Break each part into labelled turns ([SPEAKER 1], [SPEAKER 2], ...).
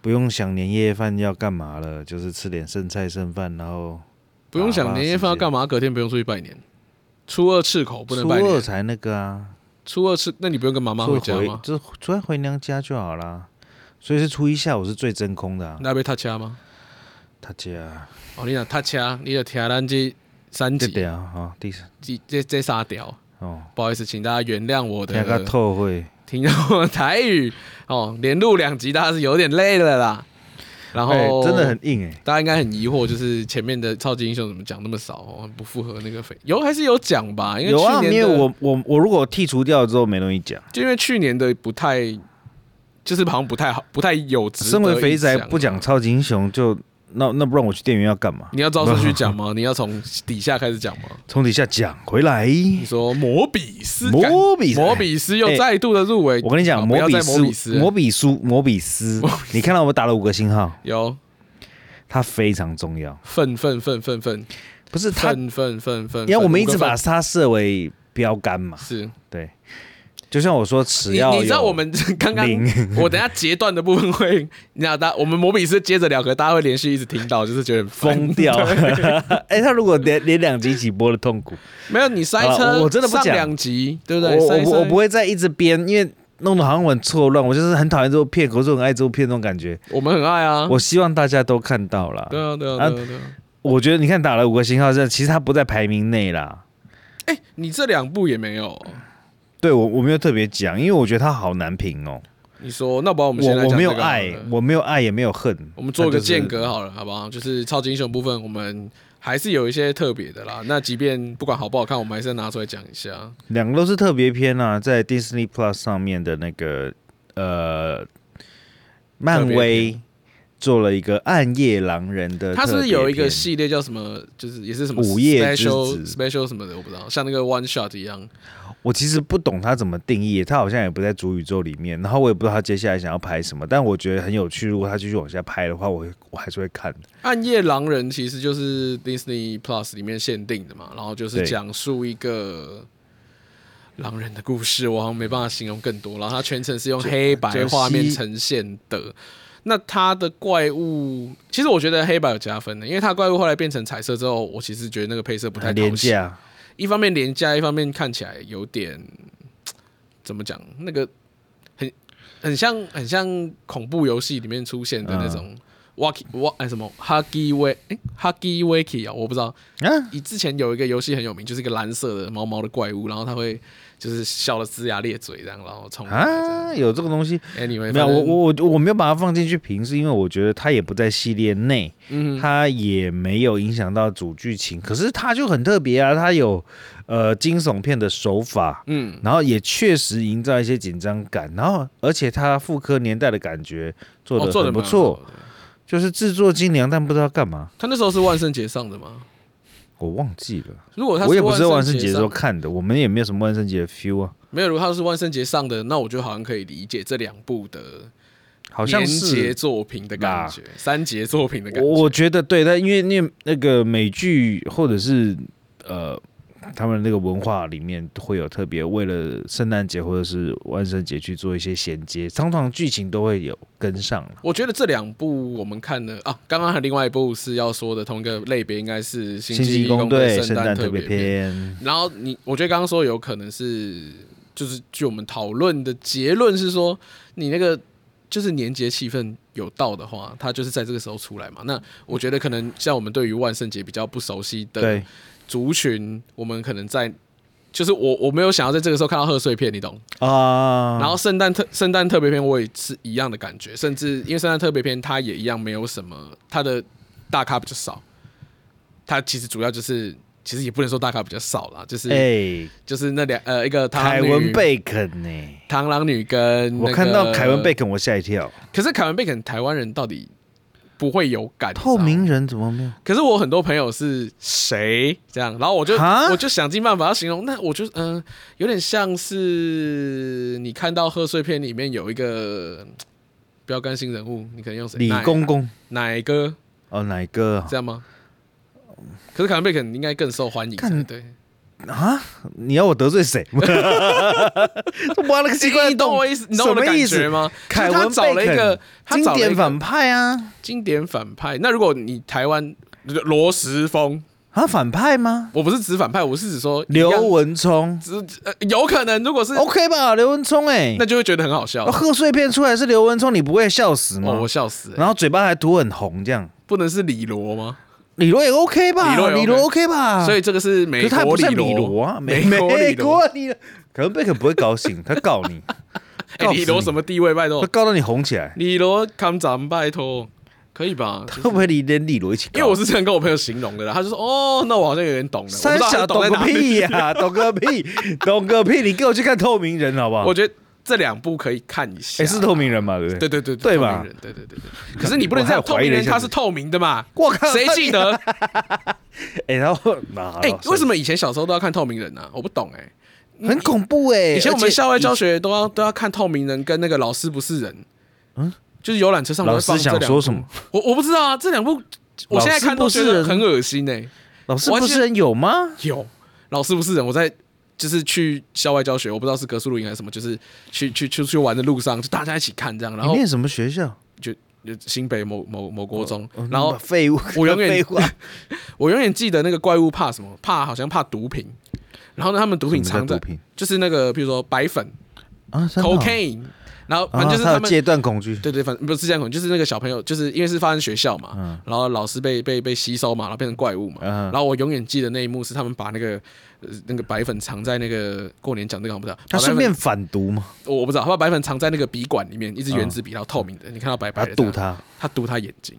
[SPEAKER 1] 不用想年夜饭要干嘛了，就是吃点剩菜剩饭，然后
[SPEAKER 2] 不用想年夜饭要干嘛，隔天不用出去拜年。初二赤口不能
[SPEAKER 1] 初
[SPEAKER 2] 拜
[SPEAKER 1] 二
[SPEAKER 2] 年，
[SPEAKER 1] 才那个啊，
[SPEAKER 2] 初二赤，那你不用跟妈妈
[SPEAKER 1] 初
[SPEAKER 2] 回
[SPEAKER 1] 二
[SPEAKER 2] 家
[SPEAKER 1] 回
[SPEAKER 2] 吗？
[SPEAKER 1] 就是初二回娘家就好啦。所以是初一下午是最真空的、啊，
[SPEAKER 2] 那被他掐吗？
[SPEAKER 1] 他家啊
[SPEAKER 2] 哦，你讲他掐，你就掐咱这三
[SPEAKER 1] 这
[SPEAKER 2] 集，
[SPEAKER 1] 点啊，哦第三
[SPEAKER 2] 这这这三条。
[SPEAKER 1] 哦，
[SPEAKER 2] 不好意思，请大家原谅我
[SPEAKER 1] 听个
[SPEAKER 2] 的
[SPEAKER 1] 透会，
[SPEAKER 2] 听到我的台语哦，连录两集大家是有点累了啦。然后、
[SPEAKER 1] 哎真的很，硬哎、
[SPEAKER 2] 大家应该很疑惑，就是前面的超级英雄怎么讲那么少、哦，不符合那个肥有还是有讲吧？因为
[SPEAKER 1] 有啊，
[SPEAKER 2] 去
[SPEAKER 1] 因
[SPEAKER 2] 年
[SPEAKER 1] 为
[SPEAKER 2] 的
[SPEAKER 1] 我我我如果剔除掉之后没东西讲，
[SPEAKER 2] 就因为去年的不太，就是好像不太好，不太有值得
[SPEAKER 1] 身为肥宅
[SPEAKER 2] 一讲啊
[SPEAKER 1] 不讲超级英雄就那那不然我去电影院要干嘛？
[SPEAKER 2] 你要照顺序讲吗？ 你要从底下开始讲吗？
[SPEAKER 1] 从底下讲回来，
[SPEAKER 2] 你说摩比斯，干
[SPEAKER 1] 摩比斯哎
[SPEAKER 2] 摩比斯又再度的入围。
[SPEAKER 1] 我跟你
[SPEAKER 2] 哎好
[SPEAKER 1] 讲，
[SPEAKER 2] 不
[SPEAKER 1] 摩
[SPEAKER 2] 要
[SPEAKER 1] 比
[SPEAKER 2] 再摩
[SPEAKER 1] 斯，
[SPEAKER 2] 比斯了
[SPEAKER 1] 摩比苏，摩比斯，你看到我打了五个星号，
[SPEAKER 2] 有
[SPEAKER 1] 它非常重要。
[SPEAKER 2] 愤愤愤愤愤
[SPEAKER 1] 不是它，
[SPEAKER 2] 愤愤愤愤，
[SPEAKER 1] 因为我们一直
[SPEAKER 2] 五个
[SPEAKER 1] 把
[SPEAKER 2] 愤
[SPEAKER 1] 它设为标杆嘛，
[SPEAKER 2] 是
[SPEAKER 1] 对。就像我说，只
[SPEAKER 2] 你
[SPEAKER 1] 要
[SPEAKER 2] 你知道
[SPEAKER 1] 有
[SPEAKER 2] 我们 刚刚
[SPEAKER 1] 零
[SPEAKER 2] 我等一下截断的部分会， 你知道大家我们摩比斯接着聊，可大家会连续一直听到，就是觉得很烦
[SPEAKER 1] 疯 掉， 哎，他如果连连两集起播的痛苦，
[SPEAKER 2] 没有你塞
[SPEAKER 1] 好了
[SPEAKER 2] 车，
[SPEAKER 1] 我我真的不
[SPEAKER 2] 上
[SPEAKER 1] 讲
[SPEAKER 2] 两集，对不
[SPEAKER 1] 我
[SPEAKER 2] 对？
[SPEAKER 1] 我
[SPEAKER 2] 塞
[SPEAKER 1] 不
[SPEAKER 2] 车
[SPEAKER 1] 我不会再一直编，因为弄得好像我很错乱，我就是很讨厌这部片，可是我很爱这部片那种感觉。
[SPEAKER 2] 我们很爱啊，
[SPEAKER 1] 我希望大家都看到啦。
[SPEAKER 2] 对啊对啊
[SPEAKER 1] 啊
[SPEAKER 2] 对啊对啊。
[SPEAKER 1] 我觉得你看打了五个星号，这其实它不在排名内啦。
[SPEAKER 2] 哎、你这两部也没有，
[SPEAKER 1] 对我我没有特别讲，因为我觉得它好难评哦。
[SPEAKER 2] 你说那不然我们先来
[SPEAKER 1] 我
[SPEAKER 2] 讲
[SPEAKER 1] 我没有
[SPEAKER 2] 这个好了
[SPEAKER 1] 爱，我没有爱也没有恨，
[SPEAKER 2] 我们做一个间
[SPEAKER 1] 它
[SPEAKER 2] 隔好了，好不好？就是超级英雄部分，我们还是有一些特别的啦。那即便不管好不好看，我们还是要拿出来讲一下。
[SPEAKER 1] 就是。两个都是特别篇啊，在 Disney Plus 上面的那个呃，漫
[SPEAKER 2] 特别
[SPEAKER 1] 威做了一个暗夜狼人呃的特别篇，
[SPEAKER 2] 它是不是有一个系列叫什么？就是也是什么
[SPEAKER 1] 午夜之
[SPEAKER 2] special
[SPEAKER 1] 子
[SPEAKER 2] special 什么的，我不知道，像那个 one shot 一样。
[SPEAKER 1] 我其实不懂他怎么定义，他好像也不在主宇宙里面，然后我也不知道他接下来想要拍什么，但我觉得很有趣。如果他继续往下拍的话，我会我还是会看。
[SPEAKER 2] 暗夜狼人其实就是 Disney Plus 里面限定的嘛，然后就是
[SPEAKER 1] 对
[SPEAKER 2] 讲述一个狼人的故事，我好像没办法形容更多。然后它全程是用黑白
[SPEAKER 1] 就是
[SPEAKER 2] 画面呈现的。那它的怪物，其实我觉得黑白有加分的，因为它怪物后来变成彩色之后，我其实觉得那个配色不太
[SPEAKER 1] 很
[SPEAKER 2] 讨喜
[SPEAKER 1] 廉价，
[SPEAKER 2] 一方面廉价，一方面看起来有点怎么讲，那个很很像很像恐怖游戏里面出现的那
[SPEAKER 1] 嗯
[SPEAKER 2] 种 walkie walk 哎什么 huggy way 哎 huggy wakey 啊，我不知道。
[SPEAKER 1] 啊
[SPEAKER 2] 以之前有一个游戏很有名，就是一个蓝色的毛毛的怪物，然后它会就是笑的龇牙咧嘴这样，然后冲来这样。
[SPEAKER 1] 啊，有这个东西
[SPEAKER 2] Anyway，
[SPEAKER 1] 没有？
[SPEAKER 2] 反
[SPEAKER 1] 我
[SPEAKER 2] 正
[SPEAKER 1] 我我我没有把它放进去评，是因为我觉得它也不在系列内，
[SPEAKER 2] 嗯
[SPEAKER 1] 它也没有影响到主剧情。可是它就很特别啊，它有呃惊悚片的手法，
[SPEAKER 2] 嗯，
[SPEAKER 1] 然后也确实营造一些紧张感，然后而且它复刻年代的感觉嗯做
[SPEAKER 2] 哦
[SPEAKER 1] 的
[SPEAKER 2] 做的
[SPEAKER 1] 很不错，。就是制作精良，但不知道干嘛，
[SPEAKER 2] 他那时候是万圣节上的吗？
[SPEAKER 1] 我忘记了。
[SPEAKER 2] 如果他
[SPEAKER 1] 我也哦不是万圣节的
[SPEAKER 2] 上
[SPEAKER 1] 时候看的，我们也没有什么万圣节的 feel 啊，
[SPEAKER 2] 没有，如果它是万圣节上的，那我就好像可以理解这两部的
[SPEAKER 1] 好像
[SPEAKER 2] 年节
[SPEAKER 1] 是。
[SPEAKER 2] 作品的感觉，三节作品的感
[SPEAKER 1] 我
[SPEAKER 2] 觉。
[SPEAKER 1] 我觉得对，但因为因为那个美剧或者是呃他们那个文化里面会有特别为了圣诞节或者是万圣节去做一些衔接，通常剧情都会有跟上了。
[SPEAKER 2] 我觉得这两部我们看的啊，刚刚还有另外一部是要说的同一个类别，应该是《
[SPEAKER 1] 星
[SPEAKER 2] 际
[SPEAKER 1] 际
[SPEAKER 2] 义工
[SPEAKER 1] 工队
[SPEAKER 2] 圣
[SPEAKER 1] 圣
[SPEAKER 2] 诞
[SPEAKER 1] 诞特
[SPEAKER 2] 别
[SPEAKER 1] 别篇，
[SPEAKER 2] 然后你，我觉得刚刚说有可能是，就是据我们讨论的结论是说，你那个就是年节气氛有到的话，它就是在这个时候出来嘛。那我觉得可能像我们对于万圣节比较不熟悉的
[SPEAKER 1] 对，
[SPEAKER 2] 族群，我们可能在就是我我没有想要在这个时候看到贺岁片，你懂？
[SPEAKER 1] 啊，
[SPEAKER 2] 然后圣诞特圣诞特别篇我也是一样的感觉，甚至因为圣诞特别篇它也一样没有什么，它的大咖比较少，它其实主要就是其实也不能说大咖比较少啦，就是、
[SPEAKER 1] 哎，
[SPEAKER 2] 就是那两呃一个螳
[SPEAKER 1] 凯
[SPEAKER 2] 螂女
[SPEAKER 1] 文贝肯呢、
[SPEAKER 2] 螳螂女跟、
[SPEAKER 1] 我看到凯文贝，肯我吓一跳，
[SPEAKER 2] 可是凯文贝肯台湾人到底不会有感，
[SPEAKER 1] 透
[SPEAKER 2] 你知道吗
[SPEAKER 1] 明人怎么没有？
[SPEAKER 2] 可是我很多朋友是谁这样，然后我就
[SPEAKER 1] 哈
[SPEAKER 2] 我就想尽办法要形容，那我就嗯、呃有点像是你看到贺岁片里面有一个嗯标杆性人物，你可能用谁？
[SPEAKER 1] 李
[SPEAKER 2] 奶
[SPEAKER 1] 公公
[SPEAKER 2] 奶哥
[SPEAKER 1] 哦，哪一个啊？
[SPEAKER 2] 这样吗？可是凯文贝肯应该更受欢迎才
[SPEAKER 1] 看
[SPEAKER 2] 对，
[SPEAKER 1] 啊，你要我得罪谁？ 玩了个奇怪的
[SPEAKER 2] 哎你懂
[SPEAKER 1] 动
[SPEAKER 2] 我
[SPEAKER 1] 物，
[SPEAKER 2] 意思，你懂我的
[SPEAKER 1] 什么
[SPEAKER 2] 感
[SPEAKER 1] 意思
[SPEAKER 2] 觉吗？
[SPEAKER 1] 凯
[SPEAKER 2] 就是
[SPEAKER 1] 文
[SPEAKER 2] 他找了一
[SPEAKER 1] 贝
[SPEAKER 2] 个
[SPEAKER 1] 肯
[SPEAKER 2] 他
[SPEAKER 1] 经
[SPEAKER 2] 找了一
[SPEAKER 1] 典
[SPEAKER 2] 个
[SPEAKER 1] 反派啊
[SPEAKER 2] 经典反派。那如果你台湾罗时丰，
[SPEAKER 1] 啊，反派吗？
[SPEAKER 2] 我不是指反派，我是指说
[SPEAKER 1] 刘
[SPEAKER 2] 一样
[SPEAKER 1] 文聪
[SPEAKER 2] 只呃有可能，如果是、
[SPEAKER 1] ，OK 吧？刘文聪，哎
[SPEAKER 2] 那，就会觉得很好笑。
[SPEAKER 1] 哦贺岁片出来是刘文聪，你不会笑死吗？
[SPEAKER 2] 哦，我笑死、欸！
[SPEAKER 1] 然后嘴巴还涂很红，这样
[SPEAKER 2] 不能是李罗吗？
[SPEAKER 1] 李罗也 OK 吧？
[SPEAKER 2] 李罗也 OK
[SPEAKER 1] OK 吧？
[SPEAKER 2] 所以这个是美
[SPEAKER 1] 啊可是他
[SPEAKER 2] 国
[SPEAKER 1] 不像
[SPEAKER 2] 李
[SPEAKER 1] 李
[SPEAKER 2] 罗
[SPEAKER 1] 罗啊，美
[SPEAKER 2] 美国李罗。
[SPEAKER 1] 国李罗，可能贝肯不会高兴，他告 你，
[SPEAKER 2] 哎、
[SPEAKER 1] 告死
[SPEAKER 2] 李罗
[SPEAKER 1] 你
[SPEAKER 2] 什么地位？拜
[SPEAKER 1] 他
[SPEAKER 2] 托，
[SPEAKER 1] 告到你红起来，
[SPEAKER 2] 李罗康长，拜托，可以吧？
[SPEAKER 1] 会不会连李罗一起告？
[SPEAKER 2] 因为我是这样跟我朋友形容的啦，他就说：“哦，那我好像有点懂了。”
[SPEAKER 1] 三小
[SPEAKER 2] 懂
[SPEAKER 1] 懂
[SPEAKER 2] 在
[SPEAKER 1] 个
[SPEAKER 2] 哪里。
[SPEAKER 1] 屁呀、懂个 屁，懂个屁！你给我去看《透明人》好不好？
[SPEAKER 2] 我觉得这两部可以看一下。
[SPEAKER 1] 哎、是《透明人》嘛，对不对？
[SPEAKER 2] 对对对
[SPEAKER 1] 对吧
[SPEAKER 2] 透明人对对对对。可是你不能这样，
[SPEAKER 1] 我还有
[SPEAKER 2] 透
[SPEAKER 1] 怀疑
[SPEAKER 2] 明
[SPEAKER 1] 了一
[SPEAKER 2] 人
[SPEAKER 1] 下
[SPEAKER 2] 他是透明的嘛？
[SPEAKER 1] 我靠啊
[SPEAKER 2] 谁记 得？
[SPEAKER 1] 哎、然后啊，
[SPEAKER 2] 哎，为什
[SPEAKER 1] 么
[SPEAKER 2] 么以前小时候都要看透明人呢？我不懂哎。
[SPEAKER 1] 很恐怖哎、
[SPEAKER 2] 以前我
[SPEAKER 1] 而
[SPEAKER 2] 们
[SPEAKER 1] 且
[SPEAKER 2] 校外教学都要都要看透明人跟那个老师不是人，嗯，就是游览车上面
[SPEAKER 1] 老
[SPEAKER 2] 会放
[SPEAKER 1] 师
[SPEAKER 2] 这
[SPEAKER 1] 想
[SPEAKER 2] 两
[SPEAKER 1] 说
[SPEAKER 2] 部
[SPEAKER 1] 什么？？
[SPEAKER 2] 我我不知道啊，这两部我现在看都觉得很恶心哎。
[SPEAKER 1] 老师
[SPEAKER 2] 我还
[SPEAKER 1] 不
[SPEAKER 2] 记
[SPEAKER 1] 是
[SPEAKER 2] 得
[SPEAKER 1] 人有吗？
[SPEAKER 2] 有老师不是人，我在就是去校外教学，我不知道是格苏露营还是什么，就是去去去去玩的路上，就大家一起看这样，然
[SPEAKER 1] 你
[SPEAKER 2] 后
[SPEAKER 1] 念什么学校？
[SPEAKER 2] 就就新北某某某国中
[SPEAKER 1] 哦，
[SPEAKER 2] 然后
[SPEAKER 1] 那么废物，
[SPEAKER 2] 我永远
[SPEAKER 1] 废 话，
[SPEAKER 2] 我永远记得那个怪物怕什么，怕好像怕毒品，然后呢，他们毒品
[SPEAKER 1] 什么
[SPEAKER 2] 藏
[SPEAKER 1] 叫
[SPEAKER 2] 在
[SPEAKER 1] 毒品
[SPEAKER 2] 就是那个比如说白粉
[SPEAKER 1] 啊真的哦
[SPEAKER 2] cocaine，然后反正就是
[SPEAKER 1] 啊、他
[SPEAKER 2] 他
[SPEAKER 1] 有
[SPEAKER 2] 们。
[SPEAKER 1] 戒断恐惧，
[SPEAKER 2] 对对，反正不是这样，就是那个小朋友，就是因为是发生学校嘛，
[SPEAKER 1] 嗯
[SPEAKER 2] 然后老师被被被吸收嘛，然后变成怪物嘛，
[SPEAKER 1] 嗯
[SPEAKER 2] 然后我永远记得那一幕是他们把那个、呃、那个白粉藏在那个过年讲这个好像不知道，
[SPEAKER 1] 他
[SPEAKER 2] 把白
[SPEAKER 1] 顺
[SPEAKER 2] 粉
[SPEAKER 1] 便反毒嘛，
[SPEAKER 2] 我我不知道，他把白粉藏在那个笔管里面，一支原子笔，然后透明的，你看到白
[SPEAKER 1] 把
[SPEAKER 2] 白
[SPEAKER 1] 嗯他
[SPEAKER 2] 的，
[SPEAKER 1] 堵，他。
[SPEAKER 2] 他堵他眼睛，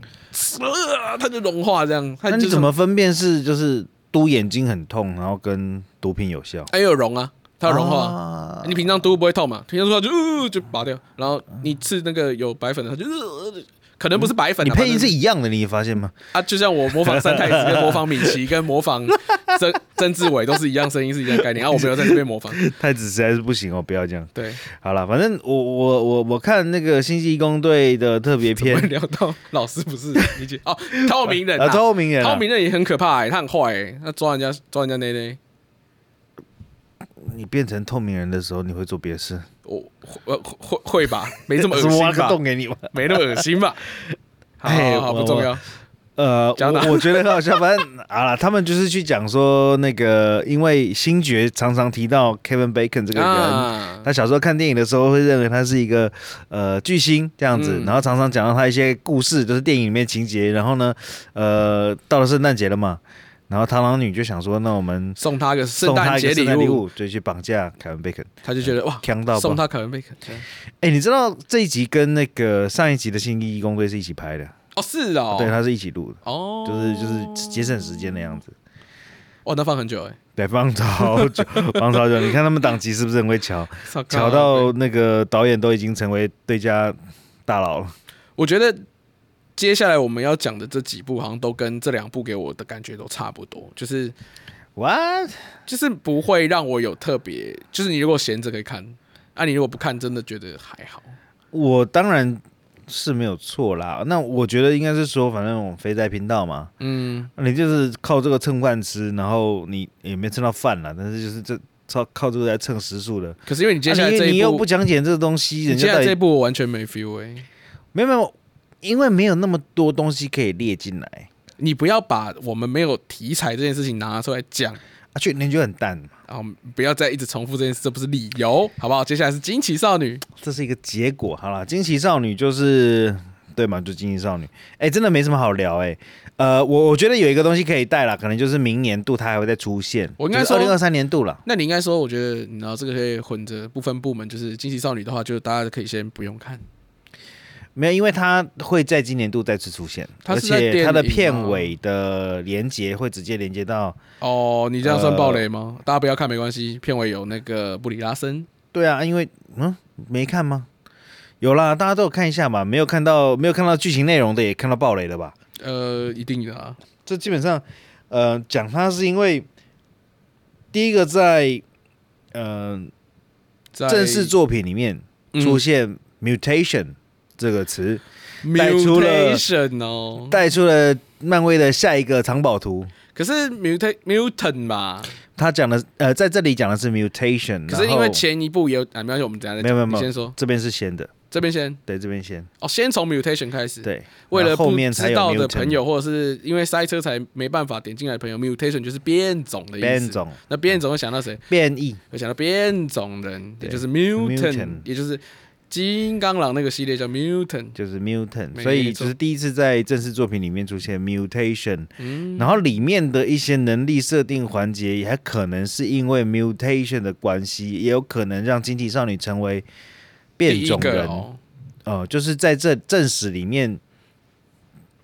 [SPEAKER 2] 呃他就融化这样，他
[SPEAKER 1] 那
[SPEAKER 2] 就
[SPEAKER 1] 你
[SPEAKER 2] 是
[SPEAKER 1] 怎么分辨是就是嘟眼睛很痛，然后跟毒品有效？
[SPEAKER 2] 哎有融啊，他有融化啊、
[SPEAKER 1] 啊
[SPEAKER 2] 你平常嘟不会痛嘛？平常嘟它就、呃、就拔掉，然后你吃那个有白粉的，它就、呃、可能不是白粉
[SPEAKER 1] 你
[SPEAKER 2] 啊、
[SPEAKER 1] 配音
[SPEAKER 2] 反正
[SPEAKER 1] 是一样的，你发现 吗？
[SPEAKER 2] 啊，就像我模仿三太子、跟模仿米奇、跟 模仿曾曾志伟都是一样声音，是一样概念啊。我没有在这边模仿，
[SPEAKER 1] 太子实在是不行哦，不要这样。
[SPEAKER 2] 对，
[SPEAKER 1] 好了，反正我我我我看那个星际义工队的特别
[SPEAKER 2] 我们
[SPEAKER 1] 篇，
[SPEAKER 2] 聊到老师不是理解 哦，透明人、
[SPEAKER 1] 啊，
[SPEAKER 2] 啊，
[SPEAKER 1] 透明人、啊，
[SPEAKER 2] 透明人也很可怕、欸，他很坏、欸，他抓人家抓人家内内。
[SPEAKER 1] 你变成透明人的时候，你会做别的事？
[SPEAKER 2] 我会会会吧，没这么恶
[SPEAKER 1] 是挖
[SPEAKER 2] 心啊
[SPEAKER 1] 个
[SPEAKER 2] 吧，
[SPEAKER 1] 洞给你吗？
[SPEAKER 2] 没那么恶心吧。好
[SPEAKER 1] 啊 哎
[SPEAKER 2] 好好，
[SPEAKER 1] 我
[SPEAKER 2] 不重要。
[SPEAKER 1] 呃，
[SPEAKER 2] 讲哪
[SPEAKER 1] 我我觉得很好笑，反正好了，他们就是去讲说那个，因为星爵常常提到 Kevin Bacon 这个人，
[SPEAKER 2] 啊，
[SPEAKER 1] 他小时候看电影的时候会认为他是一个呃巨星这样子，
[SPEAKER 2] 嗯
[SPEAKER 1] 然后常常讲到他一些故事，就是电影里面情节。然后呢，呃，到了圣诞节了嘛，然后螳螂女就想说，那我们
[SPEAKER 2] 送他个圣
[SPEAKER 1] 送他
[SPEAKER 2] 诞
[SPEAKER 1] 一个
[SPEAKER 2] 节
[SPEAKER 1] 圣诞
[SPEAKER 2] 礼
[SPEAKER 1] 礼
[SPEAKER 2] 物，
[SPEAKER 1] 物，就去绑架凯文贝肯，
[SPEAKER 2] 他就觉得哇，
[SPEAKER 1] 强到爆
[SPEAKER 2] 送。他凯文贝肯。
[SPEAKER 1] 哎，你知道这一集跟那个上一集的《新义义工队》是一起拍的，
[SPEAKER 2] 哦，是哦，
[SPEAKER 1] 对，它是一起录的，
[SPEAKER 2] 哦，
[SPEAKER 1] 就是就是节省时间的样子。
[SPEAKER 2] 哇，那放 很久哎，
[SPEAKER 1] 对，放超久， 放超久。你看他们档期是不是很会 瞧？
[SPEAKER 2] 糟糕
[SPEAKER 1] 瞧到那个导演都已经成为对家大佬了。
[SPEAKER 2] 我觉得接下来我们要讲的这几部，好像都跟这两部给我的感觉都差不多，就是
[SPEAKER 1] What？
[SPEAKER 2] 就是不会让我有特别，就是你如果闲着可以看，啊，你如果不看，真的觉得还好。
[SPEAKER 1] 我当然是没有错啦。那我觉得应该是说，反正我们肥宅频道嘛，
[SPEAKER 2] 嗯，
[SPEAKER 1] 你就是靠这个蹭饭吃，然后你也没蹭到饭啦，但是就是这靠靠这个来蹭食宿的。
[SPEAKER 2] 可是因为你接下
[SPEAKER 1] 啊
[SPEAKER 2] 来
[SPEAKER 1] 你
[SPEAKER 2] 这
[SPEAKER 1] 你
[SPEAKER 2] 一
[SPEAKER 1] 又
[SPEAKER 2] 部，
[SPEAKER 1] 不讲解这个东西，
[SPEAKER 2] 你
[SPEAKER 1] 人
[SPEAKER 2] 接
[SPEAKER 1] 家
[SPEAKER 2] 下
[SPEAKER 1] 到
[SPEAKER 2] 来这
[SPEAKER 1] 底
[SPEAKER 2] 一部我完全没 feel 哎、
[SPEAKER 1] 没有没有，因为没有那么多东西可以列进来
[SPEAKER 2] 你不要把我们没有题材这件事情拿出来讲。
[SPEAKER 1] 啊，去年就很淡嘛，
[SPEAKER 2] 然后不要再一直重复这件事，这不是理由，好不好？接下来是惊奇少女，
[SPEAKER 1] 这是一个结果。好啦，惊奇少女就是。对嘛，就惊奇少女，哎、真的没什么好聊哎、呃，我我觉得有一个东西可以带啦，可能就是明年度它还会再出现，
[SPEAKER 2] 我应该
[SPEAKER 1] 二
[SPEAKER 2] 说
[SPEAKER 1] 零二三年度了。
[SPEAKER 2] 那你应该说，我觉得你知道这个可以混着不分部门，就是惊奇少女的话，就大家可以先不用看。
[SPEAKER 1] 没有，因为它会在今年度再次出现，
[SPEAKER 2] 它
[SPEAKER 1] 而
[SPEAKER 2] 是在
[SPEAKER 1] 且它的
[SPEAKER 2] 电影吗
[SPEAKER 1] 片尾的连接会直接连接到。
[SPEAKER 2] 哦，你这样算暴雷吗？
[SPEAKER 1] 呃
[SPEAKER 2] 大家不要看没关系，片尾有那个布里拉森，
[SPEAKER 1] 对啊，因为嗯，没看吗？有啦，大家都有看一下嘛。没有看到没有看到剧情内容的，也看到暴雷了吧？
[SPEAKER 2] 呃，一定的啊。
[SPEAKER 1] 这基本上，呃，讲它是因为第一个在呃
[SPEAKER 2] 在
[SPEAKER 1] 正式作品里面
[SPEAKER 2] 嗯
[SPEAKER 1] 出现 mutation、这个词，带出了
[SPEAKER 2] mutation 哦，
[SPEAKER 1] 带出了漫威的下一个藏宝图。
[SPEAKER 2] 可是 mutant mutant 吧，
[SPEAKER 1] 他讲的呃，在这里讲的是 mutation，
[SPEAKER 2] 可是
[SPEAKER 1] 然
[SPEAKER 2] 因
[SPEAKER 1] 后
[SPEAKER 2] 为前一步也有啊，没关系，我们等一下再
[SPEAKER 1] 没有没有
[SPEAKER 2] 讲。
[SPEAKER 1] 没
[SPEAKER 2] 你
[SPEAKER 1] 有
[SPEAKER 2] 先说，
[SPEAKER 1] 这边是先的，
[SPEAKER 2] 这边先
[SPEAKER 1] 对，这边先，
[SPEAKER 2] 哦，先从 mutation 开始。，
[SPEAKER 1] 对，
[SPEAKER 2] 为了
[SPEAKER 1] 然后
[SPEAKER 2] 不
[SPEAKER 1] 后面才
[SPEAKER 2] 知
[SPEAKER 1] 有
[SPEAKER 2] 道
[SPEAKER 1] mutant,
[SPEAKER 2] 的朋友，或者是因为塞车才没办法点进来的朋友，mutation 就是变种的意思。
[SPEAKER 1] 变，种
[SPEAKER 2] 那变种会想到谁？
[SPEAKER 1] 变异，
[SPEAKER 2] 会想到变种人，也
[SPEAKER 1] 对
[SPEAKER 2] 就是 mutant，
[SPEAKER 1] mutant
[SPEAKER 2] 也就是金刚狼那个系列叫 mutant。
[SPEAKER 1] 就是 mutant，
[SPEAKER 2] 没
[SPEAKER 1] 所以
[SPEAKER 2] 错
[SPEAKER 1] 就是第一次在正式作品里面出现 mutation，、
[SPEAKER 2] 嗯
[SPEAKER 1] 然后里面的一些能力设定环节，也可能是因为 mutation 的关系，也有可能让晶体少女成为变
[SPEAKER 2] 第一
[SPEAKER 1] 种
[SPEAKER 2] 个
[SPEAKER 1] 人，
[SPEAKER 2] 哦，
[SPEAKER 1] 呃，就是在这正史里面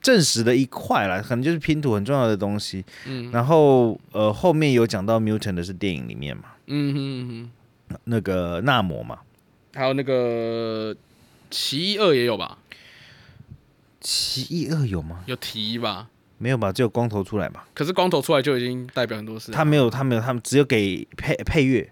[SPEAKER 1] 正史的一块啦，可能就是拼图很重要的东西。
[SPEAKER 2] 嗯
[SPEAKER 1] 然后呃，后面有讲到 mutant 的是电影里面嘛，
[SPEAKER 2] 嗯哼嗯
[SPEAKER 1] 那个纳摩嘛，
[SPEAKER 2] 哼，还有那个奇异二也有吧？
[SPEAKER 1] 奇异二有吗？
[SPEAKER 2] 有提吧？
[SPEAKER 1] 没有吧，只有光头出来吧？
[SPEAKER 2] 可是光头出来就已经代表很多事了。
[SPEAKER 1] 他没有，他没有，他们只有给配配乐。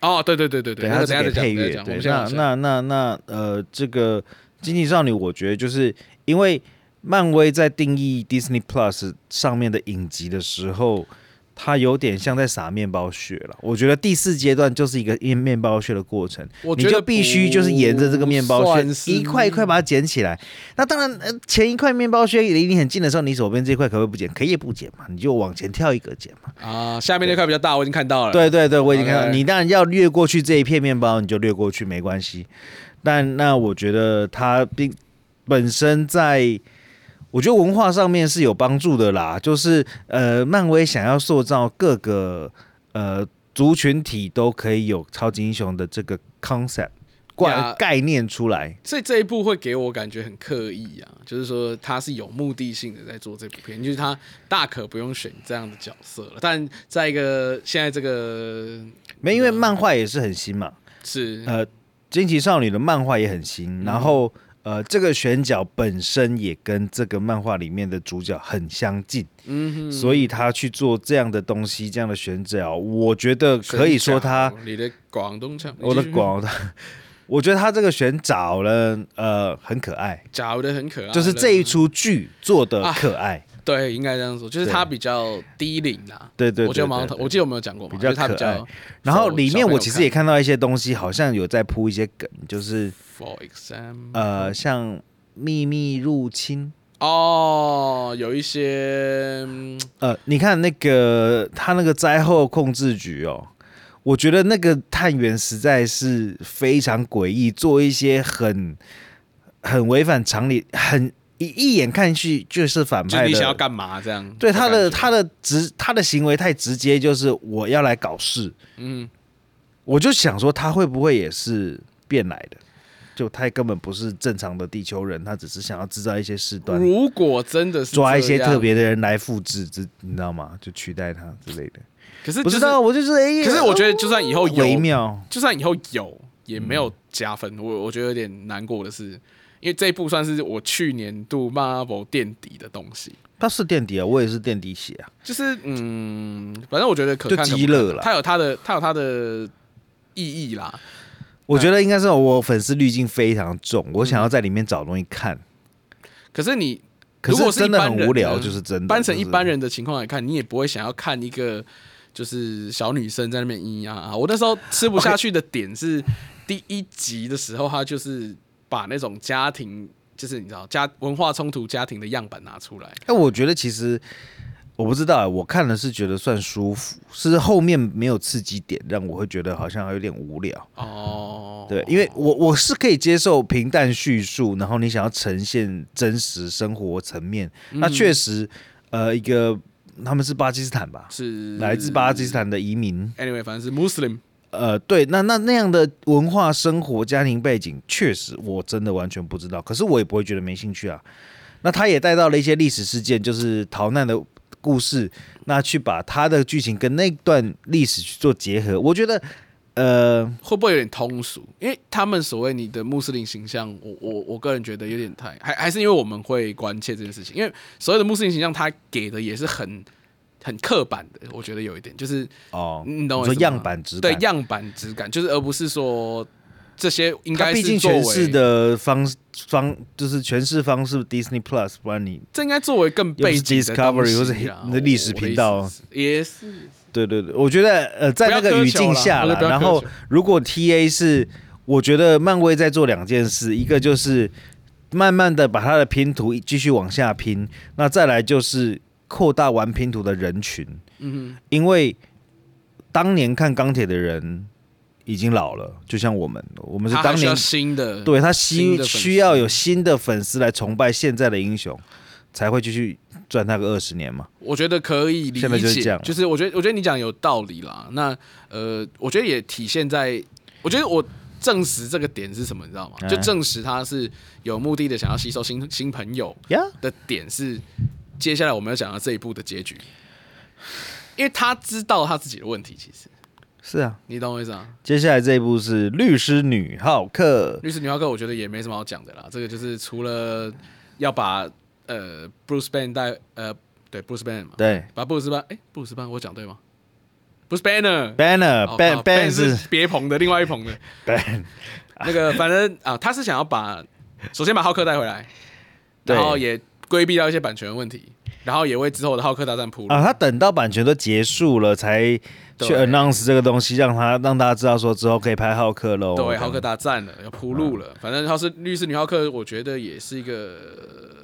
[SPEAKER 2] 哦，对对对对对，那
[SPEAKER 1] 他
[SPEAKER 2] 个
[SPEAKER 1] 是
[SPEAKER 2] 等一下
[SPEAKER 1] 给
[SPEAKER 2] 再讲，
[SPEAKER 1] 配
[SPEAKER 2] 等
[SPEAKER 1] 乐
[SPEAKER 2] 一下再。
[SPEAKER 1] 对
[SPEAKER 2] 讲。我们，先
[SPEAKER 1] 那
[SPEAKER 2] 往
[SPEAKER 1] 那
[SPEAKER 2] 下
[SPEAKER 1] 那那呃，这个《经济少女》，我觉得就是因为漫威在定义 Disney Plus 上面的影集的时候，它有点像在撒面包屑了。我觉得第四阶段就是一个面面包屑的过程，
[SPEAKER 2] 我
[SPEAKER 1] 你
[SPEAKER 2] 觉得
[SPEAKER 1] 就必须就是沿着这个面包
[SPEAKER 2] 不算是
[SPEAKER 1] 屑一块一块把它捡起来。那当然，呃，前一块面包屑离你很近的时候，你手边这块可不可以不捡？可以也不捡嘛，你就往前跳一个捡嘛。
[SPEAKER 2] 啊，下面那块比较大，我已经看到了。，
[SPEAKER 1] 对对对，我已经看到
[SPEAKER 2] OK
[SPEAKER 1] 你，当然要略过去这一片面包，你就略过去没关系。但那我觉得它并本身在，我觉得文化上面是有帮助的啦。就是呃，漫威想要塑造各个呃族群体都可以有超级英雄的这个 concept
[SPEAKER 2] 呀
[SPEAKER 1] 概概念出来。
[SPEAKER 2] 所以这一部会给我感觉很刻意啊，就是说他是有目的性的在做这部片，就是他大可不用选这样的角色了。但在一个现在这个
[SPEAKER 1] 没，因为漫画也是很新嘛，
[SPEAKER 2] 是
[SPEAKER 1] 呃，惊奇少女的漫画也很新，
[SPEAKER 2] 嗯
[SPEAKER 1] 然后呃，这个选角本身也跟这个漫画里面的主角很相近，
[SPEAKER 2] 嗯哼，
[SPEAKER 1] 所以他去做这样的东西，这样的选角，我觉得可以说他
[SPEAKER 2] 选角嗯你的广东腔，
[SPEAKER 1] 我的
[SPEAKER 2] 你继续
[SPEAKER 1] 广， 我觉得他这个选角呢，呃，很可爱，
[SPEAKER 2] 假的很可爱，
[SPEAKER 1] 就是这一出剧做的可爱，
[SPEAKER 2] 对，应该这样说，就是
[SPEAKER 1] 对
[SPEAKER 2] 他比较低龄啊。
[SPEAKER 1] 对对
[SPEAKER 2] 我觉
[SPEAKER 1] 对
[SPEAKER 2] 得蛮好
[SPEAKER 1] 对
[SPEAKER 2] 看，
[SPEAKER 1] 对
[SPEAKER 2] 我记得我们有讲过嘛，
[SPEAKER 1] 比较
[SPEAKER 2] 就是他比
[SPEAKER 1] 可爱
[SPEAKER 2] 较。
[SPEAKER 1] 然后里面我其实也
[SPEAKER 2] ，for
[SPEAKER 1] 看到一些东西，好像有在铺一些梗，就是
[SPEAKER 2] example，
[SPEAKER 1] 呃，像秘密入侵。
[SPEAKER 2] 哦，有一些嗯
[SPEAKER 1] 呃，你看那个他那个灾后控制局哦，我觉得那个探员实在是非常诡异，做一些很很违反常理，很一一眼看去就是反
[SPEAKER 2] 就是
[SPEAKER 1] 派
[SPEAKER 2] 你想要
[SPEAKER 1] 的。
[SPEAKER 2] 干嘛这样？
[SPEAKER 1] 对他的
[SPEAKER 2] 感觉
[SPEAKER 1] 他的直他的行为太直接，就是我要来搞事。
[SPEAKER 2] 嗯，
[SPEAKER 1] 我就想说他会不会也是变来的？就他根本不是正常的地球人，他只是想要制造一些事端，
[SPEAKER 2] 如果真的是
[SPEAKER 1] 抓一些
[SPEAKER 2] 这样
[SPEAKER 1] 特，别的人来复制，这你知道吗？就取代他之类的。
[SPEAKER 2] 可是
[SPEAKER 1] 不知
[SPEAKER 2] 就是，
[SPEAKER 1] 道，我就是哎。
[SPEAKER 2] 可是我觉得就算以后
[SPEAKER 1] 微
[SPEAKER 2] 有，
[SPEAKER 1] 妙，
[SPEAKER 2] 就算以后有也没
[SPEAKER 1] 嗯
[SPEAKER 2] 有加分。我我觉得有点难过的是，因为这一部算是我去年度 Marvel 垫底的东西。
[SPEAKER 1] 他是垫底啊，我也是垫底血啊。
[SPEAKER 2] 就是嗯，反正我觉得可
[SPEAKER 1] 就
[SPEAKER 2] 看可不
[SPEAKER 1] 极乐
[SPEAKER 2] 看
[SPEAKER 1] 啦
[SPEAKER 2] 它有它的它有它的意义啦。
[SPEAKER 1] 我觉得应该是我粉丝滤镜非常重，我想要在里面找东西看，
[SPEAKER 2] 嗯可是你
[SPEAKER 1] 可
[SPEAKER 2] 如果是
[SPEAKER 1] 真的
[SPEAKER 2] 一般人
[SPEAKER 1] 很无聊，
[SPEAKER 2] 嗯
[SPEAKER 1] 就是真的。
[SPEAKER 2] 搬成
[SPEAKER 1] 就是
[SPEAKER 2] 一般，人的情况来看，你也不会想要看一个就是小女生在那边咿咿啊啊。我那时候吃不下去的点是第一集的时候，他就是把那种家庭，就是你知道家文化冲突家庭的样板拿出来。
[SPEAKER 1] 但哎我觉得其实我不知道啊，我看了是觉得算舒服，是后面没有刺激点，让我会觉得好像有点无聊。
[SPEAKER 2] 哦，
[SPEAKER 1] 对，因为我我是可以接受平淡叙述，然后你想要呈现真实生活层面，那
[SPEAKER 2] 嗯
[SPEAKER 1] 确实，呃，一个他们是巴基斯坦吧，
[SPEAKER 2] 是
[SPEAKER 1] 来自巴基斯坦的移民，
[SPEAKER 2] anyway，反正是 Muslim。
[SPEAKER 1] 呃，对，那那那样的文化生活、家庭背景，确实我真的完全不知道，可是我也不会觉得没兴趣啊。那他也带到了一些历史事件，就是逃难的故事，那去把他的剧情跟那段历史去做结合，我觉得，呃，
[SPEAKER 2] 会不会有点通俗？因为他们所谓你的穆斯林形象，我我我个人觉得有点太，还还是因为我们会关切这件事情。因为所有的穆斯林形象，他给的也是很很刻板的，我觉得有一点就是
[SPEAKER 1] 哦，
[SPEAKER 2] 嗯你懂我
[SPEAKER 1] 说
[SPEAKER 2] 意思吗
[SPEAKER 1] 样板质
[SPEAKER 2] 对
[SPEAKER 1] 感，
[SPEAKER 2] 样板质感，就是而不是说这些应
[SPEAKER 1] 它
[SPEAKER 2] 该
[SPEAKER 1] 毕竟
[SPEAKER 2] 作
[SPEAKER 1] 诠释
[SPEAKER 2] 为，
[SPEAKER 1] 的方方就是诠释方式 Disney Plus，不然你
[SPEAKER 2] 这应该作为更背景的东
[SPEAKER 1] Discovery
[SPEAKER 2] 西啦
[SPEAKER 1] 或是
[SPEAKER 2] 我
[SPEAKER 1] 那历史频道
[SPEAKER 2] 我的意思是也是
[SPEAKER 1] 对对对，我觉得呃，在
[SPEAKER 2] 不
[SPEAKER 1] 那
[SPEAKER 2] 要
[SPEAKER 1] 个
[SPEAKER 2] 苛
[SPEAKER 1] 语
[SPEAKER 2] 求
[SPEAKER 1] 境
[SPEAKER 2] 啦
[SPEAKER 1] 下
[SPEAKER 2] 我觉
[SPEAKER 1] 啦
[SPEAKER 2] 得不要
[SPEAKER 1] 然
[SPEAKER 2] 苛
[SPEAKER 1] 后
[SPEAKER 2] 求
[SPEAKER 1] 如果 TA 是，我觉得漫威在做两件事，一个就是慢慢的把它的拼图继续往下拼，那再来就是扩大玩拼图的人群，
[SPEAKER 2] 嗯
[SPEAKER 1] 因为当年看钢铁的人已经老了，就像我们，我
[SPEAKER 2] 哼，
[SPEAKER 1] 们是
[SPEAKER 2] 它还
[SPEAKER 1] 当
[SPEAKER 2] 需要
[SPEAKER 1] 年
[SPEAKER 2] 新的，
[SPEAKER 1] 对他
[SPEAKER 2] 新
[SPEAKER 1] 需
[SPEAKER 2] 的粉丝
[SPEAKER 1] 需要有新的粉丝来崇拜现在的英雄，才会继续赚他个二十年嘛。
[SPEAKER 2] 我觉得可以理
[SPEAKER 1] 现在
[SPEAKER 2] 解，
[SPEAKER 1] 就是这样
[SPEAKER 2] 就是我觉得，我觉得你讲有道理啦。那呃，我觉得也体现在，我觉得我证实这个点是什么，你知道吗？
[SPEAKER 1] 哎
[SPEAKER 2] 就证实他是有目的的想要吸收新新朋友
[SPEAKER 1] 呀、
[SPEAKER 2] 的点是，接下来我们要讲到这一步的结局，因为他知道他自己的问题，其实
[SPEAKER 1] 是啊。
[SPEAKER 2] 你懂我意思啊？
[SPEAKER 1] 接下来这一部是律师女浩克，
[SPEAKER 2] 律师女浩克，我觉得也没什么好讲的啦。这个就是除了要把呃 Bruce Banner 带呃对 Bruce Banner 嘛，
[SPEAKER 1] 对
[SPEAKER 2] 把布鲁斯班，哎，布鲁斯班我讲对吗？不是 Banner。
[SPEAKER 1] ，Banner
[SPEAKER 2] 哦
[SPEAKER 1] Ban
[SPEAKER 2] 啊
[SPEAKER 1] Ban 是
[SPEAKER 2] 是别棚的另外一棚的
[SPEAKER 1] Ban，
[SPEAKER 2] 那个，反正啊，他是想要把首先把浩克带回来，
[SPEAKER 1] 对
[SPEAKER 2] 然后也规避掉一些版权问题，然后也为之后的浩克大战铺路。
[SPEAKER 1] 啊，他等到版权都结束了才去
[SPEAKER 2] 对
[SPEAKER 1] announce 这个东西，让他让大家知道说之后可以拍浩克喽。
[SPEAKER 2] 对，浩克大战了，要铺
[SPEAKER 1] 嗯
[SPEAKER 2] 路了。反正他是律师女浩克，我觉得也是一个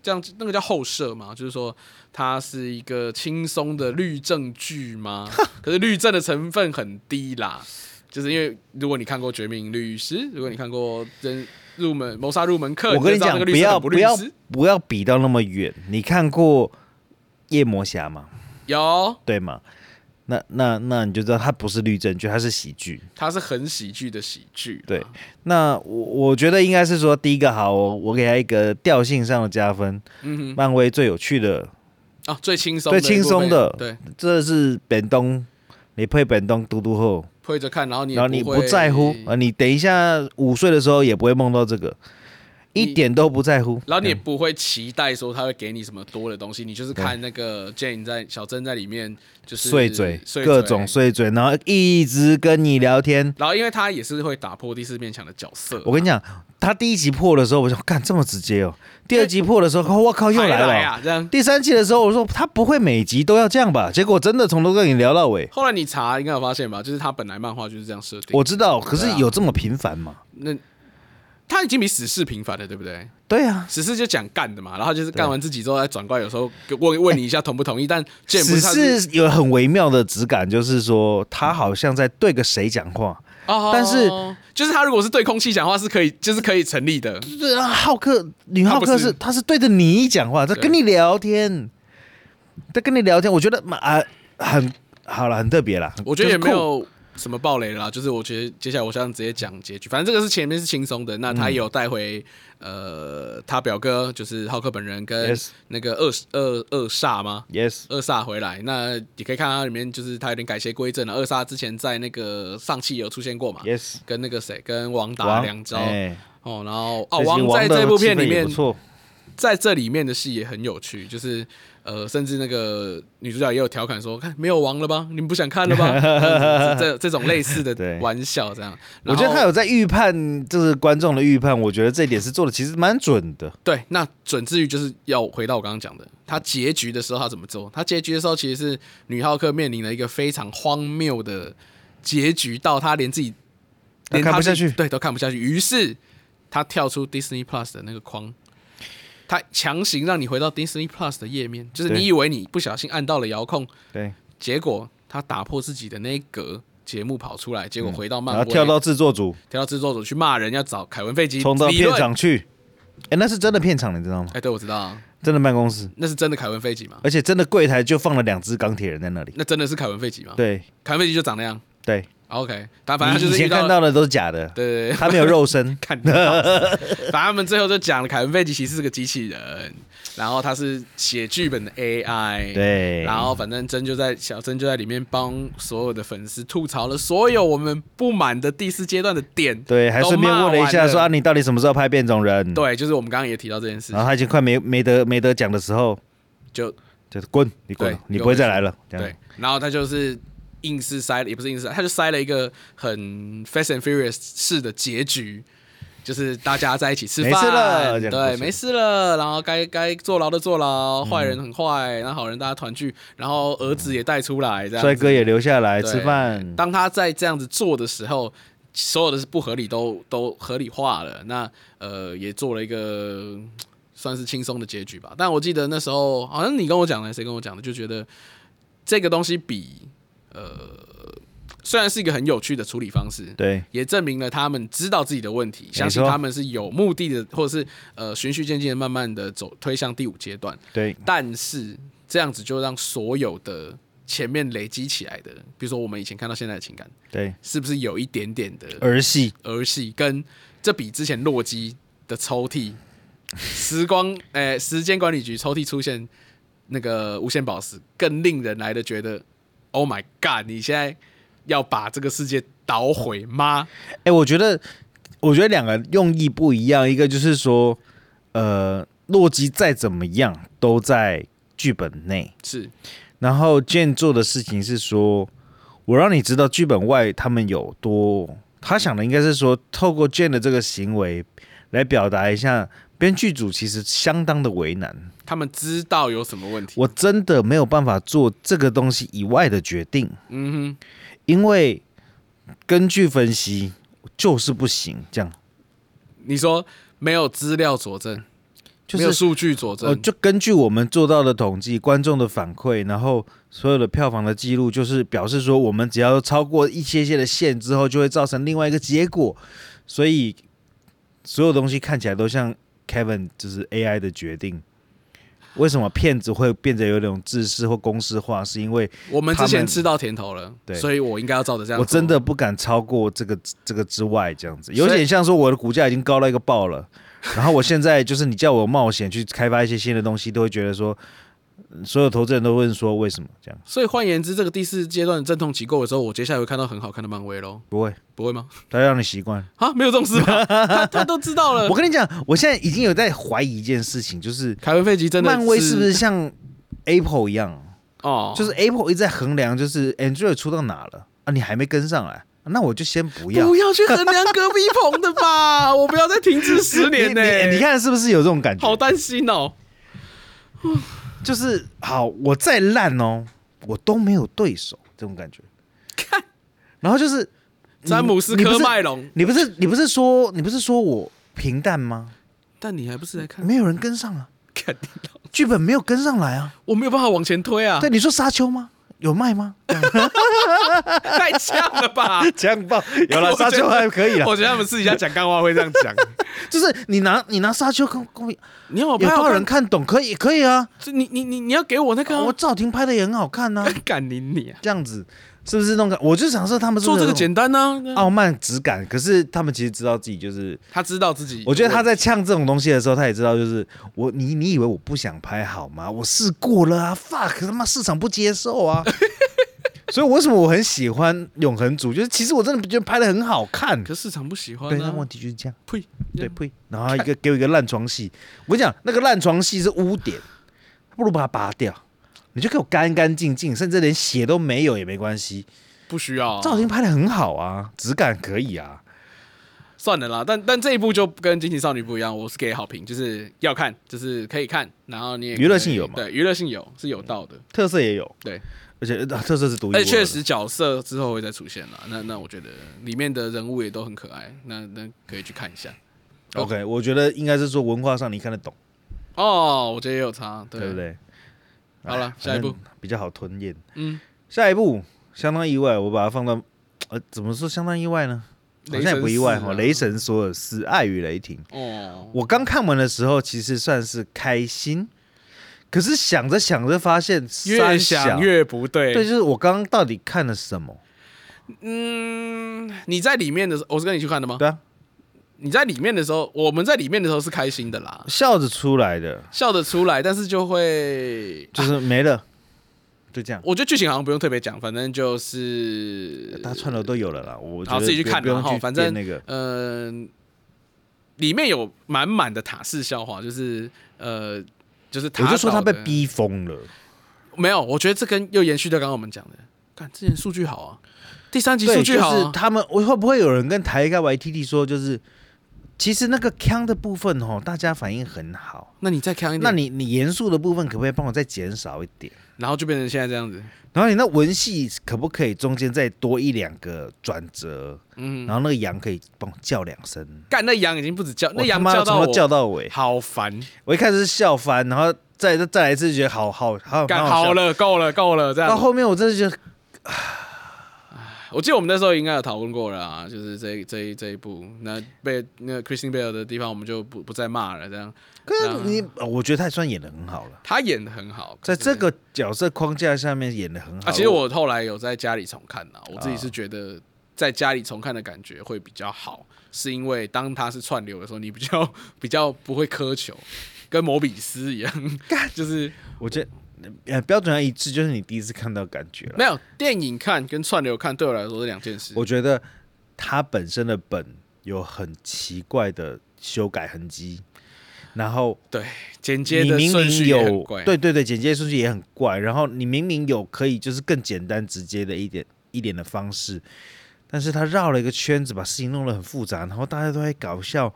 [SPEAKER 2] 这样，那个叫后设嘛，就是说它是一个轻松的律政 剧吗？可是律政的成分很低啦，就是因为如果你看过《绝命律师》，如果你看过《真入门谋杀入门课》，
[SPEAKER 1] 我跟
[SPEAKER 2] 就
[SPEAKER 1] 你
[SPEAKER 2] 知道
[SPEAKER 1] 讲，
[SPEAKER 2] 那个
[SPEAKER 1] 不
[SPEAKER 2] 律师
[SPEAKER 1] 要
[SPEAKER 2] 很
[SPEAKER 1] 不
[SPEAKER 2] 不律
[SPEAKER 1] 要
[SPEAKER 2] 师
[SPEAKER 1] 不要比到那么远。你看过夜魔侠吗？
[SPEAKER 2] 有，
[SPEAKER 1] 对吗？那那那你就知道它不是律政剧，它是喜剧。
[SPEAKER 2] 它是很喜剧的喜剧啦，
[SPEAKER 1] 对那我我觉得应该是说，第一个好、哦，我给他一个调性上的加分。
[SPEAKER 2] 嗯
[SPEAKER 1] 漫威最有趣的
[SPEAKER 2] 哼，啊，最轻松
[SPEAKER 1] 最
[SPEAKER 2] 的
[SPEAKER 1] 轻松
[SPEAKER 2] 部分
[SPEAKER 1] 的
[SPEAKER 2] 对，
[SPEAKER 1] 这是本东，你配本东嘟嘟后，
[SPEAKER 2] 推着看，然后你也
[SPEAKER 1] 然后你
[SPEAKER 2] 不
[SPEAKER 1] 不
[SPEAKER 2] 会
[SPEAKER 1] 在乎啊，你等一下午睡的时候也不会梦到这个，一
[SPEAKER 2] 你
[SPEAKER 1] 点都不在乎。
[SPEAKER 2] 然后你也不会期待说他会给你什么多的东西，你就是看那个 Jane 在小珍在里面就是
[SPEAKER 1] 碎嘴，
[SPEAKER 2] 碎
[SPEAKER 1] 各种。碎嘴，然后一直跟你聊天。
[SPEAKER 2] 然后因为他也是会打破第四面墙的角色，
[SPEAKER 1] 我跟你讲，他第一集破的时候，我想干这么直接哦。第二集破的时候，我靠，又
[SPEAKER 2] 还
[SPEAKER 1] 来了。
[SPEAKER 2] 啊！这样
[SPEAKER 1] 第三集的时候，我说他不会每集都要这样吧？结果真的从头跟你聊到尾。
[SPEAKER 2] 后来你查应该有发现吧，就是他本来漫画就是这样设定。
[SPEAKER 1] 我知道，可
[SPEAKER 2] 对
[SPEAKER 1] 是
[SPEAKER 2] 啊
[SPEAKER 1] 有这么频繁吗？
[SPEAKER 2] 那他已经比史事频繁了，对不对？
[SPEAKER 1] 对啊，
[SPEAKER 2] 史事就讲干的嘛，然后就是干完自己之后再转过来，有时候问问你一下同不同意。但 Jane 不
[SPEAKER 1] 只
[SPEAKER 2] 是他是
[SPEAKER 1] 是有很微妙的质感，就是说他好像在对个谁讲话。
[SPEAKER 2] 哦，
[SPEAKER 1] 但是
[SPEAKER 2] 就是他如果是对空气讲话是可以，就是可以成立的。
[SPEAKER 1] 对啊，浩克女浩克
[SPEAKER 2] 他不
[SPEAKER 1] 是
[SPEAKER 2] 是
[SPEAKER 1] 她是对着你讲话，在
[SPEAKER 2] 对
[SPEAKER 1] 跟你聊天，在跟你聊天。我觉得嘛啊，很好了，很特别啦。
[SPEAKER 2] 我觉得也没
[SPEAKER 1] 就是酷
[SPEAKER 2] 有什么暴雷啦，就是我觉得接下来我想直接讲结局，反正这个是前面是轻松的，那
[SPEAKER 1] 嗯
[SPEAKER 2] 他也有带回、呃他表哥就是浩克本人跟
[SPEAKER 1] Yes
[SPEAKER 2] 那个二二二煞吗？
[SPEAKER 1] yes
[SPEAKER 2] 二煞回来，那也可以看到它里面就是他有点改邪归正了。啊二煞之前在那个上汽有出现过嘛
[SPEAKER 1] yes
[SPEAKER 2] 跟那个谁跟王打
[SPEAKER 1] 王
[SPEAKER 2] 两招、
[SPEAKER 1] 哎
[SPEAKER 2] 哦，然后
[SPEAKER 1] 这
[SPEAKER 2] 哦
[SPEAKER 1] 集
[SPEAKER 2] 王
[SPEAKER 1] 王
[SPEAKER 2] 在
[SPEAKER 1] 的
[SPEAKER 2] 这部
[SPEAKER 1] 气
[SPEAKER 2] 片
[SPEAKER 1] 氛
[SPEAKER 2] 里
[SPEAKER 1] 也
[SPEAKER 2] 面
[SPEAKER 1] 不错，
[SPEAKER 2] 在这里面的戏也很有趣，就是呃，甚至那个女主角也有调侃说：“看没有王了吧？你们不想看了吧？” 这样子这这种类似
[SPEAKER 1] 对
[SPEAKER 2] 的玩笑，这样。
[SPEAKER 1] 我觉得他
[SPEAKER 2] 有
[SPEAKER 1] 有在预判，就是观众的预判，我觉得这一点是做的其实蛮准的。
[SPEAKER 2] 对，那准之于就是要回到我刚刚讲的，他结局的时候他怎么做？他结局的时候其实是女浩克面临了一个非常荒谬的结局，到她连自己
[SPEAKER 1] 她
[SPEAKER 2] 连
[SPEAKER 1] 看不下
[SPEAKER 2] 自己
[SPEAKER 1] 去
[SPEAKER 2] 对，都看不下去。于是她跳出 Disney Plus 的那个框，她强行让你回到 Disney Plus 的页面，就是
[SPEAKER 1] 对
[SPEAKER 2] 你以为你不小心按到了遥控，
[SPEAKER 1] 对，
[SPEAKER 2] 结果她打破自己的那一格。节目跑出来，结果回到漫
[SPEAKER 1] 嗯然
[SPEAKER 2] 威，
[SPEAKER 1] 后跳到制作组，
[SPEAKER 2] 跳到制作组去骂人，要找凯文费吉
[SPEAKER 1] 冲到
[SPEAKER 2] 理
[SPEAKER 1] 片
[SPEAKER 2] 论。
[SPEAKER 1] 场去。哎，那是真的片场，你知道吗？
[SPEAKER 2] 哎，对，我知道啊，
[SPEAKER 1] 真的办公室，
[SPEAKER 2] 那是真的凯文费吉吗？
[SPEAKER 1] 而且真的柜台就放了两只钢铁人在那里。
[SPEAKER 2] 那真的是凯文费吉吗？，
[SPEAKER 1] 对
[SPEAKER 2] 凯文费吉就长那样。
[SPEAKER 1] 对，
[SPEAKER 2] OK，他啊反正
[SPEAKER 1] 你
[SPEAKER 2] 就
[SPEAKER 1] 以
[SPEAKER 2] 是遇
[SPEAKER 1] 前看
[SPEAKER 2] 到
[SPEAKER 1] 到
[SPEAKER 2] 了
[SPEAKER 1] 的都是假的，
[SPEAKER 2] 对对对，。
[SPEAKER 1] 他没有肉身
[SPEAKER 2] 看到了，反正他们最后就讲了，凯文费吉其实是个机器人，然后他是写剧本的 AI。。
[SPEAKER 1] 对，
[SPEAKER 2] 然后，反正真就在小珍就在里面帮所有的粉丝吐槽了所有我们不满的第四阶段的点。
[SPEAKER 1] 对，还
[SPEAKER 2] 都
[SPEAKER 1] 顺便
[SPEAKER 2] 骂
[SPEAKER 1] 问了一
[SPEAKER 2] 完
[SPEAKER 1] 下，
[SPEAKER 2] 了
[SPEAKER 1] 说啊，啊你到底什么时候拍变种人？，
[SPEAKER 2] 对，就是我们刚刚也提到这件事
[SPEAKER 1] 然后
[SPEAKER 2] 情，
[SPEAKER 1] 他已经快没没得没得讲的时候，
[SPEAKER 2] 就
[SPEAKER 1] 就是滚，你滚
[SPEAKER 2] 对，
[SPEAKER 1] 你
[SPEAKER 2] 给
[SPEAKER 1] 不会
[SPEAKER 2] 我
[SPEAKER 1] 再
[SPEAKER 2] 回去
[SPEAKER 1] 来了。这样
[SPEAKER 2] 对，，然后他就是硬是塞了，也不是硬是塞，他就塞了一个很 Fast and Furious 式的结局，就是大家在一起吃
[SPEAKER 1] 没
[SPEAKER 2] 饭，
[SPEAKER 1] 事了这样
[SPEAKER 2] 对，
[SPEAKER 1] 不行
[SPEAKER 2] 没事了，然后该该坐牢的坐牢，坏人很坏，然后好人大家团聚，然后儿子也带出来，这样
[SPEAKER 1] 帅哥也留下来
[SPEAKER 2] 对
[SPEAKER 1] 吃饭，
[SPEAKER 2] 当他在这样子做的时候，所有的不合理都都合理化了。那呃，也做了一个嗯算是轻松的结局吧。但我记得那时候好像你跟我讲的，谁跟我讲的，就觉得这个东西比呃，虽然是一个很有趣的处理方式。
[SPEAKER 1] 对，
[SPEAKER 2] 也证明了他们知道自己的问题，
[SPEAKER 1] 错
[SPEAKER 2] 相信他们是有目的的，或者是呃循序渐进的，慢慢的走推向第五阶段。
[SPEAKER 1] 对，
[SPEAKER 2] 但是这样子就让所有的前面累积起来的，比如说我们以前看到现在的情感，
[SPEAKER 1] 对，
[SPEAKER 2] 是不是有一点点的
[SPEAKER 1] 儿戏，
[SPEAKER 2] 儿戏，跟这比之前洛基的抽屉、时光诶、呃时间管理局抽屉出现那个无限宝石，更令人来的觉得，Oh my God！你现在要把这个世界捣毁吗？
[SPEAKER 1] 哎、我觉得，我觉得两个用意不一样，一个就是说，呃，洛基再怎么样都在剧本内，
[SPEAKER 2] 是
[SPEAKER 1] 然后 Jane 做的事情是说，我让你知道剧本外他们有多。他想的应该是说，透过 Jane 的这个行为来表达一下，编剧组其实相当的为难。
[SPEAKER 2] 他们知道有什么问题？
[SPEAKER 1] 我真的没有办法做这个东西以外的决定，
[SPEAKER 2] 嗯哼，
[SPEAKER 1] 因为根据分析就是不行。这样
[SPEAKER 2] 你说没有资料佐证，
[SPEAKER 1] 就
[SPEAKER 2] 没有
[SPEAKER 1] 是
[SPEAKER 2] 数据佐证，
[SPEAKER 1] 呃，就根据我们做到的统计、观众的反馈，然后所有的票房的记录，就是表示说，我们只要超过一些些的线之后，就会造成另外一个结果。所以，所有东西看起来都像 Kevin 就是 AI 的决定。为什么骗子会变得有点自私或公式化？是因为
[SPEAKER 2] 我们之
[SPEAKER 1] 他
[SPEAKER 2] 前
[SPEAKER 1] 们
[SPEAKER 2] 吃到甜头了，
[SPEAKER 1] 对
[SPEAKER 2] 所以我应该要照着这样。
[SPEAKER 1] 我真的，不敢超过这个这个之外，这样子有
[SPEAKER 2] 所以
[SPEAKER 1] 点像说我的股价已经高到一个爆了，然后我现在就是你叫我冒险去开发一些新的东西，都会觉得说，嗯所有投资人都问说为什么这样？
[SPEAKER 2] 所以换言之，这个第四阶段的阵痛期过了之后，我接下来会看到很好看的漫威喽，
[SPEAKER 1] 不会，
[SPEAKER 2] 不会吗？
[SPEAKER 1] 他让你习惯。
[SPEAKER 2] 啊，没有这种事 吧？他他都知道了
[SPEAKER 1] 我。跟你讲，我现在已经有在怀疑一件事情，就是
[SPEAKER 2] 凯文费奇真的
[SPEAKER 1] 漫威是不是像 Apple 一样，
[SPEAKER 2] 哦？
[SPEAKER 1] 就是 Apple 一直在衡量，就是 Android 出到哪了啊，你还没跟上来，那我就先不要
[SPEAKER 2] 不。要去衡量隔壁棚的 吧，我不要再停滞十
[SPEAKER 1] 你
[SPEAKER 2] 年呢、
[SPEAKER 1] 你你看是不是有这种感觉？
[SPEAKER 2] 好担心哦。
[SPEAKER 1] 就是好，我再烂哦，我都没有对手这种感觉。然后就是你
[SPEAKER 2] 詹姆斯
[SPEAKER 1] 你不
[SPEAKER 2] 科
[SPEAKER 1] 是
[SPEAKER 2] 麦隆，
[SPEAKER 1] 你不是你不是说你不是说我平淡吗？
[SPEAKER 2] 但你还不是 来看？
[SPEAKER 1] 没有人跟上啊，
[SPEAKER 2] 看你老，
[SPEAKER 1] 剧本没有跟上来啊。
[SPEAKER 2] 我没有办法往前推啊
[SPEAKER 1] 对，，你说沙丘吗？有卖吗？
[SPEAKER 2] 太呛了吧？
[SPEAKER 1] 强暴 有
[SPEAKER 2] 我
[SPEAKER 1] 了，
[SPEAKER 2] 觉
[SPEAKER 1] 沙
[SPEAKER 2] 得
[SPEAKER 1] 丘还可以了。
[SPEAKER 2] 我觉得他们私底下讲干话会这样 讲。
[SPEAKER 1] 就是你拿你拿沙丘跟跟我有
[SPEAKER 2] 你要我
[SPEAKER 1] 多
[SPEAKER 2] 哦拍好
[SPEAKER 1] 少人看懂？可以可以啊，
[SPEAKER 2] 这你你你你要给我那个啊、。
[SPEAKER 1] 我赵婷拍的也很好看呐、啊
[SPEAKER 2] 敢拧你啊！
[SPEAKER 1] 这样子是不是那种感？我就想说他们是不是
[SPEAKER 2] 做这个
[SPEAKER 1] 有那
[SPEAKER 2] 简单啊
[SPEAKER 1] 种
[SPEAKER 2] 呢、
[SPEAKER 1] 傲慢质感，可是他们其实知道自己就是
[SPEAKER 2] 他知道自己，
[SPEAKER 1] 我觉得他在呛这种东西的时候，他也知道，就是我你你以为我不想拍好吗？我试过了啊，fuck 他妈市场不接受 啊。所以为什么我很喜欢永恒族？就是其实我真的觉得拍的很好看
[SPEAKER 2] 可。是市场不喜欢
[SPEAKER 1] 对，
[SPEAKER 2] 啊
[SPEAKER 1] 但。问题就是这样，
[SPEAKER 2] 呸！
[SPEAKER 1] 对呸。然后一个给我一个烂床戏，我跟你讲，那个烂床戏是污点，不如把它拔掉。你就给我干干净净，甚至连血都没有也没关系。
[SPEAKER 2] 不需要啊、
[SPEAKER 1] 赵婷拍的很好啊，质感可以啊。
[SPEAKER 2] 算了啦。但但这一部就跟《惊奇少女》不一样，我是给好评，就是要看，就是可以看，然后你也可以
[SPEAKER 1] 娱乐性有嘛
[SPEAKER 2] 对，娱乐性有是有到的，
[SPEAKER 1] 特色也有，
[SPEAKER 2] 对，
[SPEAKER 1] 而且、呃特色是独一无二
[SPEAKER 2] 而且
[SPEAKER 1] 的。
[SPEAKER 2] 确实角色之后会再出现啦。那那我觉得里面的人物也都很可爱，那那可以去看一下。
[SPEAKER 1] OK，我觉得应该是说文化上你看得懂，
[SPEAKER 2] 哦，我觉得也有差，
[SPEAKER 1] 对不对？
[SPEAKER 2] 好了
[SPEAKER 1] 哎
[SPEAKER 2] 下一步
[SPEAKER 1] 反正比较好吞咽。
[SPEAKER 2] 嗯，
[SPEAKER 1] 下一步相当意外，我把它放到呃，怎么说相当意外呢？好像也不意外哈，《雷
[SPEAKER 2] 雷神啊
[SPEAKER 1] 神索尔斯：爱与雷霆》。
[SPEAKER 2] 四啊哦，
[SPEAKER 1] 我刚看完的时候，其实算是开心，可是想着想着发现
[SPEAKER 2] 越
[SPEAKER 1] 三
[SPEAKER 2] 想越不
[SPEAKER 1] 对，就是我刚刚到底看了什么？
[SPEAKER 2] 嗯，你在里面的时候，我是跟你去看的吗？
[SPEAKER 1] 对啊，
[SPEAKER 2] 你在里面的时候，我们在里面的时候是开心的啦，
[SPEAKER 1] 笑着出来的，
[SPEAKER 2] 笑得出来，但是就会，
[SPEAKER 1] 就是没 了，就这样。
[SPEAKER 2] 我觉得剧情好像不用特别讲，反正就是，
[SPEAKER 1] 大家串流都有了啦，我觉
[SPEAKER 2] 好
[SPEAKER 1] 得
[SPEAKER 2] 自己去
[SPEAKER 1] 不用
[SPEAKER 2] 看
[SPEAKER 1] 不
[SPEAKER 2] 啦
[SPEAKER 1] 用
[SPEAKER 2] 哈
[SPEAKER 1] 去
[SPEAKER 2] 反正
[SPEAKER 1] 编那个
[SPEAKER 2] 嗯、里面有满满的塔式笑话，就是呃，就是塔
[SPEAKER 1] 我
[SPEAKER 2] 岛的
[SPEAKER 1] 就说他被，逼疯了。
[SPEAKER 2] 没有，我觉得这跟又延续到刚刚我们讲的，看之前数据好啊，第三集
[SPEAKER 1] 对，
[SPEAKER 2] 数据好、
[SPEAKER 1] 就是
[SPEAKER 2] 啊，
[SPEAKER 1] 他们会不会有人跟台盖 YTT 说，就是其实那个腔的部分哦，大家反应很好，
[SPEAKER 2] 那你再看一点，
[SPEAKER 1] 那你你严肃的部分可不可以帮我再减少一点？
[SPEAKER 2] 然后就变成现在这样子，
[SPEAKER 1] 然后你那文戏可不可以中间再多一两个转折？
[SPEAKER 2] 嗯，
[SPEAKER 1] 然后那个羊可以帮我叫两声，
[SPEAKER 2] 干那羊已经不止叫，那
[SPEAKER 1] 我他
[SPEAKER 2] 羊
[SPEAKER 1] 妈
[SPEAKER 2] 叫
[SPEAKER 1] 从
[SPEAKER 2] 到
[SPEAKER 1] 头
[SPEAKER 2] 我
[SPEAKER 1] 叫到尾，
[SPEAKER 2] 好烦，
[SPEAKER 1] 我一开始是笑翻，然后再再来一次觉得好好好，蛮
[SPEAKER 2] 干
[SPEAKER 1] 好
[SPEAKER 2] 好
[SPEAKER 1] 笑，
[SPEAKER 2] 了，够了，够了，这
[SPEAKER 1] 到
[SPEAKER 2] 样。
[SPEAKER 1] 后面我真的觉得
[SPEAKER 2] 我记得我们那时候应该有讨论过了啊，就是这一这一这一部，那被那个 Christine Bale 的地方，我们就不不再骂了，这样。
[SPEAKER 1] 可
[SPEAKER 2] 那
[SPEAKER 1] 是你，呃我觉得他也算演的很好了，
[SPEAKER 2] 他演的很好，
[SPEAKER 1] 在
[SPEAKER 2] 可是
[SPEAKER 1] 这个角色框架下面演的很好。
[SPEAKER 2] 啊，其实我后来有在家里重看啦，我自己是觉得在家里重看的感觉会比较好，是因为当它是串流的时候，你比较 比较不会苛求，跟摩比斯一样，就是
[SPEAKER 1] 我觉得呃标准要一致，就是你第一次看到感觉了。
[SPEAKER 2] 没有电影看跟串流看对我来说是两件事。
[SPEAKER 1] 我觉得他本身的本有很奇怪的修改痕迹，然后
[SPEAKER 2] 对，剪接
[SPEAKER 1] 你
[SPEAKER 2] 的
[SPEAKER 1] 明
[SPEAKER 2] 顺
[SPEAKER 1] 明
[SPEAKER 2] 序也很
[SPEAKER 1] 有
[SPEAKER 2] 怪，
[SPEAKER 1] 对对对，简介顺序也很怪，然后你明明有可以就是更简单直接的一点一点的方式，但是他绕了一个圈子，把事情弄得很复杂，然后大家都在搞笑，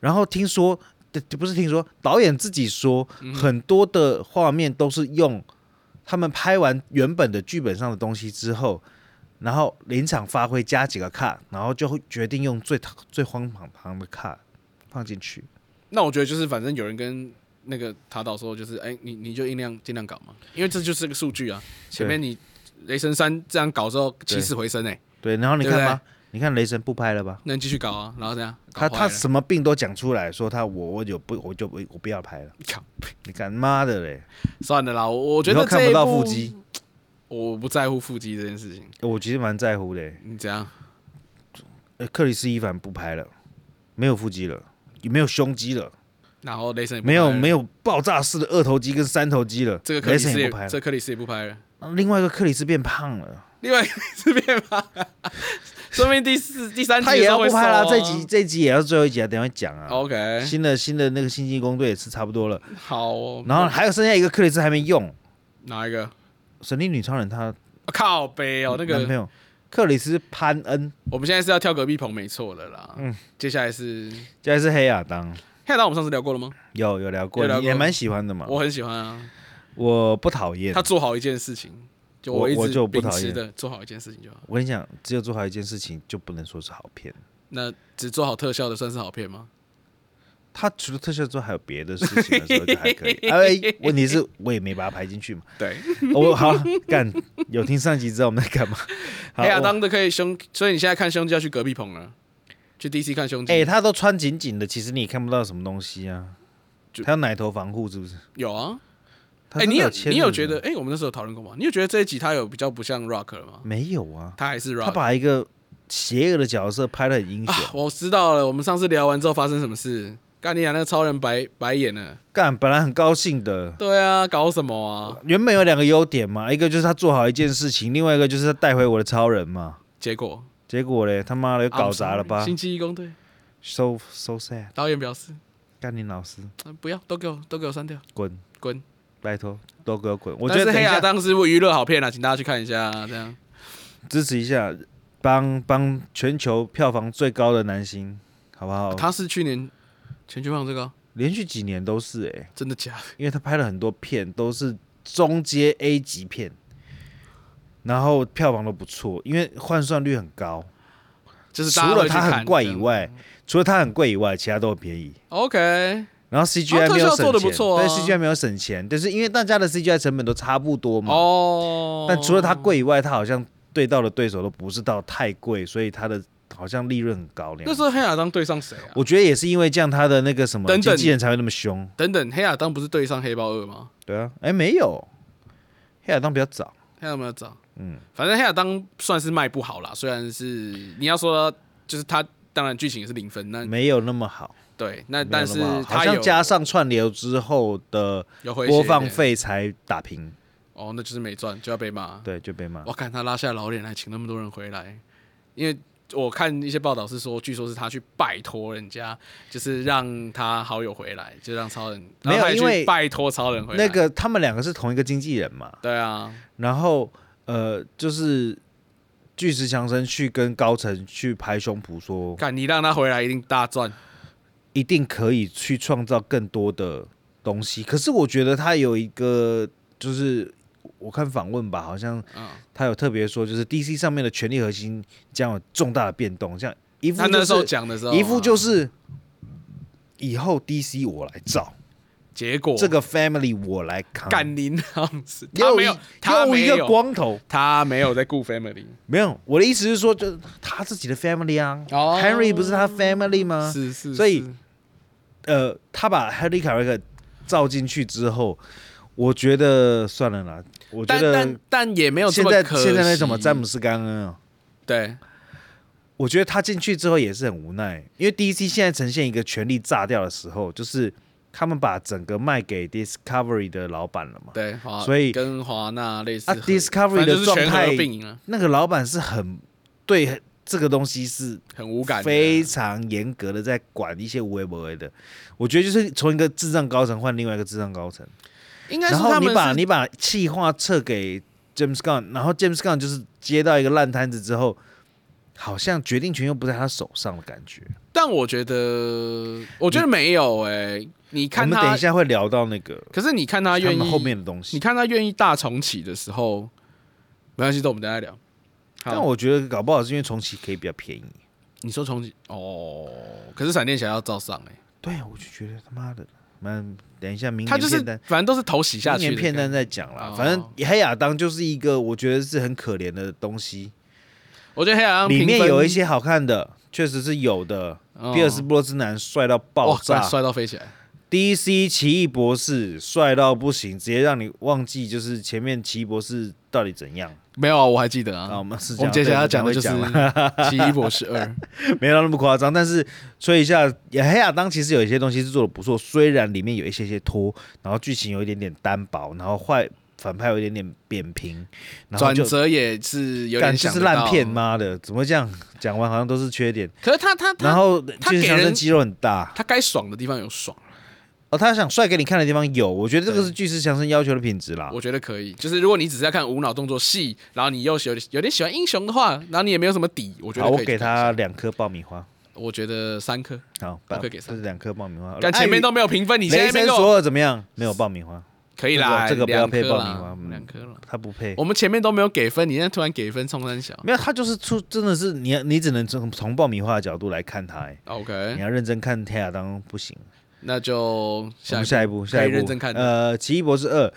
[SPEAKER 1] 然后听说。对不是听说导演自己说，很多的画面都是用他们拍完原本的剧本上的东西之后，然后临场发挥加几个 cut，然后就会决定用最最荒唐的 cut 放进去。
[SPEAKER 2] 那我觉得就是反正有人跟那个塔导说，就是哎、你你就尽量尽量搞嘛，因为这就是个数据啊。前面你雷神三这样搞之后起死回生哎、
[SPEAKER 1] 对，然后你看
[SPEAKER 2] 对不
[SPEAKER 1] 吧，你看雷神不拍了吧？
[SPEAKER 2] 那你继续搞啊，然后这样
[SPEAKER 1] 他
[SPEAKER 2] 搞坏
[SPEAKER 1] 他
[SPEAKER 2] 了
[SPEAKER 1] 什么病都讲出来，说他我我有不我就不我不要拍了。
[SPEAKER 2] 靠
[SPEAKER 1] 你敢妈的嘞！
[SPEAKER 2] 算了啦，我我觉
[SPEAKER 1] 以
[SPEAKER 2] 得
[SPEAKER 1] 后看
[SPEAKER 2] 这
[SPEAKER 1] 不
[SPEAKER 2] 一
[SPEAKER 1] 到腹
[SPEAKER 2] 部
[SPEAKER 1] 肌，
[SPEAKER 2] 我不在乎腹肌这件事情。
[SPEAKER 1] 我其实蛮在乎的欸。
[SPEAKER 2] 你怎样？
[SPEAKER 1] 呃克里斯伊凡不拍了，没有腹肌了，也没有胸肌了，
[SPEAKER 2] 然后雷神也不
[SPEAKER 1] 没有
[SPEAKER 2] 拍了
[SPEAKER 1] 没有爆炸式的二头肌跟三头肌了。
[SPEAKER 2] 这个克
[SPEAKER 1] 雷
[SPEAKER 2] 里
[SPEAKER 1] 神
[SPEAKER 2] 斯
[SPEAKER 1] 也
[SPEAKER 2] 也
[SPEAKER 1] 不拍
[SPEAKER 2] 这
[SPEAKER 1] 了。
[SPEAKER 2] 个克里斯也不拍了，
[SPEAKER 1] 另外一个克里斯变胖了，
[SPEAKER 2] 另外一个是变吧，说不定第四第三集
[SPEAKER 1] 他也要
[SPEAKER 2] 的
[SPEAKER 1] 不
[SPEAKER 2] 时候会
[SPEAKER 1] 拍
[SPEAKER 2] 瘦啊哦
[SPEAKER 1] 了。这集这集也要最后一集啊，等一下讲啊。
[SPEAKER 2] OK
[SPEAKER 1] 新的新的那个星际攻队也是差不多了，
[SPEAKER 2] 好哦，
[SPEAKER 1] 然后还有剩下一个克里斯还没用，
[SPEAKER 2] 哪一个？
[SPEAKER 1] 神力女超人她
[SPEAKER 2] 啊靠背哦，那
[SPEAKER 1] 男朋
[SPEAKER 2] 个
[SPEAKER 1] 友克里斯潘恩，
[SPEAKER 2] 我们现在是要跳隔壁棚，没错的啦。嗯，接下来是
[SPEAKER 1] 现在是黑亚当。
[SPEAKER 2] 黑亚当，我们上次聊过了吗？
[SPEAKER 1] 有有聊过，
[SPEAKER 2] 有聊
[SPEAKER 1] 你也
[SPEAKER 2] 过
[SPEAKER 1] 蛮喜欢的嘛。
[SPEAKER 2] 我很喜欢啊，
[SPEAKER 1] 我不讨厌
[SPEAKER 2] 他。做好一件事情，就
[SPEAKER 1] 我
[SPEAKER 2] 一
[SPEAKER 1] 我
[SPEAKER 2] 直
[SPEAKER 1] 就不
[SPEAKER 2] 秉
[SPEAKER 1] 讨
[SPEAKER 2] 持
[SPEAKER 1] 厌
[SPEAKER 2] 的做好一件事情就好。
[SPEAKER 1] 我跟你讲，只有做好一件事情，就不能说是好 片。
[SPEAKER 2] 那只做好特效的算是好片吗？
[SPEAKER 1] 他除了特效之外，还有别的事情的时候就还 可以。哎，问题是我也没把它排进去嘛。哦
[SPEAKER 2] 对，
[SPEAKER 1] 我 好干，有听上集知道我们在干 嘛？好
[SPEAKER 2] 黑亚
[SPEAKER 1] 我
[SPEAKER 2] 啊当的可以胸，所以你现在看胸肌要去隔壁棚了，去 DC 看胸肌。
[SPEAKER 1] 哎、他都穿紧紧的，其实你也看不到什么东西啊。
[SPEAKER 2] 就
[SPEAKER 1] 他有奶头防护是不是？
[SPEAKER 2] 有啊，
[SPEAKER 1] 他
[SPEAKER 2] 哎、
[SPEAKER 1] 真的
[SPEAKER 2] 你有
[SPEAKER 1] 牵
[SPEAKER 2] 你有
[SPEAKER 1] 着
[SPEAKER 2] 觉
[SPEAKER 1] 的
[SPEAKER 2] 得，哎、我们那时候有讨论过吗？你有觉得这一集他有比较不像 Rock 了吗？
[SPEAKER 1] 没有啊？
[SPEAKER 2] 他还是
[SPEAKER 1] 他
[SPEAKER 2] Rock
[SPEAKER 1] 把一个邪恶的角色拍的很英雄
[SPEAKER 2] 啊，，我知道了。我们上次聊完之后发生什么事？干你啊，那个超人白白眼了。
[SPEAKER 1] 干本来很高兴的，
[SPEAKER 2] 对啊，搞什么啊？
[SPEAKER 1] 原本有两个优点嘛，一个就是他做好一件事情，另外一个就是他带回我的超人嘛。
[SPEAKER 2] 结果
[SPEAKER 1] 结果嘞，他妈的又搞砸了
[SPEAKER 2] I'm
[SPEAKER 1] 吧
[SPEAKER 2] 啊 sorry，星期一公队
[SPEAKER 1] ？So so sad，
[SPEAKER 2] 导演表示，
[SPEAKER 1] 甘宁老师
[SPEAKER 2] 嗯不要，都给我都给我删掉，
[SPEAKER 1] 滚，
[SPEAKER 2] 滚。
[SPEAKER 1] 拜托都给我滚！我
[SPEAKER 2] 我
[SPEAKER 1] 觉得
[SPEAKER 2] 是
[SPEAKER 1] 等
[SPEAKER 2] 黑
[SPEAKER 1] 一
[SPEAKER 2] 亚
[SPEAKER 1] 下
[SPEAKER 2] 当是部娱乐好片啊，请大家去看一下啊。这样
[SPEAKER 1] 支持一下，帮帮全球票房最高的男星，好不好？
[SPEAKER 2] 他是去年全球票房最高，
[SPEAKER 1] 连续几年都是哎、
[SPEAKER 2] 啊真的假的？
[SPEAKER 1] 因为他拍了很多片，都是中阶 A 级片，然后票房都不错，因为换算率很高。
[SPEAKER 2] 就是
[SPEAKER 1] 除
[SPEAKER 2] 大家会
[SPEAKER 1] 了
[SPEAKER 2] 去
[SPEAKER 1] 他很
[SPEAKER 2] 看
[SPEAKER 1] 怪
[SPEAKER 2] 这
[SPEAKER 1] 以
[SPEAKER 2] 样
[SPEAKER 1] 外，除了他很贵以外，其他都很便宜。
[SPEAKER 2] ，OK，
[SPEAKER 1] 然后
[SPEAKER 2] 啊
[SPEAKER 1] CGI
[SPEAKER 2] 特
[SPEAKER 1] 没有
[SPEAKER 2] 效
[SPEAKER 1] 省钱，
[SPEAKER 2] 做得不错啊
[SPEAKER 1] 对 CGI 没有省钱，但是因为大家的 CGI 成本都差不多嘛。
[SPEAKER 2] 哦，
[SPEAKER 1] 但除了它贵以外，它好像对到的对手都不是到太贵，所以它的好像利润很高那
[SPEAKER 2] 那
[SPEAKER 1] 样
[SPEAKER 2] 时。候黑亚当对上谁啊？
[SPEAKER 1] 我觉得也是因为这样，它的那个什么
[SPEAKER 2] 等等
[SPEAKER 1] 经纪人才会那么凶。
[SPEAKER 2] 等等，黑亚当不是对上黑豹二吗？
[SPEAKER 1] 对啊，哎，没有，黑亚当比较早，
[SPEAKER 2] 黑亚当没有找，
[SPEAKER 1] 嗯，
[SPEAKER 2] 反正黑亚当算是卖不好啦。虽然是你要说，就是他当然剧情也是零分，那
[SPEAKER 1] 没有那么好。
[SPEAKER 2] 对，
[SPEAKER 1] 没
[SPEAKER 2] 那
[SPEAKER 1] 有
[SPEAKER 2] 嗯但
[SPEAKER 1] 那
[SPEAKER 2] 是
[SPEAKER 1] 么好好
[SPEAKER 2] 他
[SPEAKER 1] 像
[SPEAKER 2] 有
[SPEAKER 1] 加上串流之后的
[SPEAKER 2] 有回血
[SPEAKER 1] 播放
[SPEAKER 2] 一点，
[SPEAKER 1] 费才打平，
[SPEAKER 2] 哦，那就是没赚就要被骂。
[SPEAKER 1] 对，就被骂。
[SPEAKER 2] 我看他拉下老脸来请那么多人回来，因为我看一些报道是说，据说是他去拜托人家，就是让他好友回来，就让超人
[SPEAKER 1] 没有
[SPEAKER 2] 然后他也去
[SPEAKER 1] 因为
[SPEAKER 2] 拜托超人回来
[SPEAKER 1] 那个他们两个是同一个经纪人嘛，
[SPEAKER 2] 对啊，
[SPEAKER 1] 然后呃，就是巨石强森去跟高层去拍胸脯说，
[SPEAKER 2] 看你让他回来一定大赚。
[SPEAKER 1] 一定可以去创造更多的东西。可是我觉得他有一个，就是我看访问吧，好像
[SPEAKER 2] 嗯
[SPEAKER 1] 他有特别说，就是 DC 上面的权力核心将有重大的变动，像一副
[SPEAKER 2] 他那时
[SPEAKER 1] 就
[SPEAKER 2] 候
[SPEAKER 1] 是
[SPEAKER 2] 讲的哦时候，
[SPEAKER 1] 一副就是是以后 DC 我来造，
[SPEAKER 2] 结果
[SPEAKER 1] 这个 family 我来扛。
[SPEAKER 2] 干您那样子，他
[SPEAKER 1] 又
[SPEAKER 2] 没
[SPEAKER 1] 一
[SPEAKER 2] 有，他
[SPEAKER 1] 又
[SPEAKER 2] 没
[SPEAKER 1] 一个
[SPEAKER 2] 有，
[SPEAKER 1] 光头，
[SPEAKER 2] 他没有在顾 family，
[SPEAKER 1] 没有。我的意思是说，就是他自己的 family 啊、
[SPEAKER 2] 哦
[SPEAKER 1] h e n r y 不是他 family 吗？
[SPEAKER 2] 是是，
[SPEAKER 1] 啊所以
[SPEAKER 2] 是
[SPEAKER 1] 呃，他把 Henry c a r 照进去之后，我觉得算了啦，我觉
[SPEAKER 2] 但
[SPEAKER 1] 得
[SPEAKER 2] 但但也没有这
[SPEAKER 1] 现
[SPEAKER 2] 么
[SPEAKER 1] 在
[SPEAKER 2] 可
[SPEAKER 1] 现在那什么
[SPEAKER 2] 惜
[SPEAKER 1] 詹姆斯·甘恩啊，
[SPEAKER 2] 对
[SPEAKER 1] 我觉得他进去之后也是很无奈，因为 DC 现在呈现一个权力炸掉的时候，就是他们把整个卖给 Discovery 的老板了嘛，
[SPEAKER 2] 对，华
[SPEAKER 1] 所以
[SPEAKER 2] 跟华纳类似
[SPEAKER 1] 啊
[SPEAKER 2] 合
[SPEAKER 1] ，Discovery
[SPEAKER 2] 反正就是
[SPEAKER 1] 的状
[SPEAKER 2] 全合
[SPEAKER 1] 态
[SPEAKER 2] 并啊，
[SPEAKER 1] 那个老板是很对这个东西是
[SPEAKER 2] 很无感的，
[SPEAKER 1] 非常严格的在管一些微博的，我觉得就是从一个智障高层换另外一个智障高层。
[SPEAKER 2] 应该是
[SPEAKER 1] 然后
[SPEAKER 2] 他
[SPEAKER 1] 你
[SPEAKER 2] 们
[SPEAKER 1] 把
[SPEAKER 2] 是
[SPEAKER 1] 你把气话撤给 James Gunn，然后 James Gunn 就是接到一个烂摊子之后，好像决定权又不在他手上的感觉。
[SPEAKER 2] 但我觉得我觉得没有哎、你
[SPEAKER 1] 我
[SPEAKER 2] 看
[SPEAKER 1] 们等
[SPEAKER 2] 他
[SPEAKER 1] 一，下会聊到那个
[SPEAKER 2] 可是你看他愿
[SPEAKER 1] 们
[SPEAKER 2] 意
[SPEAKER 1] 后面的东
[SPEAKER 2] 你
[SPEAKER 1] 西。
[SPEAKER 2] 看他愿意大重启的时候，没关系，这我们等一下聊。好
[SPEAKER 1] 但我觉得搞不好是因为重启可以比较便宜。
[SPEAKER 2] 你说重启哦，可是闪电侠要照上哎、
[SPEAKER 1] 对，我就觉得他妈的，嗯，等一下明
[SPEAKER 2] 他
[SPEAKER 1] 年
[SPEAKER 2] 就是
[SPEAKER 1] 片单，
[SPEAKER 2] 反正都是头洗下
[SPEAKER 1] 明
[SPEAKER 2] 去
[SPEAKER 1] 年
[SPEAKER 2] 的
[SPEAKER 1] 片
[SPEAKER 2] 感
[SPEAKER 1] 单
[SPEAKER 2] 觉。
[SPEAKER 1] 再讲啦。
[SPEAKER 2] 哦
[SPEAKER 1] 反正黑亚当就是一个我觉得是很可怜的东西，
[SPEAKER 2] 我觉得黑暗
[SPEAKER 1] 里面有一些好看的，确实是有的。比尔斯波之男帅到爆
[SPEAKER 2] 哦哇，
[SPEAKER 1] 炸，
[SPEAKER 2] 干摔到飞起来，
[SPEAKER 1] DC 奇异博士帅到不行，直接让你忘记就是前面奇异博士到底怎样
[SPEAKER 2] 没有啊，我还记得
[SPEAKER 1] 啊？
[SPEAKER 2] 啊
[SPEAKER 1] 我。们是这
[SPEAKER 2] 我
[SPEAKER 1] 样
[SPEAKER 2] 们接下来要讲的
[SPEAKER 1] 对
[SPEAKER 2] 就是
[SPEAKER 1] 等一下会
[SPEAKER 2] 《奇异博士二》
[SPEAKER 1] 讲了 没有到那么夸张，但是说一下，黑亚当其实有一些东西是做的不错，虽然里面有一些些拖，然后剧情有一点点单薄，然后坏反派有一点点扁平，然后
[SPEAKER 2] 转
[SPEAKER 1] 就
[SPEAKER 2] 折也是有
[SPEAKER 1] 感
[SPEAKER 2] 点
[SPEAKER 1] 就
[SPEAKER 2] 想
[SPEAKER 1] 是
[SPEAKER 2] 得到
[SPEAKER 1] 烂片？妈的，怎么会这样讲完好像都是缺点，
[SPEAKER 2] 可是他他
[SPEAKER 1] 然
[SPEAKER 2] 他
[SPEAKER 1] 后
[SPEAKER 2] 他
[SPEAKER 1] 就是
[SPEAKER 2] 给
[SPEAKER 1] 强
[SPEAKER 2] 人
[SPEAKER 1] 生肌肉很大，
[SPEAKER 2] 他该爽的地方有爽，啊
[SPEAKER 1] 哦，他想帅给你看的地方有，我觉得这个
[SPEAKER 2] 对
[SPEAKER 1] 是巨石强森要求的品质啦。
[SPEAKER 2] 我觉得可以。就是如果你只是要看无脑动作戏，然后你又有有点喜欢英雄的话，然后你也没有什么底，我觉得
[SPEAKER 1] 好，我
[SPEAKER 2] 可以
[SPEAKER 1] 给
[SPEAKER 2] 去看一下
[SPEAKER 1] 他，两颗爆米花。
[SPEAKER 2] 我觉得三颗。
[SPEAKER 1] 好，
[SPEAKER 2] 我
[SPEAKER 1] 把
[SPEAKER 2] 可以给三
[SPEAKER 1] 这是两颗爆米花。
[SPEAKER 2] 但前面
[SPEAKER 1] 都
[SPEAKER 2] 都没有评分，你
[SPEAKER 1] 你
[SPEAKER 2] 现在
[SPEAKER 1] 哎雷
[SPEAKER 2] 那边
[SPEAKER 1] 神
[SPEAKER 2] 给我
[SPEAKER 1] 索尔怎么样？没有爆米花，
[SPEAKER 2] 可以啦，
[SPEAKER 1] 这个这个不要配
[SPEAKER 2] 两颗
[SPEAKER 1] 爆
[SPEAKER 2] 啦
[SPEAKER 1] 米花嗯
[SPEAKER 2] 两颗了。
[SPEAKER 1] 他不配。
[SPEAKER 2] 我们前面都没有给分，你现在突然给分，冲三小
[SPEAKER 1] 没有，他就是出，真的是你，你只能从从爆米花的角度来看他、欸。你
[SPEAKER 2] ，OK，
[SPEAKER 1] 要认真看《泰亚当》不行。
[SPEAKER 2] 那就
[SPEAKER 1] 我
[SPEAKER 2] 下
[SPEAKER 1] 们
[SPEAKER 2] 一
[SPEAKER 1] 下一步，下
[SPEAKER 2] 可
[SPEAKER 1] 一
[SPEAKER 2] 以
[SPEAKER 1] 步
[SPEAKER 2] 认真看的
[SPEAKER 1] 呃，《奇异博士二：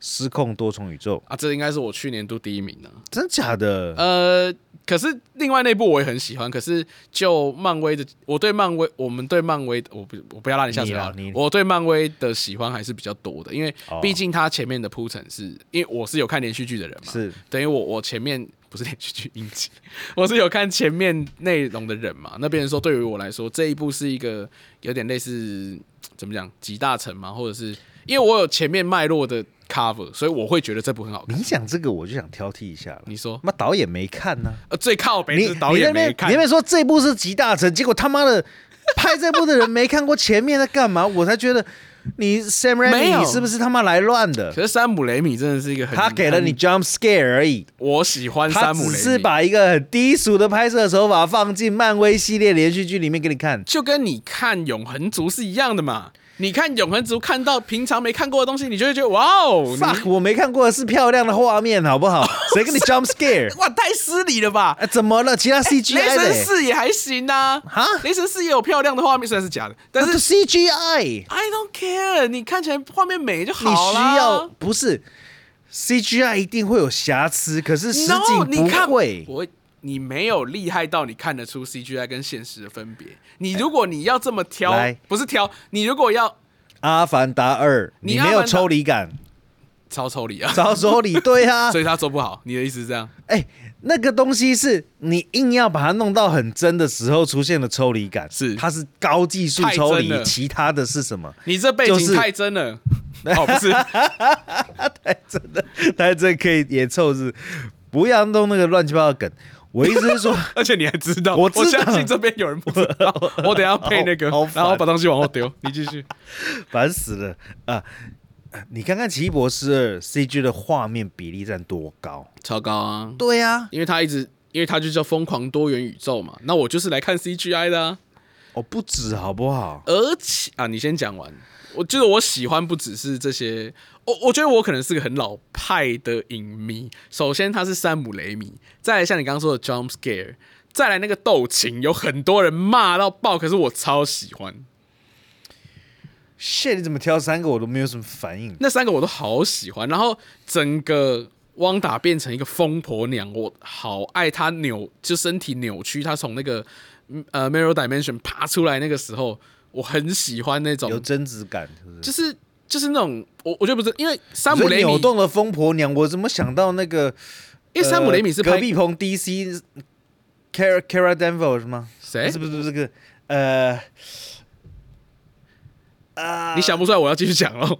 [SPEAKER 1] 失控多重宇宙
[SPEAKER 2] 啊，这应该是我去年度第一名啊了。》
[SPEAKER 1] 真假的？
[SPEAKER 2] 呃，可是另外那部我也很喜欢，可是就漫威的，我对漫威，我们对漫威，我不我不要拉你下水好了
[SPEAKER 1] 你啦你
[SPEAKER 2] 我对漫威的喜欢还是比较多的，因为
[SPEAKER 1] 哦
[SPEAKER 2] 毕竟它前面的铺陈是，因为我是有看连续剧的人嘛，
[SPEAKER 1] 是
[SPEAKER 2] 等于我我前面不是连续剧 影集，我是有看前面内容的人嘛。那别人说，对于我来说，这一部是一个有点类似怎么讲集大成嘛，或者是因为我有前面脉络的 cover，所以我会觉得这部很好看。
[SPEAKER 1] 你讲这个，我就想挑剔一下了。
[SPEAKER 2] 你哦说，
[SPEAKER 1] 妈导演没看呢、
[SPEAKER 2] 呃，最靠北
[SPEAKER 1] 你
[SPEAKER 2] 是导
[SPEAKER 1] 你在
[SPEAKER 2] 演
[SPEAKER 1] 那边
[SPEAKER 2] 没看
[SPEAKER 1] 你那，边说这部是集大成，结果他妈 的拍这部的人没看过前面在干嘛，我才觉得你 Sam
[SPEAKER 2] 没
[SPEAKER 1] Raimi
[SPEAKER 2] 有
[SPEAKER 1] 你是不是他妈来乱的？
[SPEAKER 2] 可是山姆雷米真的是一个很，
[SPEAKER 1] 他给了你，jump scare 而已，
[SPEAKER 2] 我喜欢
[SPEAKER 1] 他
[SPEAKER 2] 山姆
[SPEAKER 1] 只
[SPEAKER 2] 雷
[SPEAKER 1] 是
[SPEAKER 2] 米，
[SPEAKER 1] 把一个很低俗的拍摄手法放进漫威系列连续剧里面给你看。
[SPEAKER 2] 就跟你看永恒族是一样的嘛。你看永恒族看到平常没看过的东西，你就会觉得哇哦，你
[SPEAKER 1] fuck，我没看过的是漂亮的画面，好不好？谁给你 jump scare？
[SPEAKER 2] 哇太失礼了吧。
[SPEAKER 1] 哎，怎么了？其他 CGI
[SPEAKER 2] 雷
[SPEAKER 1] 的、
[SPEAKER 2] 神
[SPEAKER 1] 欸？
[SPEAKER 2] 四也还行呐、
[SPEAKER 1] 哈
[SPEAKER 2] 雷神四也有漂亮的画面，虽然是假的，但
[SPEAKER 1] 那
[SPEAKER 2] 是
[SPEAKER 1] 是 CGI。
[SPEAKER 2] I don't care，你看起来画面美就
[SPEAKER 1] 你
[SPEAKER 2] 好
[SPEAKER 1] 需
[SPEAKER 2] 啦。
[SPEAKER 1] 要不是 CGI 一定会有瑕疵，可是实
[SPEAKER 2] No，你
[SPEAKER 1] 景
[SPEAKER 2] 看
[SPEAKER 1] 不会。
[SPEAKER 2] 我，你没有厉害到你看得出 CGI 跟现实的分别。你如果你要这么挑
[SPEAKER 1] 来，
[SPEAKER 2] 不是挑，你如果要
[SPEAKER 1] 阿凡达二，
[SPEAKER 2] 你
[SPEAKER 1] 你没有
[SPEAKER 2] 阿凡达
[SPEAKER 1] 抽离感，
[SPEAKER 2] 超抽离啊，
[SPEAKER 1] 找手里对 啊
[SPEAKER 2] 所，以他做不好。你的意思是这样？
[SPEAKER 1] 哎、那个东西是你硬要把它弄到很真的时候出现的抽离感，
[SPEAKER 2] 是
[SPEAKER 1] 它是高技术抽
[SPEAKER 2] 太真了
[SPEAKER 1] 离，其他的是什么？
[SPEAKER 2] 你这背
[SPEAKER 1] 就
[SPEAKER 2] 景
[SPEAKER 1] 是
[SPEAKER 2] 太 真了。哦，不是，
[SPEAKER 1] 但这可以也凑是，不要弄那个乱七八糟的梗。我意思是 说，
[SPEAKER 2] 而且你还知道，
[SPEAKER 1] 我知道
[SPEAKER 2] 相信这边有人不知 道。我等一下配那个
[SPEAKER 1] 好好，烦
[SPEAKER 2] 然后把东西往后丢。你继续。
[SPEAKER 1] 烦死了啊！你看看《奇异博士二》CG 的画面比例占多高？
[SPEAKER 2] 超高啊！
[SPEAKER 1] 对呀、啊，
[SPEAKER 2] 因为他一直，因为他就叫疯狂多元宇宙嘛。那我就是来看 CGI 的啊。
[SPEAKER 1] 哦，不止好不好？
[SPEAKER 2] 而且啊，你先讲完。我觉得我喜欢不只是这些，我我觉得我可能是个很老派的影迷。首先，他是山姆雷米，再来像你刚刚说的 jump scare，再来那个斗琴，有很多人骂到爆，可是我超喜欢。
[SPEAKER 1] shit，你怎么挑三个我都没有什么反应？
[SPEAKER 2] 那三个我都好喜欢，然后整个汪达变成一个疯婆娘，我好爱她扭，就身体扭曲，她从那个嗯呃 Mirror Dimension 爬出来那个时候，我很喜欢那种
[SPEAKER 1] 有，真子感是不是？
[SPEAKER 2] 就是就是那种我我觉得不是，因为山姆
[SPEAKER 1] 你
[SPEAKER 2] 雷米，
[SPEAKER 1] 说扭
[SPEAKER 2] 因
[SPEAKER 1] 动的疯婆娘，我怎么想到那个？呃
[SPEAKER 2] 为山姆雷米是
[SPEAKER 1] 隔
[SPEAKER 2] 拍
[SPEAKER 1] 壁棚 DC Cara Cara Danvers 吗？
[SPEAKER 2] 谁
[SPEAKER 1] 是？不是不是这个？呃，啊，
[SPEAKER 2] 你想不出来，我要继续讲喽。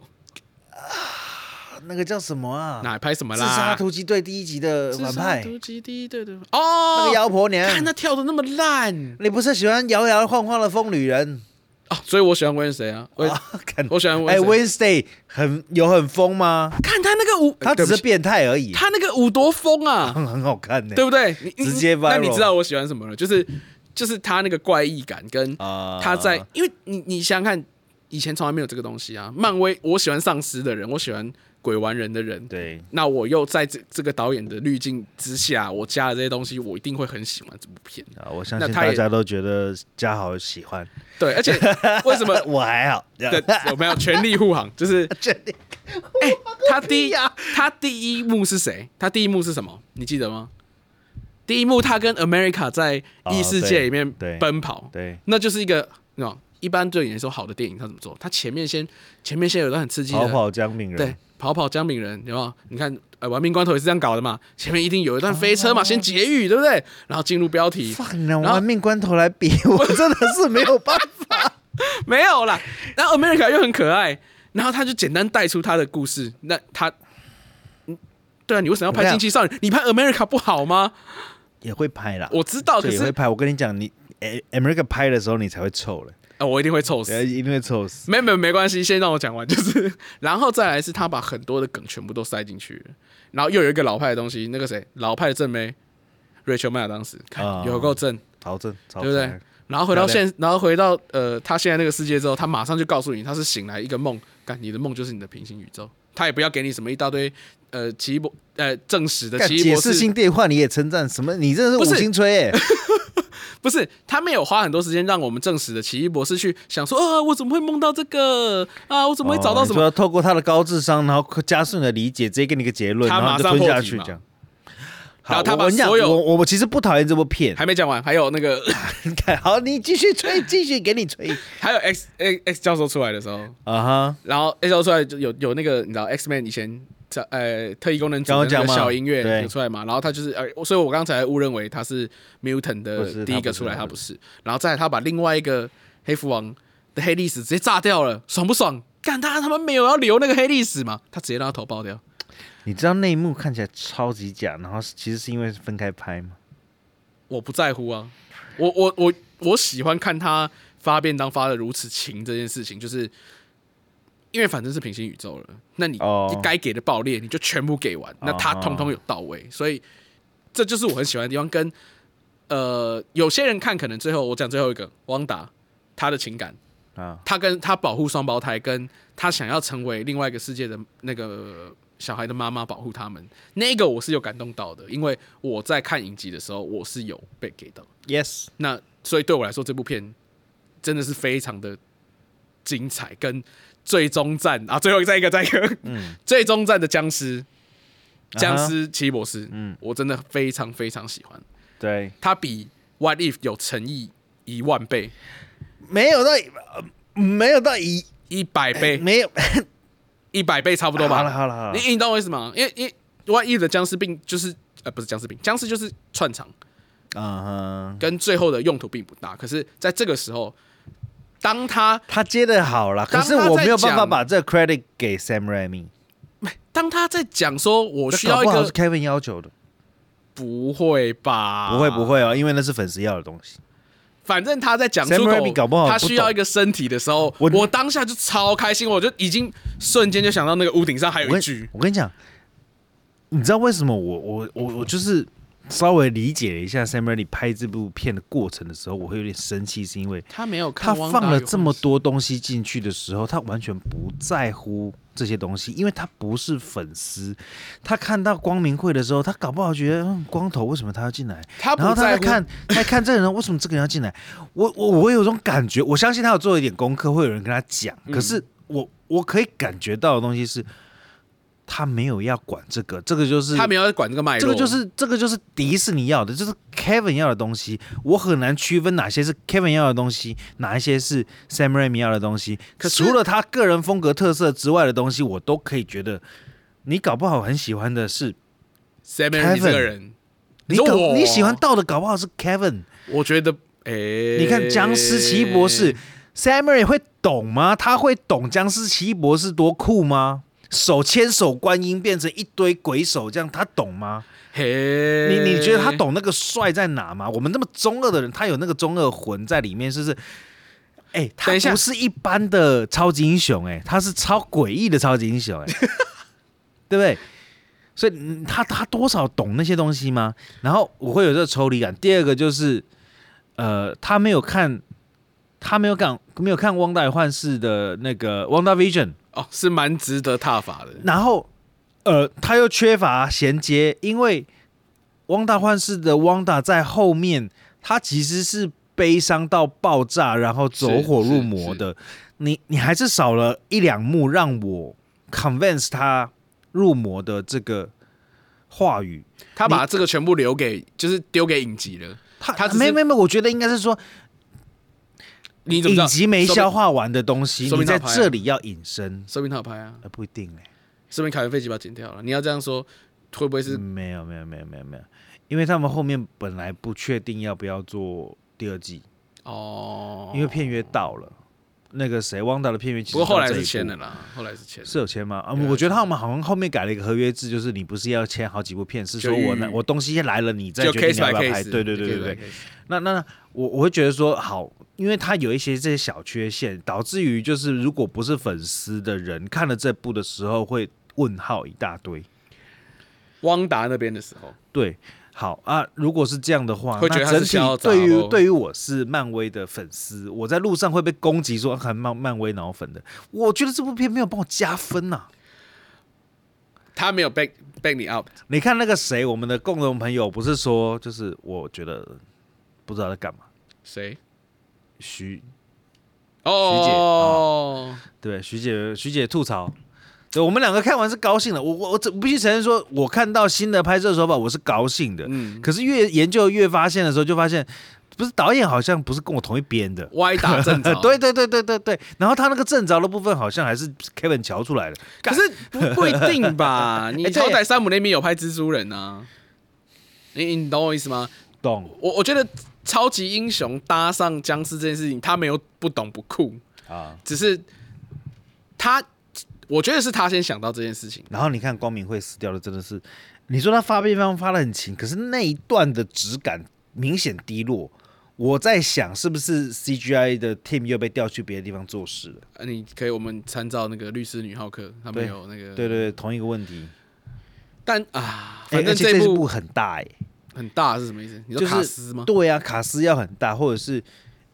[SPEAKER 1] 那个叫什么啊？
[SPEAKER 2] 哪拍什么
[SPEAKER 1] 自杀
[SPEAKER 2] 啦？
[SPEAKER 1] 突击队第一集的
[SPEAKER 2] 自
[SPEAKER 1] 反
[SPEAKER 2] 杀
[SPEAKER 1] 派，
[SPEAKER 2] 突击第一队的
[SPEAKER 1] 那
[SPEAKER 2] 哦
[SPEAKER 1] 个，妖婆娘。
[SPEAKER 2] 看他跳的那么烂
[SPEAKER 1] 你不是喜欢摇摇晃晃的疯女人？
[SPEAKER 2] 啊，所以我喜欢温谁啊？我
[SPEAKER 1] 啊，看
[SPEAKER 2] 我喜欢温
[SPEAKER 1] 哎
[SPEAKER 2] 谁。
[SPEAKER 1] ，Wednesday 很有很疯吗？
[SPEAKER 2] 看他那个舞，
[SPEAKER 1] 她只
[SPEAKER 2] 对不
[SPEAKER 1] 是
[SPEAKER 2] 起
[SPEAKER 1] 变态而已，
[SPEAKER 2] 他那个舞多疯啊！
[SPEAKER 1] 很很好看呢。
[SPEAKER 2] 对不对？你
[SPEAKER 1] 直接
[SPEAKER 2] 你那你
[SPEAKER 1] viral
[SPEAKER 2] 知道我喜欢什么了？就是就是他那个怪异感，跟
[SPEAKER 1] 啊，
[SPEAKER 2] 他在，因为你你想想看，以前从来没有这个东西啊。漫威，我喜欢丧尸的人，我喜欢鬼玩人的人。
[SPEAKER 1] 对
[SPEAKER 2] 那我又在这这个导演的滤镜之下，我加了这些东西，我一定会很喜欢这部片。
[SPEAKER 1] 啊，我相
[SPEAKER 2] 那
[SPEAKER 1] 信
[SPEAKER 2] 她
[SPEAKER 1] 大
[SPEAKER 2] 也
[SPEAKER 1] 家都觉得嘉豪喜欢，
[SPEAKER 2] 对，而且为什么？
[SPEAKER 1] 我还好。
[SPEAKER 2] 对，有没有全力护航？就是
[SPEAKER 1] 这里
[SPEAKER 2] 哎、他第一他第一幕是谁？他第一幕是什么？你记得吗？第一幕他跟 America 在异世界里面
[SPEAKER 1] 哦对对
[SPEAKER 2] 奔跑，
[SPEAKER 1] 对，
[SPEAKER 2] 那就是一个那种一般对你来说好的电影，他怎么做？他前面先前面先有一段很刺激的，
[SPEAKER 1] 逃跑姜饼人，
[SPEAKER 2] 对，跑跑姜饼人，有没有？你看，呃，玩命关头也是这样搞的嘛，前面一定有一段飞车嘛，先劫狱，对不对？然后进入标题，
[SPEAKER 1] 啊 放拿
[SPEAKER 2] 然后
[SPEAKER 1] 玩命关头来比，我真的是没有办法。
[SPEAKER 2] 没有啦。然后 America 又很可爱，然后他就简单带出他的故事。那他，嗯，对啊，你为什么要拍《惊奇少女》？你拍 America 不好吗？
[SPEAKER 1] 也会拍啦，
[SPEAKER 2] 我知道，
[SPEAKER 1] 这
[SPEAKER 2] 可
[SPEAKER 1] 也会
[SPEAKER 2] 是、
[SPEAKER 1] 拍。我跟你讲，你哎 America 拍的时候你才会臭嘞，
[SPEAKER 2] 呃、我一定会臭
[SPEAKER 1] 对啊
[SPEAKER 2] 死。
[SPEAKER 1] 一定会臭死。
[SPEAKER 2] 没没没关系，先让我讲完。就是， 然后再来是他把很多的梗全部都塞进去了，然后又有一个老派的东西，那个谁，老派的正妹 Rachel 麦当时看
[SPEAKER 1] 啊
[SPEAKER 2] 有够正，
[SPEAKER 1] 曹正，曹
[SPEAKER 2] 对不对
[SPEAKER 1] 正？
[SPEAKER 2] 然后回到
[SPEAKER 1] 漂亮
[SPEAKER 2] 现，然后回到呃，他现在那个世界之后，他马上就告诉你，他是醒来一个梦，干你的梦就是你的平行宇宙，他也不要给你什么一大堆呃奇异博呃证实的
[SPEAKER 1] 干
[SPEAKER 2] 奇异
[SPEAKER 1] 解
[SPEAKER 2] 博
[SPEAKER 1] 释
[SPEAKER 2] 士，
[SPEAKER 1] 性电话你也称赞什么？你真的
[SPEAKER 2] 不
[SPEAKER 1] 是
[SPEAKER 2] 是
[SPEAKER 1] 五星吹哎！
[SPEAKER 2] 不是他没有花很多时间让我们证实的奇异博士去想说啊，我怎么会梦到这个啊，我怎么会找到
[SPEAKER 1] 哦
[SPEAKER 2] 什
[SPEAKER 1] 你
[SPEAKER 2] 么？
[SPEAKER 1] 说透过他的高智商，然后加速你的理解，直接给你个结论，
[SPEAKER 2] 他
[SPEAKER 1] 然后
[SPEAKER 2] 马
[SPEAKER 1] 你就
[SPEAKER 2] 上
[SPEAKER 1] 吞
[SPEAKER 2] 破
[SPEAKER 1] 下
[SPEAKER 2] 题
[SPEAKER 1] 去
[SPEAKER 2] 嘛
[SPEAKER 1] 讲。
[SPEAKER 2] 然
[SPEAKER 1] 好，
[SPEAKER 2] 后他
[SPEAKER 1] 我
[SPEAKER 2] 把
[SPEAKER 1] 我跟你讲，
[SPEAKER 2] 所有
[SPEAKER 1] 我我我其实不讨厌这部片。
[SPEAKER 2] 还没讲完，还有那个
[SPEAKER 1] 看 好，你继续吹，继续给你吹
[SPEAKER 2] 还有 X X X 教授出来的时候，
[SPEAKER 1] 啊哈！
[SPEAKER 2] 然后 X 教授出来就有有那个你知道 X Man 以前在呃特异功能组
[SPEAKER 1] 刚
[SPEAKER 2] 的
[SPEAKER 1] 刚
[SPEAKER 2] 那
[SPEAKER 1] 讲
[SPEAKER 2] 个
[SPEAKER 1] 嘛
[SPEAKER 2] 小音乐
[SPEAKER 1] 对
[SPEAKER 2] 有出来嘛，然后他就是呃，所以我刚才误认为他是 Mutant
[SPEAKER 1] 不
[SPEAKER 2] 的
[SPEAKER 1] 是
[SPEAKER 2] 第一
[SPEAKER 1] 他不
[SPEAKER 2] 个
[SPEAKER 1] 是
[SPEAKER 2] 出来，
[SPEAKER 1] 他
[SPEAKER 2] 他
[SPEAKER 1] 不
[SPEAKER 2] 不是，然后再来他把另外一个黑蝠王的黑历史直接炸掉了，爽不爽？干他他妈没有要留那个黑历史嘛，他直接让他头爆掉，
[SPEAKER 1] 你知道那一幕看起来超级假，然后其实是因为分开拍吗？
[SPEAKER 2] 我不在乎啊，我我我我喜欢看他发便当发的如此勤这件事情，就是因为反正是平行宇宙了，那你
[SPEAKER 1] 哦
[SPEAKER 2] 你该给的爆裂你就全部给完，那他通通有到位，所以这就是我很喜欢的地方。跟呃，有些人看可能最后我讲最后一个汪达他的情感，
[SPEAKER 1] 啊，
[SPEAKER 2] 他跟他保护双胞胎，跟他想要成为另外一个世界的那个小孩的妈妈保护他们，那个我是有感动到的，因为我在看影集的时候，我是有被给到。
[SPEAKER 1] Yes，
[SPEAKER 2] 那所以对我来说，这部片真的是非常的精彩，跟最终战啊，最后再一个再一个，
[SPEAKER 1] 嗯
[SPEAKER 2] 最终战的僵尸，僵
[SPEAKER 1] 啊哈
[SPEAKER 2] 尸奇异博士，
[SPEAKER 1] 嗯，
[SPEAKER 2] 我真的非常非常喜欢，
[SPEAKER 1] 对，
[SPEAKER 2] 它比 What If 有诚意一万倍、
[SPEAKER 1] 没有到、呃没有到一
[SPEAKER 2] 一百倍、
[SPEAKER 1] 没 有，
[SPEAKER 2] 一百倍差不多吧。
[SPEAKER 1] 哎好了好了好了，
[SPEAKER 2] 你你懂我意思吗？因为因为 What If 的僵尸病就是呃不是僵尸病，僵尸就是串场，
[SPEAKER 1] 啊哈，
[SPEAKER 2] 跟最后的用途并不大。可是在这个时候，当他
[SPEAKER 1] 他接的好了，可
[SPEAKER 2] 当
[SPEAKER 1] 是
[SPEAKER 2] 他
[SPEAKER 1] 我
[SPEAKER 2] 在
[SPEAKER 1] 没有办法
[SPEAKER 2] 讲
[SPEAKER 1] 把这个 credit 给 Sam Raimi，
[SPEAKER 2] 当他在讲说我
[SPEAKER 1] 我
[SPEAKER 2] 需要一
[SPEAKER 1] 好是
[SPEAKER 2] 个
[SPEAKER 1] Kevin 要求的，
[SPEAKER 2] 不会吧？
[SPEAKER 1] 啊不会不，会哦，因为那是粉丝要的东西，
[SPEAKER 2] 反正他在讲出
[SPEAKER 1] Sam
[SPEAKER 2] 口
[SPEAKER 1] Raimi 搞不好
[SPEAKER 2] 他
[SPEAKER 1] 不
[SPEAKER 2] 需要
[SPEAKER 1] 懂
[SPEAKER 2] 一个身体的时候，
[SPEAKER 1] 我
[SPEAKER 2] 我当下就超开心，我就已经瞬间就想到那个屋顶上还
[SPEAKER 1] 我
[SPEAKER 2] 有一
[SPEAKER 1] 跟
[SPEAKER 2] 句，
[SPEAKER 1] 我跟你讲，你知道为什么我我我我就是稍微理解了一下 Sam Raimi 拍这部片的过程的时候，我会有点生气，是因为
[SPEAKER 2] 他没有
[SPEAKER 1] 他
[SPEAKER 2] 看汪达
[SPEAKER 1] 放了
[SPEAKER 2] 有
[SPEAKER 1] 这么多东西进去的时候，他完全不在乎这些东西，因为他不是粉丝。他看到光明会的时候，他搞不好觉得、嗯、光头为什么他要进来？
[SPEAKER 2] 他
[SPEAKER 1] 然后
[SPEAKER 2] 不
[SPEAKER 1] 他
[SPEAKER 2] 在
[SPEAKER 1] 在
[SPEAKER 2] 乎
[SPEAKER 1] 看，在看这个人为什么这个人要进来？我我我有种感觉，我相信他有做一点功课，会有人跟他讲。可
[SPEAKER 2] 嗯
[SPEAKER 1] 是我我可以感觉到的东西是，他没有要管这个，这个就是
[SPEAKER 2] 他没有管这个脉络，
[SPEAKER 1] 这个就是这个就是迪士尼要的，就是 Kevin 要的东西。我很难区分哪些是 Kevin 要的东西，哪一些是 Sam Raimi 要的东西。
[SPEAKER 2] 可是
[SPEAKER 1] 除了他个人风格特色之外的东西，我都可以觉得，你搞不好很喜欢的是
[SPEAKER 2] Sam Raimi 这个
[SPEAKER 1] Kevin
[SPEAKER 2] 人，
[SPEAKER 1] 你
[SPEAKER 2] 说
[SPEAKER 1] 搞
[SPEAKER 2] 我
[SPEAKER 1] 你喜欢，到的，搞不好是 Kevin。
[SPEAKER 2] 我觉得，诶，
[SPEAKER 1] 你看僵尸奇异博士，Sam Raimi 会懂吗？他会懂僵尸奇异博士多酷吗？手牵手观音变成一堆鬼手，这样他懂吗？
[SPEAKER 2] 嘿，
[SPEAKER 1] 你你觉得他？懂那个帅在哪吗？我们那么中二的人，他有那个中二魂在里面，是不是？哎、他
[SPEAKER 2] 等一下
[SPEAKER 1] 不是一般的超级英雄、哎，他是超诡异的超级英 雄、哎，对不对？所以嗯他他多少懂那些东西吗？然后我会有这个抽离感。第二个就是，呃，他没有看，他没有看，没有看《汪大与幻视》的那个《汪大 Vision》，
[SPEAKER 2] 哦，是蛮值得踏法的。
[SPEAKER 1] 然后，呃，他又缺乏衔接，因为汪达幻视的汪达在后面，他其实是悲伤到爆炸，然后走火入魔的。你你还是少了一两幕让我 convince 他入魔的这个话语。
[SPEAKER 2] 他把这个全部留给，就是丢给影集了。
[SPEAKER 1] 他
[SPEAKER 2] 他只是
[SPEAKER 1] 没没没，我觉得应该是说
[SPEAKER 2] 你怎么知道
[SPEAKER 1] 影集没
[SPEAKER 2] 说不定
[SPEAKER 1] 消化完的东西，
[SPEAKER 2] 说不
[SPEAKER 1] 你
[SPEAKER 2] 定
[SPEAKER 1] 在
[SPEAKER 2] 他拍啊
[SPEAKER 1] 这里要隐身，
[SPEAKER 2] 说不定他有拍啊，
[SPEAKER 1] 呃，不一定嘞。
[SPEAKER 2] 说不定凯文费奇把它剪掉了。你要这样说，会不会是？
[SPEAKER 1] 嗯没有没有没有没有没有，因为他们后面本来不确定要不要做第二季，
[SPEAKER 2] 哦，
[SPEAKER 1] 因为片约到了，那个谁汪达的片约其实
[SPEAKER 2] 不过后来
[SPEAKER 1] 到这一
[SPEAKER 2] 是
[SPEAKER 1] 步
[SPEAKER 2] 签了，啦，后来是签了。
[SPEAKER 1] 是有签吗？啊，
[SPEAKER 2] 对啊
[SPEAKER 1] 我觉得他们好像后面改了一个合约制，就是你不是要签好几部片，是说
[SPEAKER 2] 就预
[SPEAKER 1] 我呢我东西来了，你再
[SPEAKER 2] 就
[SPEAKER 1] 决定
[SPEAKER 2] case
[SPEAKER 1] 你要
[SPEAKER 2] by
[SPEAKER 1] 不要拍。
[SPEAKER 2] case，
[SPEAKER 1] 对对对对
[SPEAKER 2] case by
[SPEAKER 1] 对。
[SPEAKER 2] case，
[SPEAKER 1] 那那那我我会觉得说好，因为它有一些这些小缺陷，导致于就是如果不是粉丝的人看了这部的时候会问号一大堆。
[SPEAKER 2] 汪达那边的时候，
[SPEAKER 1] 对，好啊，如果是这样的话，
[SPEAKER 2] 会觉得
[SPEAKER 1] 那
[SPEAKER 2] 他是
[SPEAKER 1] 整
[SPEAKER 2] 小
[SPEAKER 1] 体
[SPEAKER 2] 杂
[SPEAKER 1] 对
[SPEAKER 2] 咯
[SPEAKER 1] 于对于我是漫威的粉丝，我在路上会被攻击说很漫漫威脑粉的，我觉得这部片没有帮我加分呐、
[SPEAKER 2] 他没有 back back 你 up，
[SPEAKER 1] 你看那个谁，我们的共同朋友不是说，就是我觉得不知道在干嘛，
[SPEAKER 2] 谁？
[SPEAKER 1] 徐
[SPEAKER 2] 哦，
[SPEAKER 1] 对徐姐徐姐吐槽。对我们两个看完是高兴的，我我我这必须承认说，我看到新的拍摄手法我是高兴的，
[SPEAKER 2] 嗯
[SPEAKER 1] 可是越研究越发现的时候，就发现不是导演好像不是跟我同一边的，
[SPEAKER 2] 歪打 正着。
[SPEAKER 1] 对对对对对对，然后他那个正着的部分好像还是 Kevin 瞧出来的，
[SPEAKER 2] 可是不不一定吧？你
[SPEAKER 1] 哎对
[SPEAKER 2] 好歹山姆那边有拍蜘蛛人啊，你你懂我意思吗？
[SPEAKER 1] 懂
[SPEAKER 2] 我我觉得超级英雄搭上僵尸这件事情，他没有不懂不酷，
[SPEAKER 1] 啊。
[SPEAKER 2] 只是他，我觉得是他先想到这件事情。
[SPEAKER 1] 然后你看光明会死掉的真的是，你说他发配方发的很勤，可是那一段的质感明显低落。我在想是不是 CGI 的 team 又被调去别的地方做事了？
[SPEAKER 2] 呃你可以我们参照那个律师女浩克，他们
[SPEAKER 1] 对
[SPEAKER 2] 有那个
[SPEAKER 1] 对对，对，同一个问题。
[SPEAKER 2] 但啊，
[SPEAKER 1] 哎
[SPEAKER 2] 反正
[SPEAKER 1] 而且
[SPEAKER 2] 这
[SPEAKER 1] 这
[SPEAKER 2] 部
[SPEAKER 1] 很大哎、
[SPEAKER 2] 很大是什么意思？你
[SPEAKER 1] 就
[SPEAKER 2] 说
[SPEAKER 1] 是
[SPEAKER 2] 卡斯吗？
[SPEAKER 1] 对啊，卡斯要很大，或者是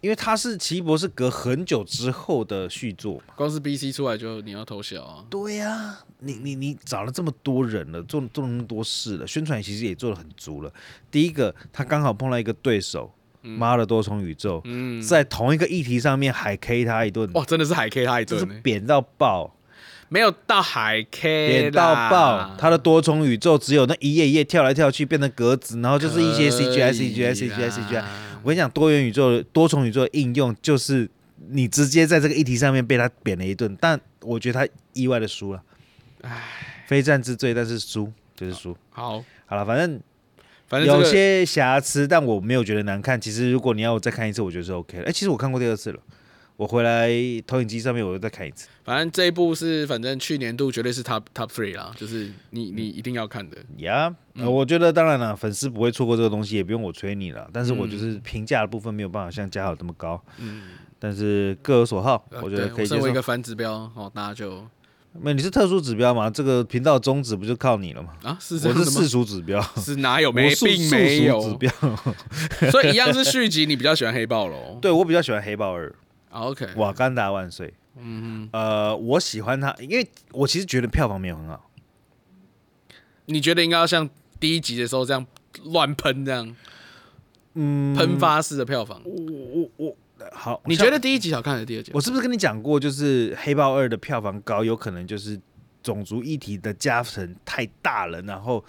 [SPEAKER 1] 因为他是奇异博士隔很久之后的续作嘛。
[SPEAKER 2] 光是 BC 出来就你要偷笑啊！
[SPEAKER 1] 对呀、你你你找了这么多人了，做做了那么多事了，宣传其实也做的很足了。第一个，他刚好碰到一个对手，妈的多重宇宙，
[SPEAKER 2] 嗯，
[SPEAKER 1] 在同一个议题上面海 K 他一顿，
[SPEAKER 2] 哇，真的是海 K 他一
[SPEAKER 1] 这
[SPEAKER 2] 顿
[SPEAKER 1] 是
[SPEAKER 2] 呢，
[SPEAKER 1] 扁到爆，
[SPEAKER 2] 没有到海 K，
[SPEAKER 1] 扁到
[SPEAKER 2] 啦
[SPEAKER 1] 爆。他的多重宇宙只有那一页一页跳来跳去，变成格子，然后就是一些
[SPEAKER 2] 可以
[SPEAKER 1] CGI CGI CGI CGI。
[SPEAKER 2] 啦
[SPEAKER 1] 我跟你讲，多元宇宙、多重宇宙的应用就是。你直接在这个议题上面被他扁了一顿，但我觉得他意外的输了，唉，非战之罪，但是输就是输。
[SPEAKER 2] 好，
[SPEAKER 1] 好了，反正
[SPEAKER 2] 反正这
[SPEAKER 1] 有
[SPEAKER 2] 个
[SPEAKER 1] 些瑕疵，但我没有觉得难看。其实如果你要我再看一次，我觉得是 OK 的。哎、其实我看过第二次了，我回来投影机上面我又再看一次。
[SPEAKER 2] 反正这一部是，反正去年度绝对是 top top three 啦，就是你你一定要看的。
[SPEAKER 1] 呀、
[SPEAKER 2] 嗯
[SPEAKER 1] 呃我觉得当然了，粉丝不会错过这个东西，也不用我催你了。但是我就是评价的部分没有办法像嘉豪这么高，
[SPEAKER 2] 嗯，
[SPEAKER 1] 但是各有所好，
[SPEAKER 2] 呃
[SPEAKER 1] 我觉得
[SPEAKER 2] 对
[SPEAKER 1] 可以接
[SPEAKER 2] 身为一
[SPEAKER 1] 受。
[SPEAKER 2] 个反指标，哦，大家就
[SPEAKER 1] 没有，你是特殊指标嘛？这个频道宗旨不就靠你了吗？
[SPEAKER 2] 啊是这
[SPEAKER 1] 我
[SPEAKER 2] 样
[SPEAKER 1] 是
[SPEAKER 2] 的
[SPEAKER 1] 世
[SPEAKER 2] 吗？
[SPEAKER 1] 俗指标，
[SPEAKER 2] 是哪有
[SPEAKER 1] 我
[SPEAKER 2] 没
[SPEAKER 1] 世
[SPEAKER 2] 并
[SPEAKER 1] 世
[SPEAKER 2] 没
[SPEAKER 1] 俗指
[SPEAKER 2] 有，
[SPEAKER 1] 标。
[SPEAKER 2] 所以一样是续集，你比较喜欢黑豹喽？
[SPEAKER 1] 对我比较喜欢黑豹二，
[SPEAKER 2] 啊，OK，
[SPEAKER 1] 瓦干达万岁。
[SPEAKER 2] 嗯，
[SPEAKER 1] 呃，我喜欢它，因为我其实觉得票房没有很好。
[SPEAKER 2] 你觉得应该要像第一集的时候这样乱喷这样
[SPEAKER 1] 嗯，
[SPEAKER 2] 喷发式的票房？
[SPEAKER 1] 我我我呃好，
[SPEAKER 2] 你
[SPEAKER 1] 像
[SPEAKER 2] 觉得第一集好看还是第二集？
[SPEAKER 1] 我是不是跟你讲过，就是《黑豹二》的票房高，有可能就是种族议题的加成太大了，然后。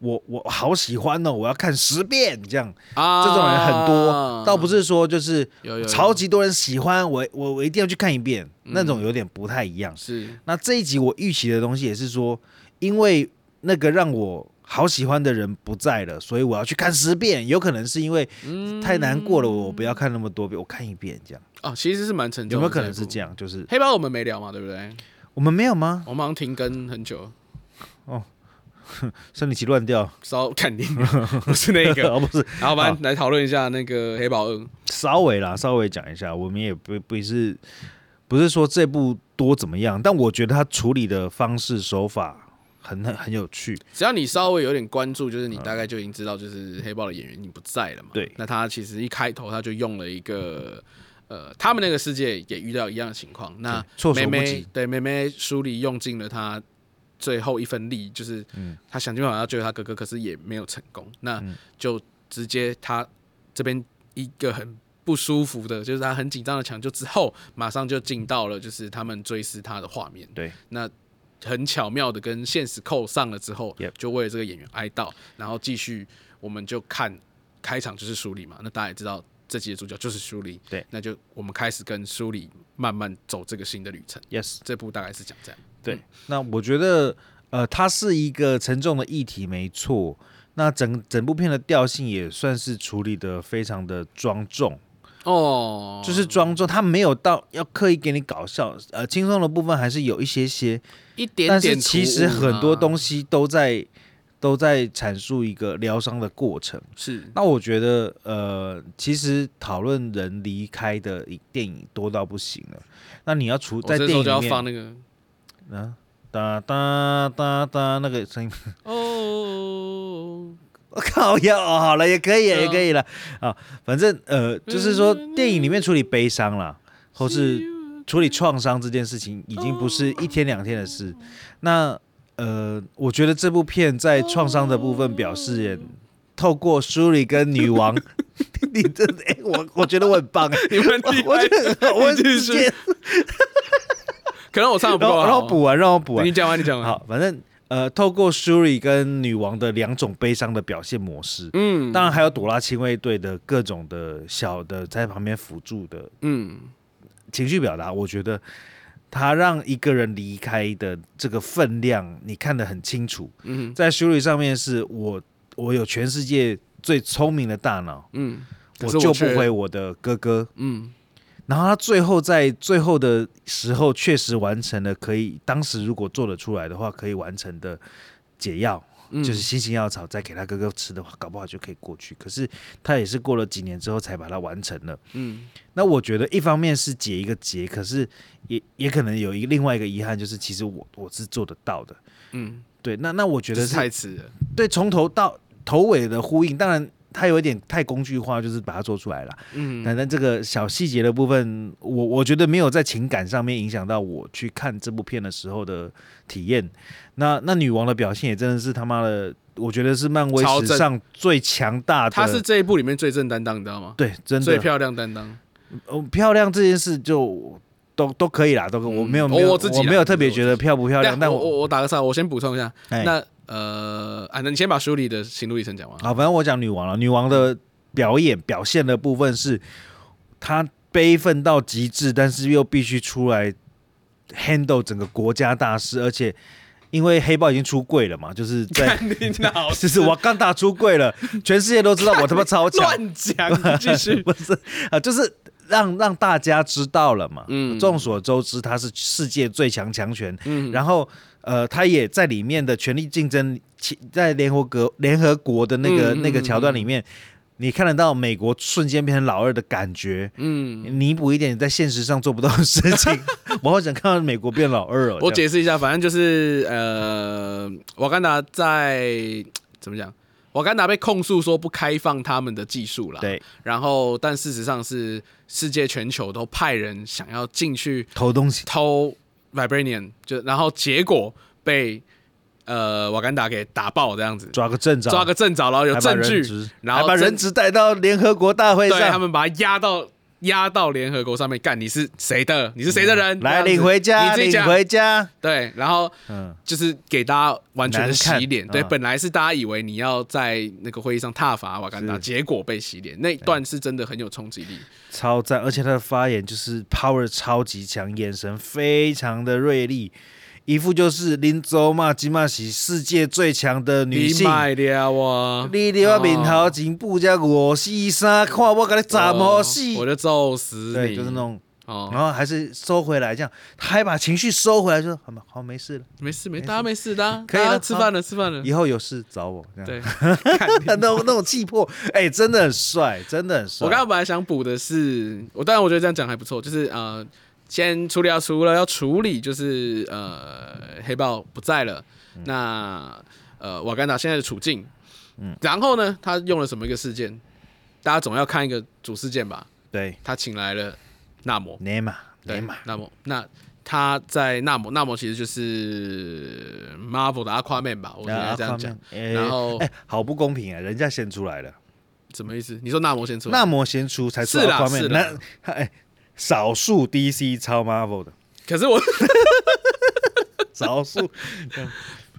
[SPEAKER 1] 我我好喜欢哦！我要看十遍这样，
[SPEAKER 2] 啊
[SPEAKER 1] 这种人很多，倒不
[SPEAKER 2] 是
[SPEAKER 1] 是说就是
[SPEAKER 2] 啊有有嗯有
[SPEAKER 1] 超级多人喜欢我，我我一定要去看一遍，那种有点不太一样。
[SPEAKER 2] 是
[SPEAKER 1] 那这一集我预期的东西也是说，因为那个让我好喜欢的人不在了，所以我要去看十遍。有可能是因为太难过了，
[SPEAKER 2] 嗯
[SPEAKER 1] 我不要看那么多遍，我看一遍这样。
[SPEAKER 2] 哦，其实是蛮沉
[SPEAKER 1] 有
[SPEAKER 2] 重的。
[SPEAKER 1] 没有可能是
[SPEAKER 2] 这一部
[SPEAKER 1] 这样？就是
[SPEAKER 2] 黑豹我们没聊嘛，对不对？
[SPEAKER 1] 我们没有吗？
[SPEAKER 2] 我们好像停更很久，
[SPEAKER 1] 生理期乱掉，
[SPEAKER 2] 稍肯定不是那个。
[SPEAKER 1] 哦不是，
[SPEAKER 2] 然后我
[SPEAKER 1] 好
[SPEAKER 2] 们来讨论一下那个黑豹二。
[SPEAKER 1] 稍微啦，稍微讲一下，我们也不不是不是说这部多怎么样，但我觉得他处理的方式手法很很很有趣。
[SPEAKER 2] 只要你稍微有点关注，就是你大概就已经知道，就是黑豹的演员已经不在了嘛。
[SPEAKER 1] 对
[SPEAKER 2] 那他其实一开头他就用了一个，呃，他们那个世界也遇到一样的情况。那
[SPEAKER 1] 对措手
[SPEAKER 2] 妹
[SPEAKER 1] 不
[SPEAKER 2] 妹
[SPEAKER 1] 及，
[SPEAKER 2] 对妹妹书里用尽了她最后一分力，就是
[SPEAKER 1] 嗯
[SPEAKER 2] 她想尽办法要救她哥哥，可是也没有成功。那就直接她这边一个很不舒服的，就是她很紧张的抢救之后，马上就进到了就是他们追思她的画面。
[SPEAKER 1] 对，
[SPEAKER 2] 那。很巧妙的跟现实扣上了之后
[SPEAKER 1] Yep
[SPEAKER 2] 就为了这个演员哀悼，然后继续我们就看开场就是舒里嘛，那大家也知道这集的主角就是舒里，
[SPEAKER 1] 对，
[SPEAKER 2] 那就我们开始跟舒里慢慢走这个新的旅程。
[SPEAKER 1] Yes，
[SPEAKER 2] 这部大概是讲这样。
[SPEAKER 1] 对，那我觉得呃，它是一个沉重的议题，没错。那整整部片的调性也算是处理的非常的庄重，
[SPEAKER 2] 哦，
[SPEAKER 1] 就是庄重，它没有到要刻意给你搞笑，呃，轻松的部分还是有一些些，
[SPEAKER 2] 一点点、
[SPEAKER 1] 但是其实很多
[SPEAKER 2] 西
[SPEAKER 1] 东西都在都在阐述一个疗伤的过程。
[SPEAKER 2] 是
[SPEAKER 1] 那我觉得，呃，其实讨论人离开的电影多到不行了。那你要除
[SPEAKER 2] 我
[SPEAKER 1] 在
[SPEAKER 2] 这
[SPEAKER 1] 电
[SPEAKER 2] 时候
[SPEAKER 1] 影
[SPEAKER 2] 就
[SPEAKER 1] 里
[SPEAKER 2] 要
[SPEAKER 1] 面，
[SPEAKER 2] 放那个
[SPEAKER 1] 啊，哒哒哒哒那个声音，
[SPEAKER 2] 哦，
[SPEAKER 1] 我靠要哦，好了，也可以，
[SPEAKER 2] 对啊
[SPEAKER 1] 也可以了啊。反正呃，就是说
[SPEAKER 2] 嗯
[SPEAKER 1] 电影里面处理悲伤啦，或是处理创伤这件事情，已经不是一天两天的事。那呃，我觉得这部片在创伤的部分表示也，透过梳理跟女王，你这哎、我我觉得我很棒，
[SPEAKER 2] 你们
[SPEAKER 1] 我我觉得很好我
[SPEAKER 2] 你继
[SPEAKER 1] 直
[SPEAKER 2] 续
[SPEAKER 1] 接，
[SPEAKER 2] 可能我唱的不
[SPEAKER 1] 然
[SPEAKER 2] 够
[SPEAKER 1] 后
[SPEAKER 2] 好，
[SPEAKER 1] 然后补完，让我补完
[SPEAKER 2] 你，讲完，你讲完，
[SPEAKER 1] 好，反正呃，透过 Shuri 跟女王的两种悲伤的表现模式，
[SPEAKER 2] 嗯
[SPEAKER 1] 当然还有朵拉亲卫队的各种的小的在旁边辅助的
[SPEAKER 2] 嗯，
[SPEAKER 1] 情绪表达，我觉得他让一个人离开的这个分量，你看得很清楚。
[SPEAKER 2] 嗯，
[SPEAKER 1] 在 Shuri 上面是我我有全世界最聪明的大脑，
[SPEAKER 2] 嗯，可
[SPEAKER 1] 我
[SPEAKER 2] 是
[SPEAKER 1] 救
[SPEAKER 2] 却
[SPEAKER 1] 不回，我的哥哥。
[SPEAKER 2] 嗯，
[SPEAKER 1] 然后他最后在最后的时候确实完成了可以当时如果做得出来的话可以完成的解药，
[SPEAKER 2] 嗯
[SPEAKER 1] 就是新型药草，再给他哥哥吃的话，搞不好就可以过去。可是他也是过了几年之后才把它完成了。
[SPEAKER 2] 嗯，
[SPEAKER 1] 那我觉得一方面是解一个结，可是也也可能有一个另外一个遗憾，就是其实我我是做得到的。
[SPEAKER 2] 嗯，
[SPEAKER 1] 对，那那我觉得
[SPEAKER 2] 觉得
[SPEAKER 1] 是
[SPEAKER 2] 太迟了，
[SPEAKER 1] 对从头到头尾的呼应，当然它有一点太工具化，就是把它做出来了。
[SPEAKER 2] 嗯，
[SPEAKER 1] 但但这个小细节的部分，我我觉得没有在情感上面影响到我去看这部片的时候的体验。那那女王的表现也真的是他妈的，我觉得是漫威
[SPEAKER 2] 超
[SPEAKER 1] 史
[SPEAKER 2] 正
[SPEAKER 1] 上最强大的。
[SPEAKER 2] 他是这一部里面最正担当，你知道吗？
[SPEAKER 1] 对，真
[SPEAKER 2] 最
[SPEAKER 1] 的，
[SPEAKER 2] 漂亮担当，
[SPEAKER 1] 呃漂亮这件事就都都可以啦，都可
[SPEAKER 2] 嗯
[SPEAKER 1] 我没有
[SPEAKER 2] 我
[SPEAKER 1] 没有
[SPEAKER 2] 我自己啦
[SPEAKER 1] 没有特别觉得漂不漂亮，但
[SPEAKER 2] 我
[SPEAKER 1] 我
[SPEAKER 2] 我打个岔，我先补充一下，
[SPEAKER 1] 哎
[SPEAKER 2] 那呃啊，那你先把书里的行路历程讲完。
[SPEAKER 1] 好，
[SPEAKER 2] 啊
[SPEAKER 1] 反正我讲女王了，女王的表演表现的部分是她悲愤到极致，但是又必须出来 handle 整个国家大事，而且因为黑豹已经出柜了嘛，就是在
[SPEAKER 2] 看你脑
[SPEAKER 1] 就是瓦干达 出柜了，全世界都知道我他妈超强
[SPEAKER 2] 乱讲，你继续
[SPEAKER 1] 啊，就是让让大家知道了嘛。
[SPEAKER 2] 嗯
[SPEAKER 1] 众所周知，他是世界最强强权，
[SPEAKER 2] 嗯
[SPEAKER 1] 然后呃，他也在里面的权力竞争，其在联合国联合国的那个、
[SPEAKER 2] 嗯嗯
[SPEAKER 1] 那个
[SPEAKER 2] 嗯
[SPEAKER 1] 桥段里面，你看得到美国瞬间变成老二的感觉。
[SPEAKER 2] 嗯，
[SPEAKER 1] 弥补一点你在现实上做不到的事 情，我好想看到美国变老二哦。
[SPEAKER 2] 我
[SPEAKER 1] 这样
[SPEAKER 2] 解释一下，反正就是呃，瓦干达在怎么讲？瓦干达被控诉说不开放他们的技术啦，。
[SPEAKER 1] 对
[SPEAKER 2] 然后，但事实上是世界全球都派人想要进去
[SPEAKER 1] 偷东西，
[SPEAKER 2] 偷 vibranium，就然后结果被呃瓦干达给打爆这样子，
[SPEAKER 1] 抓个正着，
[SPEAKER 2] 抓个正着，然后有
[SPEAKER 1] 还把
[SPEAKER 2] 证
[SPEAKER 1] 人
[SPEAKER 2] 据，
[SPEAKER 1] 质，
[SPEAKER 2] 然后
[SPEAKER 1] 还把
[SPEAKER 2] 证
[SPEAKER 1] 人质带到联合国大会
[SPEAKER 2] 对他
[SPEAKER 1] 上，
[SPEAKER 2] 们把他压到压到联合国上面干，你是谁的？你是谁的人？这
[SPEAKER 1] 嗯来
[SPEAKER 2] 样子
[SPEAKER 1] 领回家，
[SPEAKER 2] 你自己
[SPEAKER 1] 领
[SPEAKER 2] 讲
[SPEAKER 1] 回家。
[SPEAKER 2] 对，然后
[SPEAKER 1] 嗯，
[SPEAKER 2] 就是给大家完全的洗脸。
[SPEAKER 1] 难看
[SPEAKER 2] 对，
[SPEAKER 1] 啊
[SPEAKER 2] 本来是大家以为你要在那个会议上挞伐瓦干达，
[SPEAKER 1] 是
[SPEAKER 2] 结果被洗脸，那一段是真的很有冲击力。
[SPEAKER 1] 超赞，而且他的发言就是 power 超级强，眼神非常的锐利，一副就是林州嘛吉玛喜世界最强的女性。
[SPEAKER 2] 卖了哇！
[SPEAKER 1] 你留我面头前不加我西衫，看我给你怎么死？
[SPEAKER 2] 哦我就揍死你！
[SPEAKER 1] 对，就是那种，
[SPEAKER 2] 哦，
[SPEAKER 1] 然后还是收回来，这样他还把情绪收回来，就说好嘛，好没事了，
[SPEAKER 2] 没事没，大家没事的啊，
[SPEAKER 1] 可以了
[SPEAKER 2] 大家吃饭了吃饭了。
[SPEAKER 1] 以后有事找我。这样，
[SPEAKER 2] 对，
[SPEAKER 1] 那种那种气魄，哎，真的很帅，真的很帅。
[SPEAKER 2] 我刚刚本来想补的是，我当然我觉得这样讲还不错，就是呃，先处理要除了要处理，就是呃，黑豹不在了，
[SPEAKER 1] 嗯
[SPEAKER 2] 那呃，瓦干达现在的处境，嗯，然后呢，他用了什么一个事件？大家总要看一个主事件吧，
[SPEAKER 1] 对
[SPEAKER 2] 他请来了纳摩，
[SPEAKER 1] 内马内
[SPEAKER 2] 对
[SPEAKER 1] 马，，
[SPEAKER 2] 纳摩，那他在纳摩，纳摩其实就是呃 Marvel 的 Aquaman 吧，我觉得这样讲，
[SPEAKER 1] 哎
[SPEAKER 2] 然后
[SPEAKER 1] 哎，好不公平啊，人家先出来了。
[SPEAKER 2] 什么意思？你说纳摩先出来？
[SPEAKER 1] 纳摩先出才出
[SPEAKER 2] 是啦
[SPEAKER 1] Aquaman，
[SPEAKER 2] 是啦
[SPEAKER 1] 那他哎，少数 DC 超 Marvel 的，
[SPEAKER 2] 可是我
[SPEAKER 1] 少数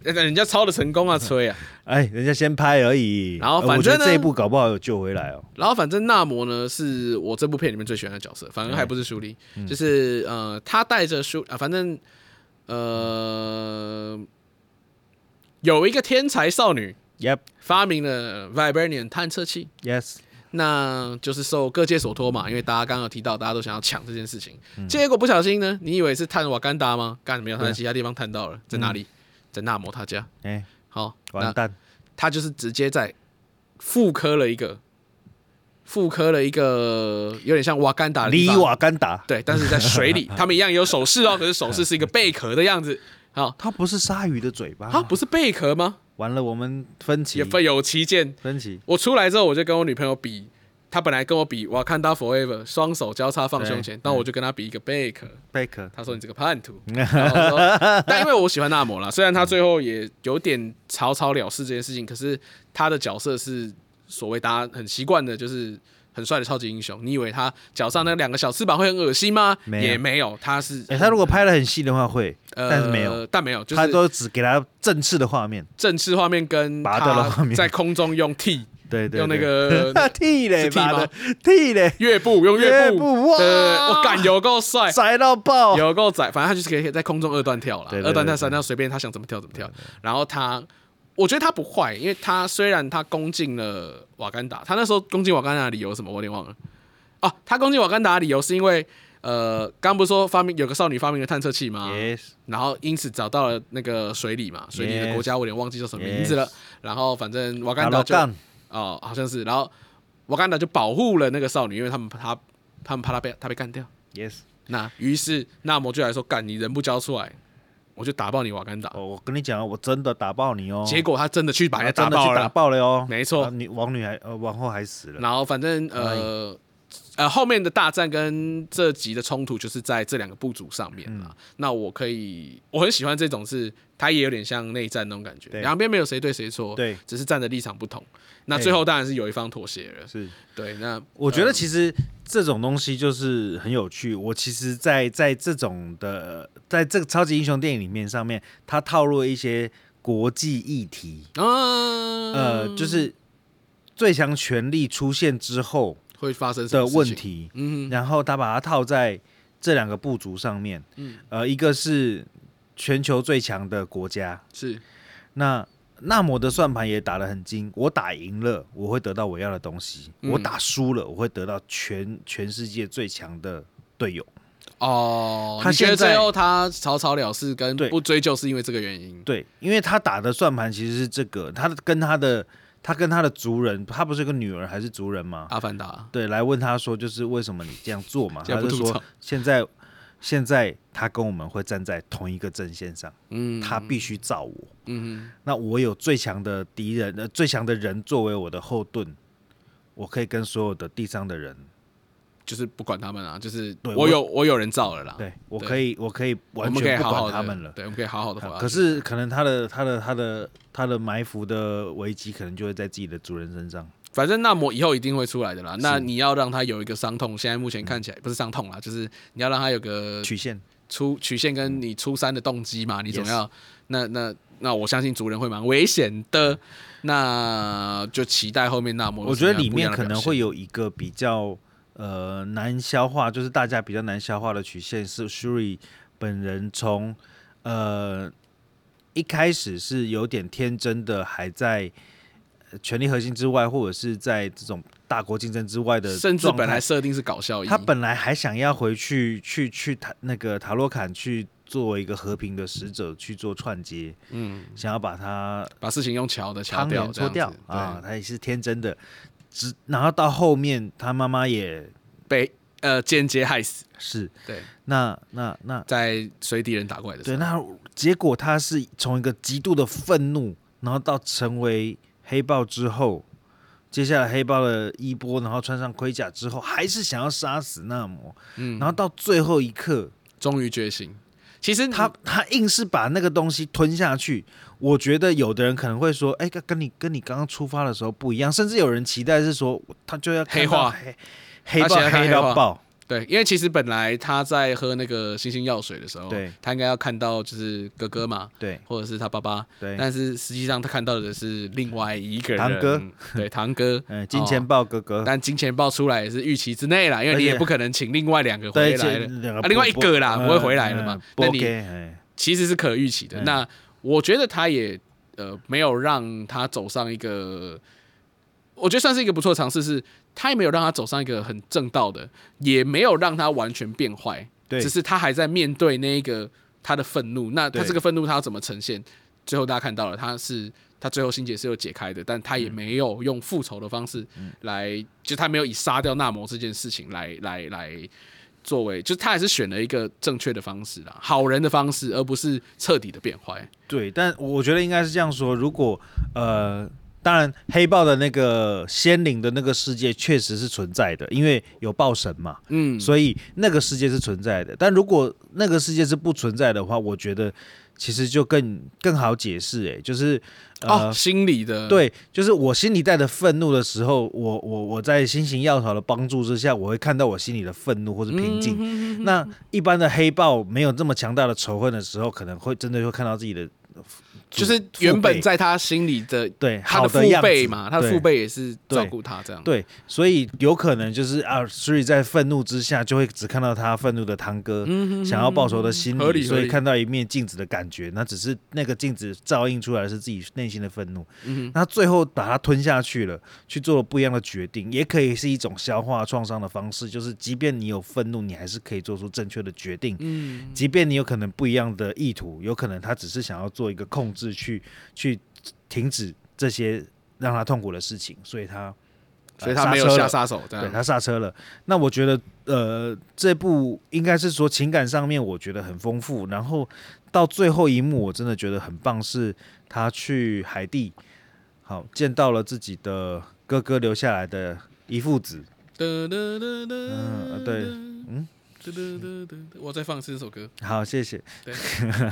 [SPEAKER 2] 人家抄的成功啊，吹啊！
[SPEAKER 1] 哎，人家先拍而已。
[SPEAKER 2] 然后
[SPEAKER 1] 呃
[SPEAKER 2] 反
[SPEAKER 1] 我觉
[SPEAKER 2] 正
[SPEAKER 1] 得
[SPEAKER 2] 呢
[SPEAKER 1] 这一部搞不好有救回来哦。
[SPEAKER 2] 然后反正纳摩呢，是我这部片里面最喜欢的角色，反而还不是舒丽，就是呃，他带着舒啊，反正呃，有一个天才少女
[SPEAKER 1] Yep,
[SPEAKER 2] 发明了 vibranium 探测器，
[SPEAKER 1] yes，
[SPEAKER 2] 那就是受各界所托嘛，因为大家刚刚有提到，大家都想要抢这件事情，结果不小心呢，你以为是探瓦干达吗？干没有，他在其他地方探到了，在哪里？在纳摩他家。
[SPEAKER 1] 哎，
[SPEAKER 2] 好，那
[SPEAKER 1] 完蛋，
[SPEAKER 2] 他就是直接在复刻了一个，复刻了一个有点像瓦干达的地
[SPEAKER 1] 里
[SPEAKER 2] 方
[SPEAKER 1] 瓦干达，
[SPEAKER 2] 对，但是在水里，他们一样有手势哦，可是手势是一个贝壳的样子。好，
[SPEAKER 1] 它不是鲨鱼的嘴巴
[SPEAKER 2] 啊，
[SPEAKER 1] 吗，
[SPEAKER 2] 不是贝壳吗？
[SPEAKER 1] 完了，我们分歧
[SPEAKER 2] 也，分有旗舰。
[SPEAKER 1] 分歧，
[SPEAKER 2] 我出来之后，我就跟我女朋友比，她本来跟我比瓦干达 forever，双手交叉放胸前
[SPEAKER 1] 对，
[SPEAKER 2] 但我就跟她比一个贝壳。
[SPEAKER 1] 贝壳，
[SPEAKER 2] 她说你这个叛徒。 然后我说但因为我喜欢纳摩啦，虽然他最后也有点草草了事这件事情，可是他的角色是所谓大家很习惯的，就是很帅的超级英雄。你以为他脚上那两个小翅膀会很恶心吗？
[SPEAKER 1] 没有
[SPEAKER 2] 也没有，他是
[SPEAKER 1] 哎，他如果拍的很细的话会，
[SPEAKER 2] 呃，
[SPEAKER 1] 但是没有，，
[SPEAKER 2] 但没有，就
[SPEAKER 1] 他
[SPEAKER 2] 是
[SPEAKER 1] 都只给他正式的画面，
[SPEAKER 2] 正式画面跟
[SPEAKER 1] 拔掉了画
[SPEAKER 2] 他
[SPEAKER 1] 面
[SPEAKER 2] 在空中用 T
[SPEAKER 1] 对对，
[SPEAKER 2] 用那
[SPEAKER 1] 对
[SPEAKER 2] 个呃
[SPEAKER 1] 剃嘞，
[SPEAKER 2] 是剃
[SPEAKER 1] 妈
[SPEAKER 2] 吗
[SPEAKER 1] 的，剃嘞，
[SPEAKER 2] 乐步 用乐
[SPEAKER 1] 乐
[SPEAKER 2] 步
[SPEAKER 1] 步，哇
[SPEAKER 2] 对对对我感有够帅，
[SPEAKER 1] 宅到爆，
[SPEAKER 2] 哎有够窄，反正他就是可以在空中二段跳啦，
[SPEAKER 1] 哦对对对
[SPEAKER 2] 二段跳、三段跳，随便他想怎么跳怎么跳。然后他，我觉得他不坏，因为他虽然他攻进了瓦干达，他那时候攻进瓦干达的理由是什么，我有点忘了。哦、他攻进瓦干达的理由是因为，呃，刚不是说发明有个少女发明了探测器吗？
[SPEAKER 1] Yes，
[SPEAKER 2] 然后因此找到了那个水里嘛，水里的
[SPEAKER 1] Yes
[SPEAKER 2] 国家我有点忘记叫什么名字了。
[SPEAKER 1] Yes
[SPEAKER 2] 然后反正瓦
[SPEAKER 1] 打
[SPEAKER 2] 干
[SPEAKER 1] 到
[SPEAKER 2] 达就
[SPEAKER 1] 杠，
[SPEAKER 2] 哦，好像是，然后瓦干达就保护了那个少女，因为他们怕他他们怕他被他被干掉。
[SPEAKER 1] Yes，
[SPEAKER 2] 那于是纳摩就来说：“干，你人不交出来，我就打爆你瓦干达。
[SPEAKER 1] 哦，我跟你讲，我真的打爆你哦！
[SPEAKER 2] 结果他真的去把人
[SPEAKER 1] 啊
[SPEAKER 2] 家
[SPEAKER 1] 真
[SPEAKER 2] 打
[SPEAKER 1] 的
[SPEAKER 2] 爆
[SPEAKER 1] 去打
[SPEAKER 2] 了。
[SPEAKER 1] 爆了哦，
[SPEAKER 2] 没错
[SPEAKER 1] 啊女王女还呃王后还死了，
[SPEAKER 2] 然后反正呃呃后面的大战跟这集的冲突就是在这两个部族上面啦。
[SPEAKER 1] 嗯
[SPEAKER 2] 那我可以，我很喜欢这种是，它也有点像内战那种感觉，
[SPEAKER 1] 对
[SPEAKER 2] 两边没有谁对谁错，
[SPEAKER 1] 对，
[SPEAKER 2] 只是站的立场不同。那
[SPEAKER 1] 对
[SPEAKER 2] 最后当然是有一方妥协了。
[SPEAKER 1] 是。
[SPEAKER 2] 对，那
[SPEAKER 1] 我觉得其实这种东西就是很有趣。我其实在，在这种的，在这个超级英雄电影里面上面，它套入了一些国际议题，
[SPEAKER 2] 嗯
[SPEAKER 1] 呃，就是最强权力出现之后
[SPEAKER 2] 会发生什
[SPEAKER 1] 的
[SPEAKER 2] 么
[SPEAKER 1] 问
[SPEAKER 2] 事情？
[SPEAKER 1] 题，
[SPEAKER 2] 嗯哼，
[SPEAKER 1] 然后他把它套在这两个部族上面。
[SPEAKER 2] 嗯，
[SPEAKER 1] 呃，一个是全球最强的国家，
[SPEAKER 2] 是
[SPEAKER 1] 那纳摩的算盘也打得很精，我打赢了，我会得到我要的东西；
[SPEAKER 2] 嗯
[SPEAKER 1] 我打输了，我会得到全全世界最强的队友。
[SPEAKER 2] 哦，
[SPEAKER 1] 他
[SPEAKER 2] 你觉得
[SPEAKER 1] 现在
[SPEAKER 2] 最后他草草了事跟
[SPEAKER 1] 对
[SPEAKER 2] 不追究是因为这个原因？
[SPEAKER 1] 对，因为他打的算盘其实是这个，他跟他的他跟他的族人，他不是个女儿还是族人吗？
[SPEAKER 2] 阿凡达
[SPEAKER 1] 对，来问他说，就是为什么你这样做 嘛？
[SPEAKER 2] 这
[SPEAKER 1] 他
[SPEAKER 2] 样不
[SPEAKER 1] 就
[SPEAKER 2] 吐槽
[SPEAKER 1] 说，现在现在他跟我们会站在同一个阵线上，
[SPEAKER 2] 嗯，
[SPEAKER 1] 他必须罩我。
[SPEAKER 2] 嗯
[SPEAKER 1] 那我有最强的敌人，呃，最强的人作为我的后盾，我可以跟所有的地上的人，
[SPEAKER 2] 哼，就是不管他们啊，就是
[SPEAKER 1] 对
[SPEAKER 2] 我
[SPEAKER 1] 我
[SPEAKER 2] 有我有人造了啦，
[SPEAKER 1] 对我
[SPEAKER 2] 对
[SPEAKER 1] 可以，我可以
[SPEAKER 2] 我
[SPEAKER 1] 完
[SPEAKER 2] 们可以
[SPEAKER 1] 全不
[SPEAKER 2] 好好
[SPEAKER 1] 管
[SPEAKER 2] 的
[SPEAKER 1] 他们了。啊
[SPEAKER 2] 对，我们可以好好的活下去。
[SPEAKER 1] 可是可能他的他的他的他的埋伏的危机，可能就会在自己的主人身上。
[SPEAKER 2] 反正纳摩以后一定会出来的啦。那你要让他有一个伤痛，现在目前看起来不是伤痛啦，就是你要让他有个
[SPEAKER 1] 曲线
[SPEAKER 2] 出曲线跟你出山的动机嘛，你总
[SPEAKER 1] 嗯 Yes
[SPEAKER 2] 要那那那我相信族人会蛮危险的，那就期待后面纳摩有
[SPEAKER 1] 我
[SPEAKER 2] 什
[SPEAKER 1] 觉
[SPEAKER 2] 么
[SPEAKER 1] 得
[SPEAKER 2] 样不一
[SPEAKER 1] 里面
[SPEAKER 2] 样的表现。
[SPEAKER 1] 可能会有一个比较呃难消化，就是大家比较难消化的曲线是 Shuri 本人从呃一开始是有点天真的，还在呃权力核心之外，或者是在这种大国竞争之外的
[SPEAKER 2] 甚至
[SPEAKER 1] 状
[SPEAKER 2] 本来
[SPEAKER 1] 态
[SPEAKER 2] 设定是搞笑一，
[SPEAKER 1] 他本来还想要回去去去塔那个塔洛坎去作为一个和平的使者去做串接，
[SPEAKER 2] 嗯
[SPEAKER 1] 想要把他
[SPEAKER 2] 把事情用桥的桥
[SPEAKER 1] 汤
[SPEAKER 2] 掉
[SPEAKER 1] 圆
[SPEAKER 2] 这样
[SPEAKER 1] 搓
[SPEAKER 2] 子
[SPEAKER 1] 掉啊，，他也是天真的。直然后到后面，他妈妈也
[SPEAKER 2] 对被呃间接害死，
[SPEAKER 1] 是
[SPEAKER 2] 对，
[SPEAKER 1] 那那那
[SPEAKER 2] 在随敌人打过来的时
[SPEAKER 1] 对，
[SPEAKER 2] 候，
[SPEAKER 1] 那结果他是从一个极度的愤怒，然后到成为黑豹之后，接下来黑豹的衣钵，然后穿上盔甲之后，还是想要杀死纳摩，
[SPEAKER 2] 嗯
[SPEAKER 1] 然后到最后一刻，
[SPEAKER 2] 终于觉醒。其实
[SPEAKER 1] 他他硬是把那个东西吞下去。我觉得有的人可能会说，哎，跟跟你跟你刚刚出发的时候不一样，甚至有人期待是说他就要看
[SPEAKER 2] 黑
[SPEAKER 1] 到
[SPEAKER 2] 化
[SPEAKER 1] 黑黑
[SPEAKER 2] 他
[SPEAKER 1] 豹
[SPEAKER 2] 想要看
[SPEAKER 1] 黑
[SPEAKER 2] 黑化
[SPEAKER 1] 到爆，
[SPEAKER 2] 对，因为其实本来他在喝那个星星药水的时候，
[SPEAKER 1] 对
[SPEAKER 2] 他应该要看到就是哥哥嘛，
[SPEAKER 1] 对
[SPEAKER 2] 或者是他爸爸，
[SPEAKER 1] 对，
[SPEAKER 2] 但是实际上他看到的是另外一个人，
[SPEAKER 1] 堂哥，
[SPEAKER 2] 对堂哥
[SPEAKER 1] ，嗯，金钱豹哥哥，
[SPEAKER 2] 哦但金钱豹出来也是预期之内啦，因为你
[SPEAKER 1] 而
[SPEAKER 2] 也
[SPEAKER 1] 且
[SPEAKER 2] 不可能请另外两个
[SPEAKER 1] 对，
[SPEAKER 2] 回来了，
[SPEAKER 1] 这嗯两个
[SPEAKER 2] 啊
[SPEAKER 1] 不
[SPEAKER 2] 另外一个啦不会回来了嘛
[SPEAKER 1] 不
[SPEAKER 2] 那
[SPEAKER 1] OK，
[SPEAKER 2] 你
[SPEAKER 1] 哎
[SPEAKER 2] 其实是可预期的。
[SPEAKER 1] 嗯
[SPEAKER 2] 那我觉得他也呃没有让他走上一个，我觉得算是一个不错的尝试，是他也没有让他走上一个很正道的，也没有让他完全变坏，
[SPEAKER 1] 对
[SPEAKER 2] 只，是他还在面对那一个他的愤怒。那他
[SPEAKER 1] 对
[SPEAKER 2] 这个愤怒他要怎么呈现？最后大家看到了，他是他最后心结是有解开的，但他也没有用复仇的方式
[SPEAKER 1] 嗯
[SPEAKER 2] 来，就他没有以杀掉纳摩这件事情来来来作为，就是他还是选了一个正确的方式啦，好人的方式，而不是彻底的变坏。
[SPEAKER 1] 对，但我觉得应该是这样说，如果呃。当然，黑豹的那个仙灵的那个世界确实是存在的，因为有豹神嘛，
[SPEAKER 2] 嗯，
[SPEAKER 1] 所以那个世界是存在的。但如果那个世界是不存在的话，我觉得其实就更更好解释、欸，就是呃、
[SPEAKER 2] 哦，心理的，
[SPEAKER 1] 对，就是我心里带着愤怒的时候，我我我在新型药草的帮助之下，我会看到我心里的愤怒或是平
[SPEAKER 2] 嗯
[SPEAKER 1] 静。那一般的黑豹没有这么强大的仇恨的时候，可能会真的会看到自己的祖，
[SPEAKER 2] 就是
[SPEAKER 1] 父
[SPEAKER 2] 原本
[SPEAKER 1] 辈
[SPEAKER 2] 在他心里的
[SPEAKER 1] 对
[SPEAKER 2] 他
[SPEAKER 1] 好
[SPEAKER 2] 父
[SPEAKER 1] 样
[SPEAKER 2] 辈
[SPEAKER 1] 子
[SPEAKER 2] 嘛，他的
[SPEAKER 1] 对
[SPEAKER 2] 父辈也是
[SPEAKER 1] 对
[SPEAKER 2] 照顾他这样。
[SPEAKER 1] 对，所以有可能就是啊，所以在愤怒之下，就会只看到他愤怒的堂哥，
[SPEAKER 2] 嗯
[SPEAKER 1] 想要报仇的心
[SPEAKER 2] 合理
[SPEAKER 1] 理，
[SPEAKER 2] 嗯合
[SPEAKER 1] 所以
[SPEAKER 2] 理
[SPEAKER 1] 看到一面镜子的感觉。那只是那个镜子照映出来的是自己内心的愤怒。
[SPEAKER 2] 嗯
[SPEAKER 1] 那最后把它吞下去了，去做了不一样的决定，也可以是一种消化创伤的方式。就是即便你有愤怒，你还是可以做出正确的决定。
[SPEAKER 2] 嗯，
[SPEAKER 1] 即便你有可能不一样的意图，有可能他只是想要做一个控制去，去停止这些让他痛苦的事情，所以他。呃
[SPEAKER 2] 所以他没有
[SPEAKER 1] 刹车
[SPEAKER 2] 下
[SPEAKER 1] 了
[SPEAKER 2] 杀手这
[SPEAKER 1] 对
[SPEAKER 2] 样。
[SPEAKER 1] 他刹车了。那我觉得，呃，这部应该是说情感上面我觉得很丰富，然后到最后一幕我真的觉得很棒，是他去海地，好见到了自己的哥哥留下来的一父子，
[SPEAKER 2] 嗯
[SPEAKER 1] 呃对
[SPEAKER 2] 嗯。我再放一次这首歌。
[SPEAKER 1] 好，谢谢。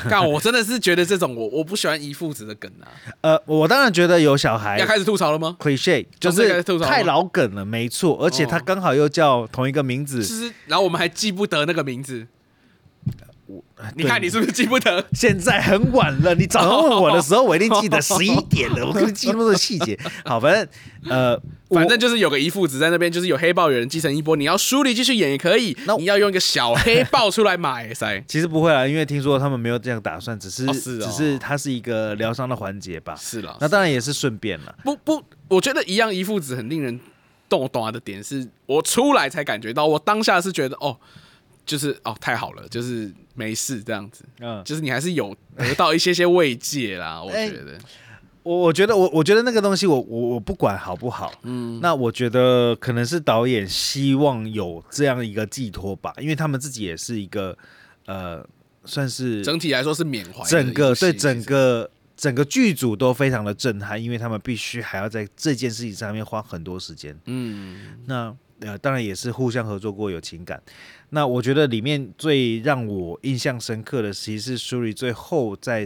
[SPEAKER 2] 干，我真的是觉得这种我我不喜欢一父子的梗啊。
[SPEAKER 1] 呃，我当然觉得有小孩
[SPEAKER 2] 要开始吐槽了吗？
[SPEAKER 1] cliche 就
[SPEAKER 2] 从这
[SPEAKER 1] 是
[SPEAKER 2] 个开始吐槽吗
[SPEAKER 1] 太老梗了，没错，而且他
[SPEAKER 2] 哦
[SPEAKER 1] 刚好又叫同一个名
[SPEAKER 2] 就
[SPEAKER 1] 字，
[SPEAKER 2] 是，然后我们还记不得那个名字，
[SPEAKER 1] 啊
[SPEAKER 2] 你看你是不是记不得？
[SPEAKER 1] 现在很晚了，你早上问我的时候，我一定 记得十一点了，我根本记不住细节。好，反正呃，我
[SPEAKER 2] 反正就是有个遗父子在那边，就是有黑豹有人继承衣钵，你要书里继续演也可以
[SPEAKER 1] 那，我。
[SPEAKER 2] 你要用一个小黑豹出来买塞
[SPEAKER 1] 其实不会啦，因为听说他们没有这样打算，只是,、
[SPEAKER 2] 哦是哦
[SPEAKER 1] 只是它是一个疗伤的环节吧。
[SPEAKER 2] 是了，
[SPEAKER 1] 那当然也是顺便了。
[SPEAKER 2] 不不，我觉得一样一父子很令人动动的点是，我出来才感觉到，我当下是觉得哦，就是哦太好了，就是没事这样子，
[SPEAKER 1] 嗯，
[SPEAKER 2] 就是你还是有得到一些些慰藉啦，我觉得。
[SPEAKER 1] 我我觉得我我觉得那个东西我，我我不管好不好，嗯，那我觉得可能是导演希望有这样一个寄托吧，因为他们自己也是一个呃，算是
[SPEAKER 2] 整体来说是缅怀的
[SPEAKER 1] 整个
[SPEAKER 2] 游戏
[SPEAKER 1] 对
[SPEAKER 2] 其实
[SPEAKER 1] 整个整个剧组都非常的震撼，因为他们必须还要在这件事情上面花很多时间。
[SPEAKER 2] 嗯，
[SPEAKER 1] 那呃，当然也是互相合作过，有情感。那我觉得里面最让我印象深刻的，其实是舒里最后在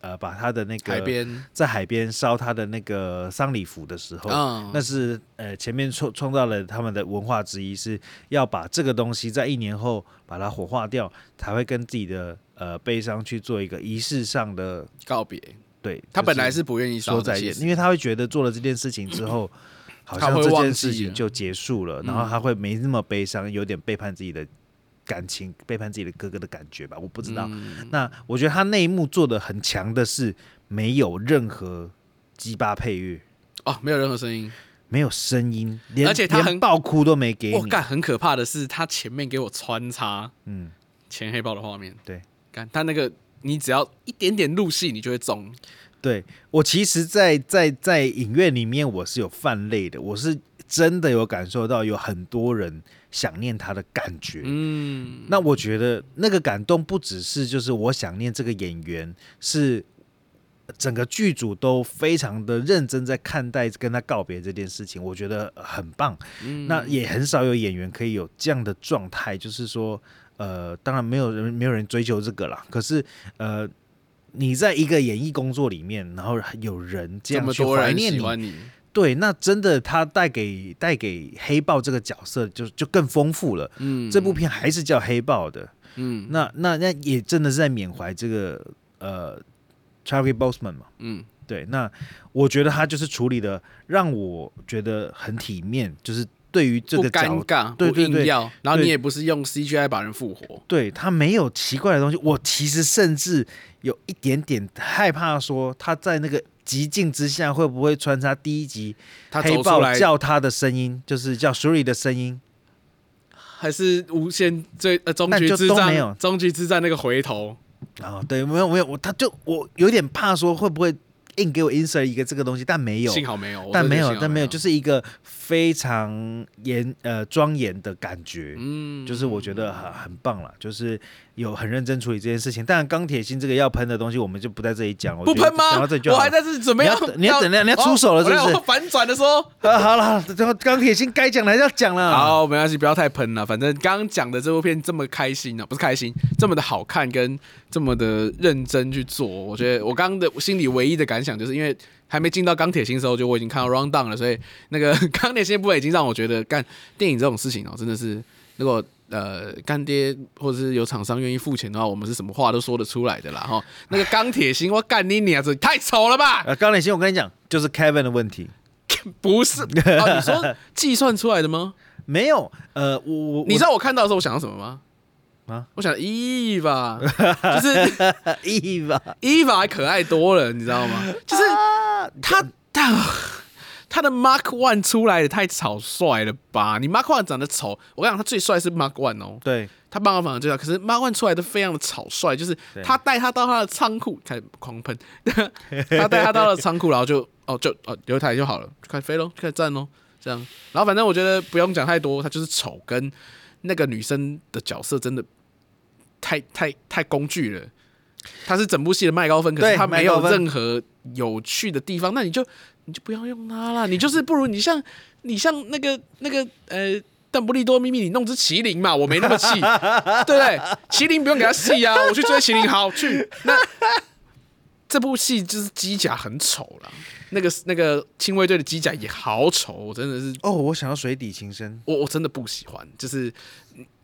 [SPEAKER 1] 呃把他的那个
[SPEAKER 2] 海边
[SPEAKER 1] 在海边烧他的那个丧礼服的时候，
[SPEAKER 2] 啊，
[SPEAKER 1] 那是呃前面创创造了他们的文化之一，是要把这个东西在一年后把它火化掉，才会跟自己的呃悲伤去做一个仪式上的
[SPEAKER 2] 告别。
[SPEAKER 1] 对。
[SPEAKER 2] 他本来
[SPEAKER 1] 就是
[SPEAKER 2] 不愿意烧
[SPEAKER 1] 说
[SPEAKER 2] 的
[SPEAKER 1] 再见
[SPEAKER 2] 其，实
[SPEAKER 1] 因为他会觉得做了这件事情之 后，好
[SPEAKER 2] 他
[SPEAKER 1] 像
[SPEAKER 2] 会
[SPEAKER 1] 这
[SPEAKER 2] 忘
[SPEAKER 1] 件
[SPEAKER 2] 记
[SPEAKER 1] 事情
[SPEAKER 2] 了嗯
[SPEAKER 1] 就结束了，然后他会没那么悲伤，有点背叛自己的感情，背叛自己的哥哥的感觉吧，我不知
[SPEAKER 2] 嗯
[SPEAKER 1] 道。那我觉得他那一幕做的很强的是没有任何鸡巴配乐，
[SPEAKER 2] 哦，没有任何声音。
[SPEAKER 1] 没有声音，连
[SPEAKER 2] 而且他
[SPEAKER 1] 连
[SPEAKER 2] 很
[SPEAKER 1] 爆哭都没给
[SPEAKER 2] 我
[SPEAKER 1] 你。
[SPEAKER 2] 干，很可怕的是，他前面给我穿插
[SPEAKER 1] 嗯，
[SPEAKER 2] 前黑豹的画面。
[SPEAKER 1] 对，
[SPEAKER 2] 干他那个，你只要一点点入戏，你就会中。
[SPEAKER 1] 对我其实在，在在影院里面我是有泛泪的，我是真的有感受到有很多人想念他的感觉。
[SPEAKER 2] 嗯，
[SPEAKER 1] 那我觉得那个感动不只是就是我想念这个演员，是整个剧组都非常的认真在看待跟他告别这件事情，我觉得很棒。
[SPEAKER 2] 嗯
[SPEAKER 1] 那也很少有演员可以有这样的状态，就是说，呃，当然没有人没有人追求这个啦，可是呃。你在一个演艺工作里面，然后有人这
[SPEAKER 2] 这
[SPEAKER 1] 样
[SPEAKER 2] 么
[SPEAKER 1] 去
[SPEAKER 2] 多
[SPEAKER 1] 怀
[SPEAKER 2] 人
[SPEAKER 1] 念
[SPEAKER 2] 喜
[SPEAKER 1] 你，
[SPEAKER 2] 欢你，
[SPEAKER 1] 对，那真的他带给带给黑豹这个角色就就更丰富了。
[SPEAKER 2] 嗯，
[SPEAKER 1] 这部片还是叫黑豹的，
[SPEAKER 2] 嗯
[SPEAKER 1] 那那那也真的是在缅怀这个呃 Charlie Boseman 嘛。
[SPEAKER 2] 嗯
[SPEAKER 1] 对，那我觉得他就是处理的让我觉得很体面，就是对于这
[SPEAKER 2] 不
[SPEAKER 1] 个
[SPEAKER 2] 尴
[SPEAKER 1] 角，
[SPEAKER 2] 尬，
[SPEAKER 1] 对
[SPEAKER 2] 不
[SPEAKER 1] 对对
[SPEAKER 2] 硬要，然后
[SPEAKER 1] 对
[SPEAKER 2] 你也不是用 CGI 把人复活。
[SPEAKER 1] 对他没有奇怪的东西。我其实甚至有一点点害怕，说他在那个极境之下会不会穿插第一集
[SPEAKER 2] 他
[SPEAKER 1] 黑
[SPEAKER 2] 走出
[SPEAKER 1] 豹
[SPEAKER 2] 来
[SPEAKER 1] 叫他的声音，就是叫 Shuri 的声音。
[SPEAKER 2] 还是无限最呃终
[SPEAKER 1] 但
[SPEAKER 2] 局
[SPEAKER 1] 就
[SPEAKER 2] 之
[SPEAKER 1] 都没有
[SPEAKER 2] 战，终局之战那个回头，
[SPEAKER 1] 啊、对，没有没有，我他就我有点怕说会不会硬给我 insert 一个这个东西，但没有，
[SPEAKER 2] 幸好没有，我
[SPEAKER 1] 但
[SPEAKER 2] 真的
[SPEAKER 1] 没
[SPEAKER 2] 觉得
[SPEAKER 1] 有
[SPEAKER 2] 幸，好
[SPEAKER 1] 但没
[SPEAKER 2] 没
[SPEAKER 1] 有，就是一个非常严呃庄严的感觉，
[SPEAKER 2] 嗯
[SPEAKER 1] 就是我觉得很很棒了，就是有很认真处理这件事情。当然，钢铁心这个要喷的东西，我们就不在这里讲，我
[SPEAKER 2] 不
[SPEAKER 1] 觉得
[SPEAKER 2] 喷吗？
[SPEAKER 1] 讲到这里就
[SPEAKER 2] 我
[SPEAKER 1] 好
[SPEAKER 2] 还
[SPEAKER 1] 了。
[SPEAKER 2] 在这准备
[SPEAKER 1] 你要你要等一下你要出手了是不是
[SPEAKER 2] 哦我要反转的时候，
[SPEAKER 1] 啊，好了，好了然后钢铁心该讲的还是要讲了。，
[SPEAKER 2] 好，没关系，不要太喷了。反正刚刚讲的这部片这么开心啊呢、不是开心，这么的好看跟这么的认真去做，我觉得我刚刚的心里唯一的感想就是因为还没进到钢铁心的时候，就我已经看到 round down 了，所以那个钢铁心的部分已经让我觉得干电影这种事情哦、真的是如果。呃，干爹或者是有厂商愿意付钱的话，我们是什么话都说得出来的啦哈。那个钢铁心，我干你娘子，太丑了 吧！
[SPEAKER 1] 呃，钢铁心，我跟你讲，就是 Kevin 的问题，
[SPEAKER 2] 不是啊，你说计算出来的吗？
[SPEAKER 1] 没有，呃，我我
[SPEAKER 2] 你知道我看到的时候我想到什么吗？
[SPEAKER 1] 啊
[SPEAKER 2] 啊，我想 Eva，就是
[SPEAKER 1] 道 e v
[SPEAKER 2] Eva 还可爱多了，你知道吗？就是他他他的 Mark One 出来的太草率了吧？你 Mark One 长得丑，我跟你讲，他最帅是 Mark One 哦，
[SPEAKER 1] 对，
[SPEAKER 2] 他棒棒棒的最帅。可是 Mark One 出来的非常的草率，就是
[SPEAKER 1] 对
[SPEAKER 2] 他带他到他的仓库开始狂喷， 他带他到了仓库，然后就哦就哦留台就好了，就开始飞喽，就开始站喽，这样。然后反正我觉得不用讲太多，他就是丑跟那个女生的角色真的太太太工具了。他是整部戏的麦高芬，可
[SPEAKER 1] 对
[SPEAKER 2] 是他没
[SPEAKER 1] 麦
[SPEAKER 2] 有
[SPEAKER 1] 高芬
[SPEAKER 2] 任何有趣的地方，那你就你就不要用他啦，你就是不如你像你像那个那个呃。邓布利多秘密，你弄只麒麟嘛，我没那么气，对不对？麒麟不用给他戏啊，我去追麒麟，好去。那这部戏就是机甲很丑啦，那个那个亲卫队的机甲也好丑，我真的是
[SPEAKER 1] 哦，我想要水底情深，
[SPEAKER 2] 我我真的不喜欢，就是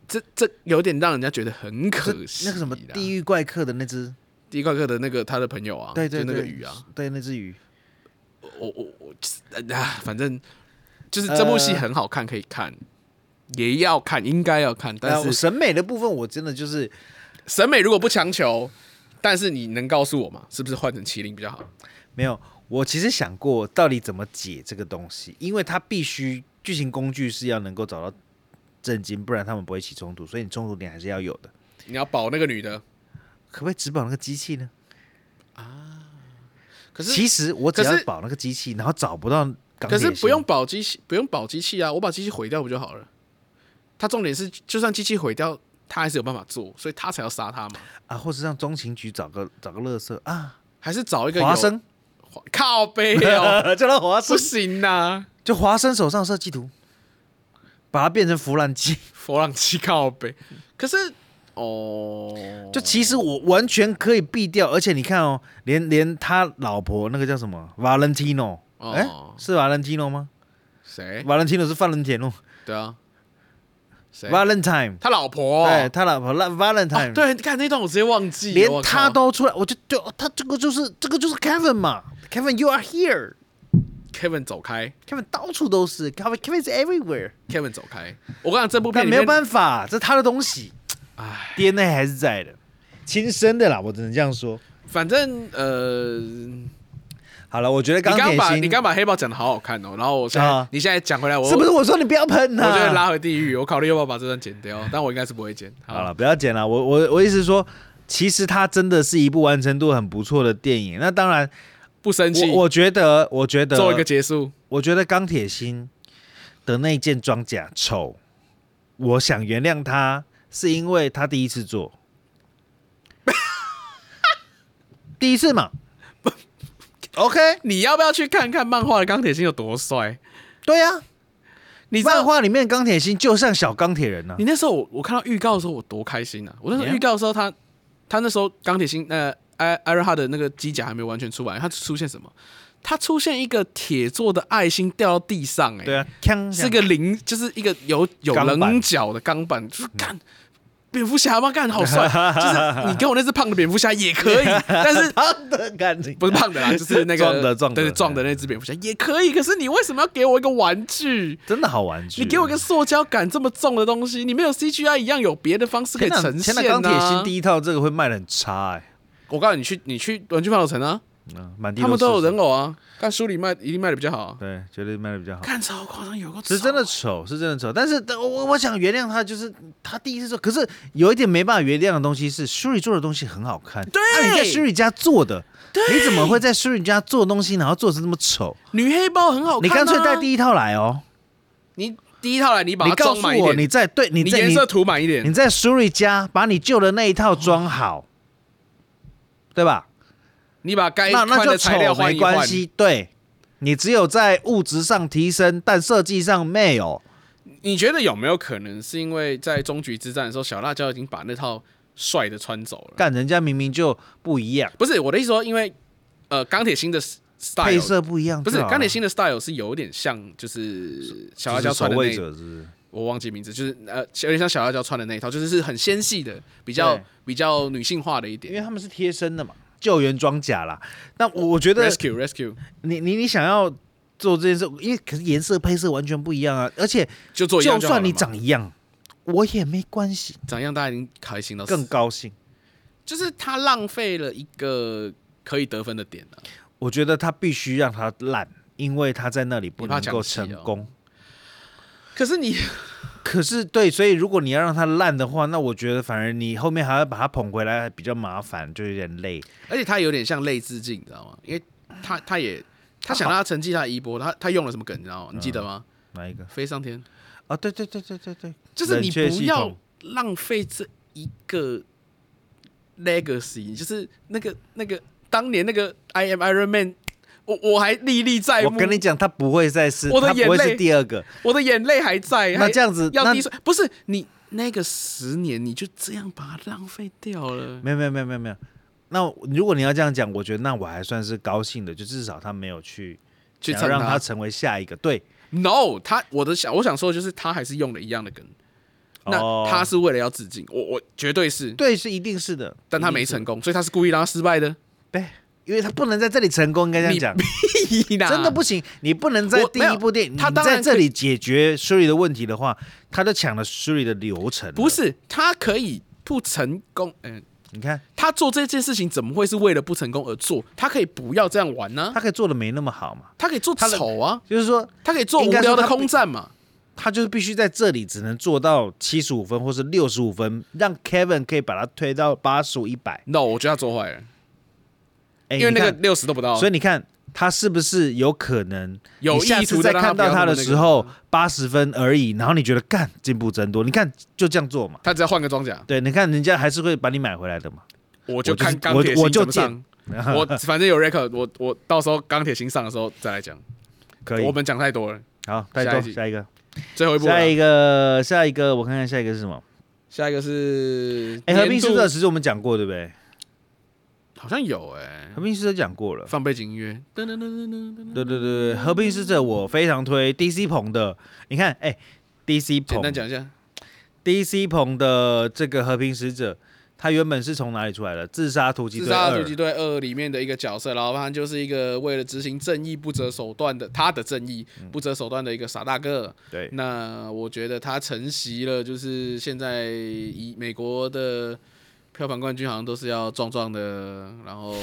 [SPEAKER 2] 这这有点让人家觉得很可
[SPEAKER 1] 可
[SPEAKER 2] 惜
[SPEAKER 1] 那
[SPEAKER 2] 啦。
[SPEAKER 1] 个什么地狱怪客的那只，
[SPEAKER 2] 第一怪客的那个他的朋友啊，
[SPEAKER 1] 对对
[SPEAKER 2] 就
[SPEAKER 1] 对，
[SPEAKER 2] 那个鱼啊，，
[SPEAKER 1] 对那只鱼，
[SPEAKER 2] 我我我就是啊，反正就是这部戏
[SPEAKER 1] 呃
[SPEAKER 2] 很好看，可以看，也要看，应该要看，但
[SPEAKER 1] 但
[SPEAKER 2] 是
[SPEAKER 1] 是审美的部分我真的就是
[SPEAKER 2] 审美如果不强求，但是你能告诉我吗？是不是换成麒麟比较好？
[SPEAKER 1] 没有，我其实想过到底怎么解这个东西，因为它必须剧情工具是要能够找到震惊，不然他们不会起冲突，所以你冲突点还是要有的。
[SPEAKER 2] 你要保那个女的，
[SPEAKER 1] 可不可以只保那个机器呢？
[SPEAKER 2] 可是
[SPEAKER 1] 其实我只要
[SPEAKER 2] 可是
[SPEAKER 1] 保那个机器，然后找不到钢
[SPEAKER 2] 可
[SPEAKER 1] 铁
[SPEAKER 2] 是
[SPEAKER 1] 心
[SPEAKER 2] 不用保机器，不用保机器啊，我把机器毁掉不就好了？他重点是，就算机器毁掉，他还是有办法做，所以他才要杀他嘛。
[SPEAKER 1] 啊，或是让中情局找个找个乐色啊，
[SPEAKER 2] 还是找一个有
[SPEAKER 1] 华生，
[SPEAKER 2] 靠背哦，
[SPEAKER 1] 就让华生，
[SPEAKER 2] 不行啊呐、
[SPEAKER 1] 就华生手上设计图，把它变成弗兰基。
[SPEAKER 2] 佛朗机靠背。可是哦，
[SPEAKER 1] 就其实我完全可以避掉，而且你看哦，连连他老婆那个叫什么 Valentino，
[SPEAKER 2] 哦
[SPEAKER 1] 哎、是 Valentino 吗、
[SPEAKER 2] 谁
[SPEAKER 1] v a l e n t i n o 是范伦田哦
[SPEAKER 2] 对啊，谁？
[SPEAKER 1] ，Valentine，、
[SPEAKER 2] 他老婆、哦、
[SPEAKER 1] 对他老婆那 Valentine，、
[SPEAKER 2] 哦，对，你看那段我直接忘记，
[SPEAKER 1] 连
[SPEAKER 2] 我靠
[SPEAKER 1] 他都出来，我就就他这个就是这个就是 Kevin 嘛，Kevin you are here，Kevin
[SPEAKER 2] Kevin 走开
[SPEAKER 1] 到处都是，Kevin Kevin is everywhere，
[SPEAKER 2] ，Kevin 走开。我跟你讲，这部片
[SPEAKER 1] 但
[SPEAKER 2] 里
[SPEAKER 1] 没
[SPEAKER 2] 面
[SPEAKER 1] 有办法，这是他的东西
[SPEAKER 2] 唉，
[SPEAKER 1] ，DNA 还是在的，亲生的啦，我只能这样说。
[SPEAKER 2] 反正呃，你
[SPEAKER 1] 好了，我觉得钢
[SPEAKER 2] 刚
[SPEAKER 1] 铁
[SPEAKER 2] 刚把
[SPEAKER 1] 心，
[SPEAKER 2] 你刚把黑豹讲的好好看哦，然后我现在、
[SPEAKER 1] 啊
[SPEAKER 2] 你现在讲回来，我
[SPEAKER 1] 是不啊是我说你不要喷
[SPEAKER 2] 我
[SPEAKER 1] 呐、
[SPEAKER 2] 就会拉回地狱，我考虑要不要把这段剪掉，但我应该是不会剪。
[SPEAKER 1] 好了，，不要剪了。我我我意思是说，其实它真的是一部完成度很不错的电影。那当然，
[SPEAKER 2] 不生气
[SPEAKER 1] 我，我觉得，我觉得，
[SPEAKER 2] 做一个结束。
[SPEAKER 1] 我觉得钢铁心的那件装甲丑，我想原谅他，是因为他第一次做， 第一次嘛。OK，
[SPEAKER 2] 你要不要去看看漫画的钢铁心有多帅？
[SPEAKER 1] 对呀、啊，
[SPEAKER 2] 你知
[SPEAKER 1] 漫
[SPEAKER 2] 道，
[SPEAKER 1] 画里面钢铁心就像小钢铁人呢、啊
[SPEAKER 2] 你那时候我我看到预告的时候我多开心啊！我那时候
[SPEAKER 1] Yeah
[SPEAKER 2] 预告的时候他，他那时候钢铁心呃艾艾瑞哈的那个机甲还没有完全出来，他出现什么？他出现一个铁做的爱心掉到地上、欸，
[SPEAKER 1] 对啊，锵
[SPEAKER 2] 是个零，就是一个有有
[SPEAKER 1] 钢板嗯
[SPEAKER 2] 棱角的钢板，就是干蝙蝠侠吗？干 好帅，就是你跟我那只胖的蝙蝠侠也可以，但是
[SPEAKER 1] 胖的感觉，
[SPEAKER 2] 不是胖的啦，就是那个
[SPEAKER 1] 壮的壮的
[SPEAKER 2] 对壮的那只蝙蝠侠也可以。可是你为什么要给我一个玩具？
[SPEAKER 1] 真的好玩具。
[SPEAKER 2] 你给我一个塑胶感这么重的东西，你没有 CGI 一样有别的方式可以
[SPEAKER 1] 天哪
[SPEAKER 2] 呈现啊
[SPEAKER 1] 天哪，钢铁心
[SPEAKER 2] 一，
[SPEAKER 1] 第一套这个会卖的很差哎、
[SPEAKER 2] 我告诉你，你去你去玩具反斗城啊，
[SPEAKER 1] 嗯，满地
[SPEAKER 2] 他们都有
[SPEAKER 1] 是
[SPEAKER 2] 人偶啊，看书里卖一定卖的比较好啊，
[SPEAKER 1] 对，绝对卖的比较好。
[SPEAKER 2] 看超夸张，有个
[SPEAKER 1] 是真的丑，是真的丑，但是但我我我想原谅他，就是他第一次做，可是有一点没办法原谅的东西是 Shuri 做的东西很好看，
[SPEAKER 2] 对
[SPEAKER 1] 啊、你在 Shuri 家做的，你怎么会在 Shuri 家做东西，然后做成这么丑？
[SPEAKER 2] 女黑豹很好
[SPEAKER 1] 你
[SPEAKER 2] 看啊，
[SPEAKER 1] 干脆带第一套来哦，
[SPEAKER 2] 你第一套来，你把
[SPEAKER 1] 你
[SPEAKER 2] 它
[SPEAKER 1] 告
[SPEAKER 2] 装
[SPEAKER 1] 诉
[SPEAKER 2] 满一
[SPEAKER 1] 我
[SPEAKER 2] 点，
[SPEAKER 1] 你在对你
[SPEAKER 2] 你
[SPEAKER 1] 在
[SPEAKER 2] 颜
[SPEAKER 1] 你
[SPEAKER 2] 色涂满一点
[SPEAKER 1] 你，在 Shuri 家把你旧的那一套装好，对吧？
[SPEAKER 2] 你把该
[SPEAKER 1] 那那
[SPEAKER 2] 换
[SPEAKER 1] 就
[SPEAKER 2] 的
[SPEAKER 1] 丑
[SPEAKER 2] 材料换
[SPEAKER 1] 没
[SPEAKER 2] 一换
[SPEAKER 1] 关。系，对你只有在物质上提升，但设计上没有。
[SPEAKER 2] 你觉得有没有可能是因为在终局之战的时候，小辣椒已经把那套帅的穿走了？
[SPEAKER 1] 干人家明明就不一样，
[SPEAKER 2] 不是我的意思说，因为呃，钢铁心的 s-
[SPEAKER 1] 配
[SPEAKER 2] style
[SPEAKER 1] 色不一样
[SPEAKER 2] 不
[SPEAKER 1] 就是好了，
[SPEAKER 2] 钢铁心的 style 是有点像，就是小辣椒
[SPEAKER 1] 就是守
[SPEAKER 2] 穿的那
[SPEAKER 1] 卫
[SPEAKER 2] 一，
[SPEAKER 1] 者是不是？
[SPEAKER 2] 我忘记名字，就是呃，有点像小辣椒穿的那一套，就是是很纤细的，比较
[SPEAKER 1] 对
[SPEAKER 2] 比较女性化的一
[SPEAKER 1] 因
[SPEAKER 2] 点。
[SPEAKER 1] 为他们是贴身的嘛，救援装甲啦。那我我觉得
[SPEAKER 2] Rescue Rescue
[SPEAKER 1] 你你你想要做这件事，因为可是颜色配色完全不一样啊，而且
[SPEAKER 2] 就做一样
[SPEAKER 1] 就
[SPEAKER 2] 好了
[SPEAKER 1] 算
[SPEAKER 2] 嘛
[SPEAKER 1] 你长一样，我也没关系，
[SPEAKER 2] 长一样，大家已经开心到死
[SPEAKER 1] 更高兴。
[SPEAKER 2] 就是他浪费了一个可以得分的点啊了、
[SPEAKER 1] 我觉得他必须让他烂，因为他在那里不
[SPEAKER 2] 你怕
[SPEAKER 1] 能
[SPEAKER 2] 抢
[SPEAKER 1] 够
[SPEAKER 2] 戏
[SPEAKER 1] 成
[SPEAKER 2] 哦
[SPEAKER 1] 功。
[SPEAKER 2] 可是你
[SPEAKER 1] 可是对，所以如果你要让它烂的话，那我觉得反而你后面还要把它捧回来比较麻烦，就有点累。
[SPEAKER 2] 而且他有点像类致敬，你知道吗？因为他他也他想让他成绩他的衣钵，他他用了什么梗，你知道吗？你记得吗？
[SPEAKER 1] 哪一个
[SPEAKER 2] 飞上天，
[SPEAKER 1] 啊？对对对对对对，
[SPEAKER 2] 就是你
[SPEAKER 1] 嗯冷却
[SPEAKER 2] 不
[SPEAKER 1] 系
[SPEAKER 2] 要
[SPEAKER 1] 统
[SPEAKER 2] 浪费这一个 legacy，就是那个那个当年那个 I am Iron Man，我我还历历在
[SPEAKER 1] 我
[SPEAKER 2] 目，
[SPEAKER 1] 跟你讲，它不会再是，
[SPEAKER 2] 我的
[SPEAKER 1] 它不会
[SPEAKER 2] 眼
[SPEAKER 1] 是
[SPEAKER 2] 泪
[SPEAKER 1] 第二个。
[SPEAKER 2] 我的眼泪还在。
[SPEAKER 1] 那
[SPEAKER 2] 还
[SPEAKER 1] 这样子，
[SPEAKER 2] 要
[SPEAKER 1] 那
[SPEAKER 2] 滴水，不是你那个十年，你就这样把它浪费掉了。
[SPEAKER 1] 没有没有没有没有没有。那如果你要这样讲，我觉得那我还算是高兴的，就至少他没有去
[SPEAKER 2] 去
[SPEAKER 1] 想
[SPEAKER 2] 蹭
[SPEAKER 1] 让
[SPEAKER 2] 它
[SPEAKER 1] 他成为下一个。对
[SPEAKER 2] No，他我的想我想说的就是他还是用了一样的梗，那
[SPEAKER 1] 哦
[SPEAKER 2] 他是为了要致敬，我我绝对是，
[SPEAKER 1] 对，是一定是的，
[SPEAKER 2] 但他
[SPEAKER 1] 一定
[SPEAKER 2] 没
[SPEAKER 1] 是
[SPEAKER 2] 成功，所以他是故意让他失败的。
[SPEAKER 1] 对，因为他不能在这里成功，应该这样
[SPEAKER 2] 你
[SPEAKER 1] 讲。
[SPEAKER 2] 屁啦
[SPEAKER 1] 真的不行，你不能在
[SPEAKER 2] 啊我
[SPEAKER 1] 第
[SPEAKER 2] 没
[SPEAKER 1] 一
[SPEAKER 2] 有
[SPEAKER 1] 部电影，
[SPEAKER 2] 他
[SPEAKER 1] 你
[SPEAKER 2] 当
[SPEAKER 1] 在
[SPEAKER 2] 然
[SPEAKER 1] 这
[SPEAKER 2] 可以
[SPEAKER 1] 里解决 Shuri 的问题的话，他就抢了 Shuri 的流程。
[SPEAKER 2] 不，是，他可以不成功，嗯、
[SPEAKER 1] 你看
[SPEAKER 2] 他做这件事情怎么会是为了不成功而做？他可以不要这样玩呢、
[SPEAKER 1] 他可以做的没那么好嘛，
[SPEAKER 2] 他可以做
[SPEAKER 1] 他的
[SPEAKER 2] 丑啊，
[SPEAKER 1] 就是说
[SPEAKER 2] 他可以做
[SPEAKER 1] 应
[SPEAKER 2] 无
[SPEAKER 1] 该说
[SPEAKER 2] 聊的
[SPEAKER 1] 他
[SPEAKER 2] 空
[SPEAKER 1] 必
[SPEAKER 2] 战嘛。
[SPEAKER 1] 他就是必须在这里只能做到七十五分或是六十五分，让 Kevin 可以把他推到八十五、一百。
[SPEAKER 2] No，我觉得他做坏了，
[SPEAKER 1] 哎，
[SPEAKER 2] 因为
[SPEAKER 1] 你
[SPEAKER 2] 那个
[SPEAKER 1] 看，
[SPEAKER 2] 六十都不到，啊
[SPEAKER 1] 所以你看他是不是有可能
[SPEAKER 2] 有
[SPEAKER 1] 你下
[SPEAKER 2] 意
[SPEAKER 1] 次
[SPEAKER 2] 图
[SPEAKER 1] 再
[SPEAKER 2] 的让
[SPEAKER 1] 看到
[SPEAKER 2] 他不要
[SPEAKER 1] 他
[SPEAKER 2] 那么
[SPEAKER 1] 的
[SPEAKER 2] 那
[SPEAKER 1] 时
[SPEAKER 2] 个嗯
[SPEAKER 1] 候，八十分而已，然后你觉得干进步真多，你看就这样做嘛。
[SPEAKER 2] 他只要换个装甲，
[SPEAKER 1] 对，你看人家还是会把你买回来的嘛。
[SPEAKER 2] 我就
[SPEAKER 1] 我就是
[SPEAKER 2] 看钢铁
[SPEAKER 1] 我
[SPEAKER 2] 心
[SPEAKER 1] 我就
[SPEAKER 2] 怎么上。我反正有 record，我我到时候钢铁心上的时候再来讲。
[SPEAKER 1] 可以
[SPEAKER 2] 我，们讲太多了，
[SPEAKER 1] 好，太
[SPEAKER 2] 下
[SPEAKER 1] 多
[SPEAKER 2] 一集
[SPEAKER 1] 下一个。
[SPEAKER 2] 最后一步了。
[SPEAKER 1] 下一个，下一个，我看看下一个是什么？
[SPEAKER 2] 下一个是
[SPEAKER 1] 哎、和平
[SPEAKER 2] 年
[SPEAKER 1] 使
[SPEAKER 2] 度
[SPEAKER 1] 者其实我们讲过，对不对？
[SPEAKER 2] 好像有哎
[SPEAKER 1] 和，平使者讲过了。
[SPEAKER 2] 放背景音乐，噔噔噔噔噔噔噔。
[SPEAKER 1] 对对对对，和平使者我非常推 DC 棚的。你看，哎、d c
[SPEAKER 2] 简
[SPEAKER 1] 棚
[SPEAKER 2] 单讲一下，
[SPEAKER 1] ，DC 棚的这个和平使者，他原本是从哪里出来的？自杀突击
[SPEAKER 2] 自
[SPEAKER 1] 队
[SPEAKER 2] 杀
[SPEAKER 1] 二
[SPEAKER 2] 突击队二里面的一个角色，然后他就是一个为了执行正义不择手段的他的正义不择手段的一个傻大个。
[SPEAKER 1] 对，
[SPEAKER 2] 那我觉得他承袭了，就是现在以美国的票房冠军好像都是要壮壮的，然后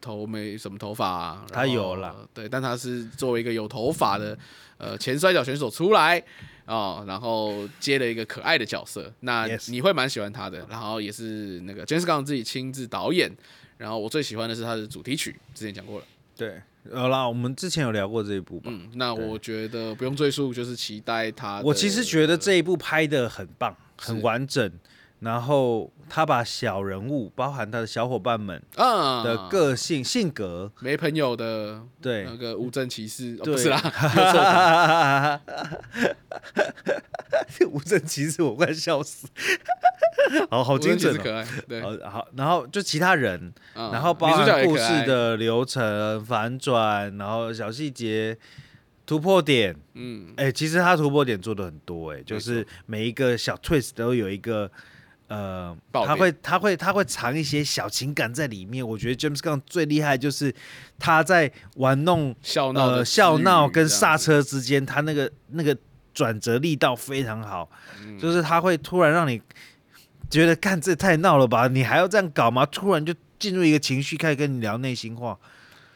[SPEAKER 2] 头没什么头发、啊然后
[SPEAKER 1] 他有啦，
[SPEAKER 2] 对，但他是作为一个有头发的呃前摔跤选手出来。哦，然后接了一个可爱的角色，那
[SPEAKER 1] Yes
[SPEAKER 2] 你会蛮喜欢他的。然后也是那个 James Gunn 自己亲自导演。然后我最喜欢的是他的主题曲，之前讲过了。
[SPEAKER 1] 对，好啦，我们之前有聊过这一部吧。
[SPEAKER 2] 嗯，那我觉得不用赘述，就是期待他的。
[SPEAKER 1] 我其实觉得这一部拍的很棒，很
[SPEAKER 2] 是
[SPEAKER 1] 完整。然后他把小人物，包含他的小伙伴们
[SPEAKER 2] 啊
[SPEAKER 1] 的个性、性格，
[SPEAKER 2] 没朋友的
[SPEAKER 1] 对，
[SPEAKER 2] 那个无证骑士，哦
[SPEAKER 1] 对
[SPEAKER 2] 不是啦，有错
[SPEAKER 1] 哈， 无证骑士，我快笑死。好好
[SPEAKER 2] 无证
[SPEAKER 1] 精
[SPEAKER 2] 骑
[SPEAKER 1] 准、
[SPEAKER 2] 士可爱，对，
[SPEAKER 1] 哦！好好，然后就其他人，
[SPEAKER 2] 嗯
[SPEAKER 1] 然后包
[SPEAKER 2] 女主角
[SPEAKER 1] 含
[SPEAKER 2] 也
[SPEAKER 1] 故
[SPEAKER 2] 可
[SPEAKER 1] 事
[SPEAKER 2] 爱，
[SPEAKER 1] 的流程、反转，然后小细节、突破点。
[SPEAKER 2] 嗯，
[SPEAKER 1] 哎、其实他突破点做的很多、哎，就
[SPEAKER 2] 没
[SPEAKER 1] 是每一个小 twist 都有一个。呃，
[SPEAKER 2] 爆
[SPEAKER 1] 他
[SPEAKER 2] 点
[SPEAKER 1] 会，他会，他会藏一些小情感在里面。我觉得 James Gunn 最厉害就是他在玩弄
[SPEAKER 2] 笑哦闹
[SPEAKER 1] 呃
[SPEAKER 2] 的
[SPEAKER 1] 笑
[SPEAKER 2] 之
[SPEAKER 1] 闹
[SPEAKER 2] 余
[SPEAKER 1] 跟
[SPEAKER 2] 这样
[SPEAKER 1] 刹
[SPEAKER 2] 子，
[SPEAKER 1] 车之间，他那个那个转折力道非常好，
[SPEAKER 2] 嗯
[SPEAKER 1] 就是他会突然让你觉得，干这太闹了吧，你还要这样搞吗？突然就进入一个情绪，开始跟你聊内心话，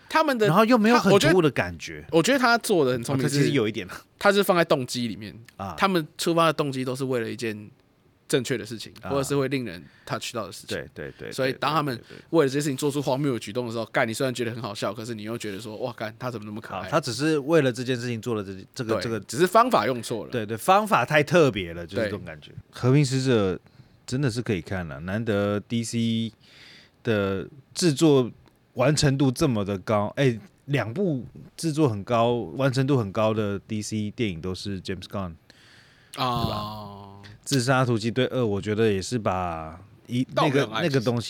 [SPEAKER 2] 他们
[SPEAKER 1] 然
[SPEAKER 2] 的，
[SPEAKER 1] 后又没有
[SPEAKER 2] 他
[SPEAKER 1] 很
[SPEAKER 2] 我觉得
[SPEAKER 1] 突兀的感觉。
[SPEAKER 2] 我觉得他做的很聪
[SPEAKER 1] 哦
[SPEAKER 2] 明，
[SPEAKER 1] 这其实
[SPEAKER 2] 是
[SPEAKER 1] 有一点了
[SPEAKER 2] 他是放在动机里面，
[SPEAKER 1] 啊，
[SPEAKER 2] 他们出发的动机都是为了一件正确的事情，
[SPEAKER 1] 啊
[SPEAKER 2] 或者是会令人 touch 到的事情。
[SPEAKER 1] 对对对，
[SPEAKER 2] 所以
[SPEAKER 1] 对
[SPEAKER 2] 当他们
[SPEAKER 1] 对对对
[SPEAKER 2] 为了这件事情做出荒谬的举动的时候，干你虽然觉得很好笑，可是你又觉得说，哇，干他怎么那么可
[SPEAKER 1] 好，啊
[SPEAKER 2] 爱？
[SPEAKER 1] 他只是为了这件事情做了这这个
[SPEAKER 2] 对
[SPEAKER 1] 这个，
[SPEAKER 2] 只是方法用错了。
[SPEAKER 1] 对对，方法太特别了，就是
[SPEAKER 2] 对
[SPEAKER 1] 这种感觉。和平使者真的是可以看了，难得 DC 的制作完成度这么的高，哎，两部制作很高、完成度很高的 DC 电影都是 James Gunn，《
[SPEAKER 2] 啊，哦
[SPEAKER 1] 自杀突击队二》，我觉得也是把一
[SPEAKER 2] 道
[SPEAKER 1] 那个
[SPEAKER 2] 很
[SPEAKER 1] 那
[SPEAKER 2] 爱
[SPEAKER 1] 个
[SPEAKER 2] 其实
[SPEAKER 1] 东西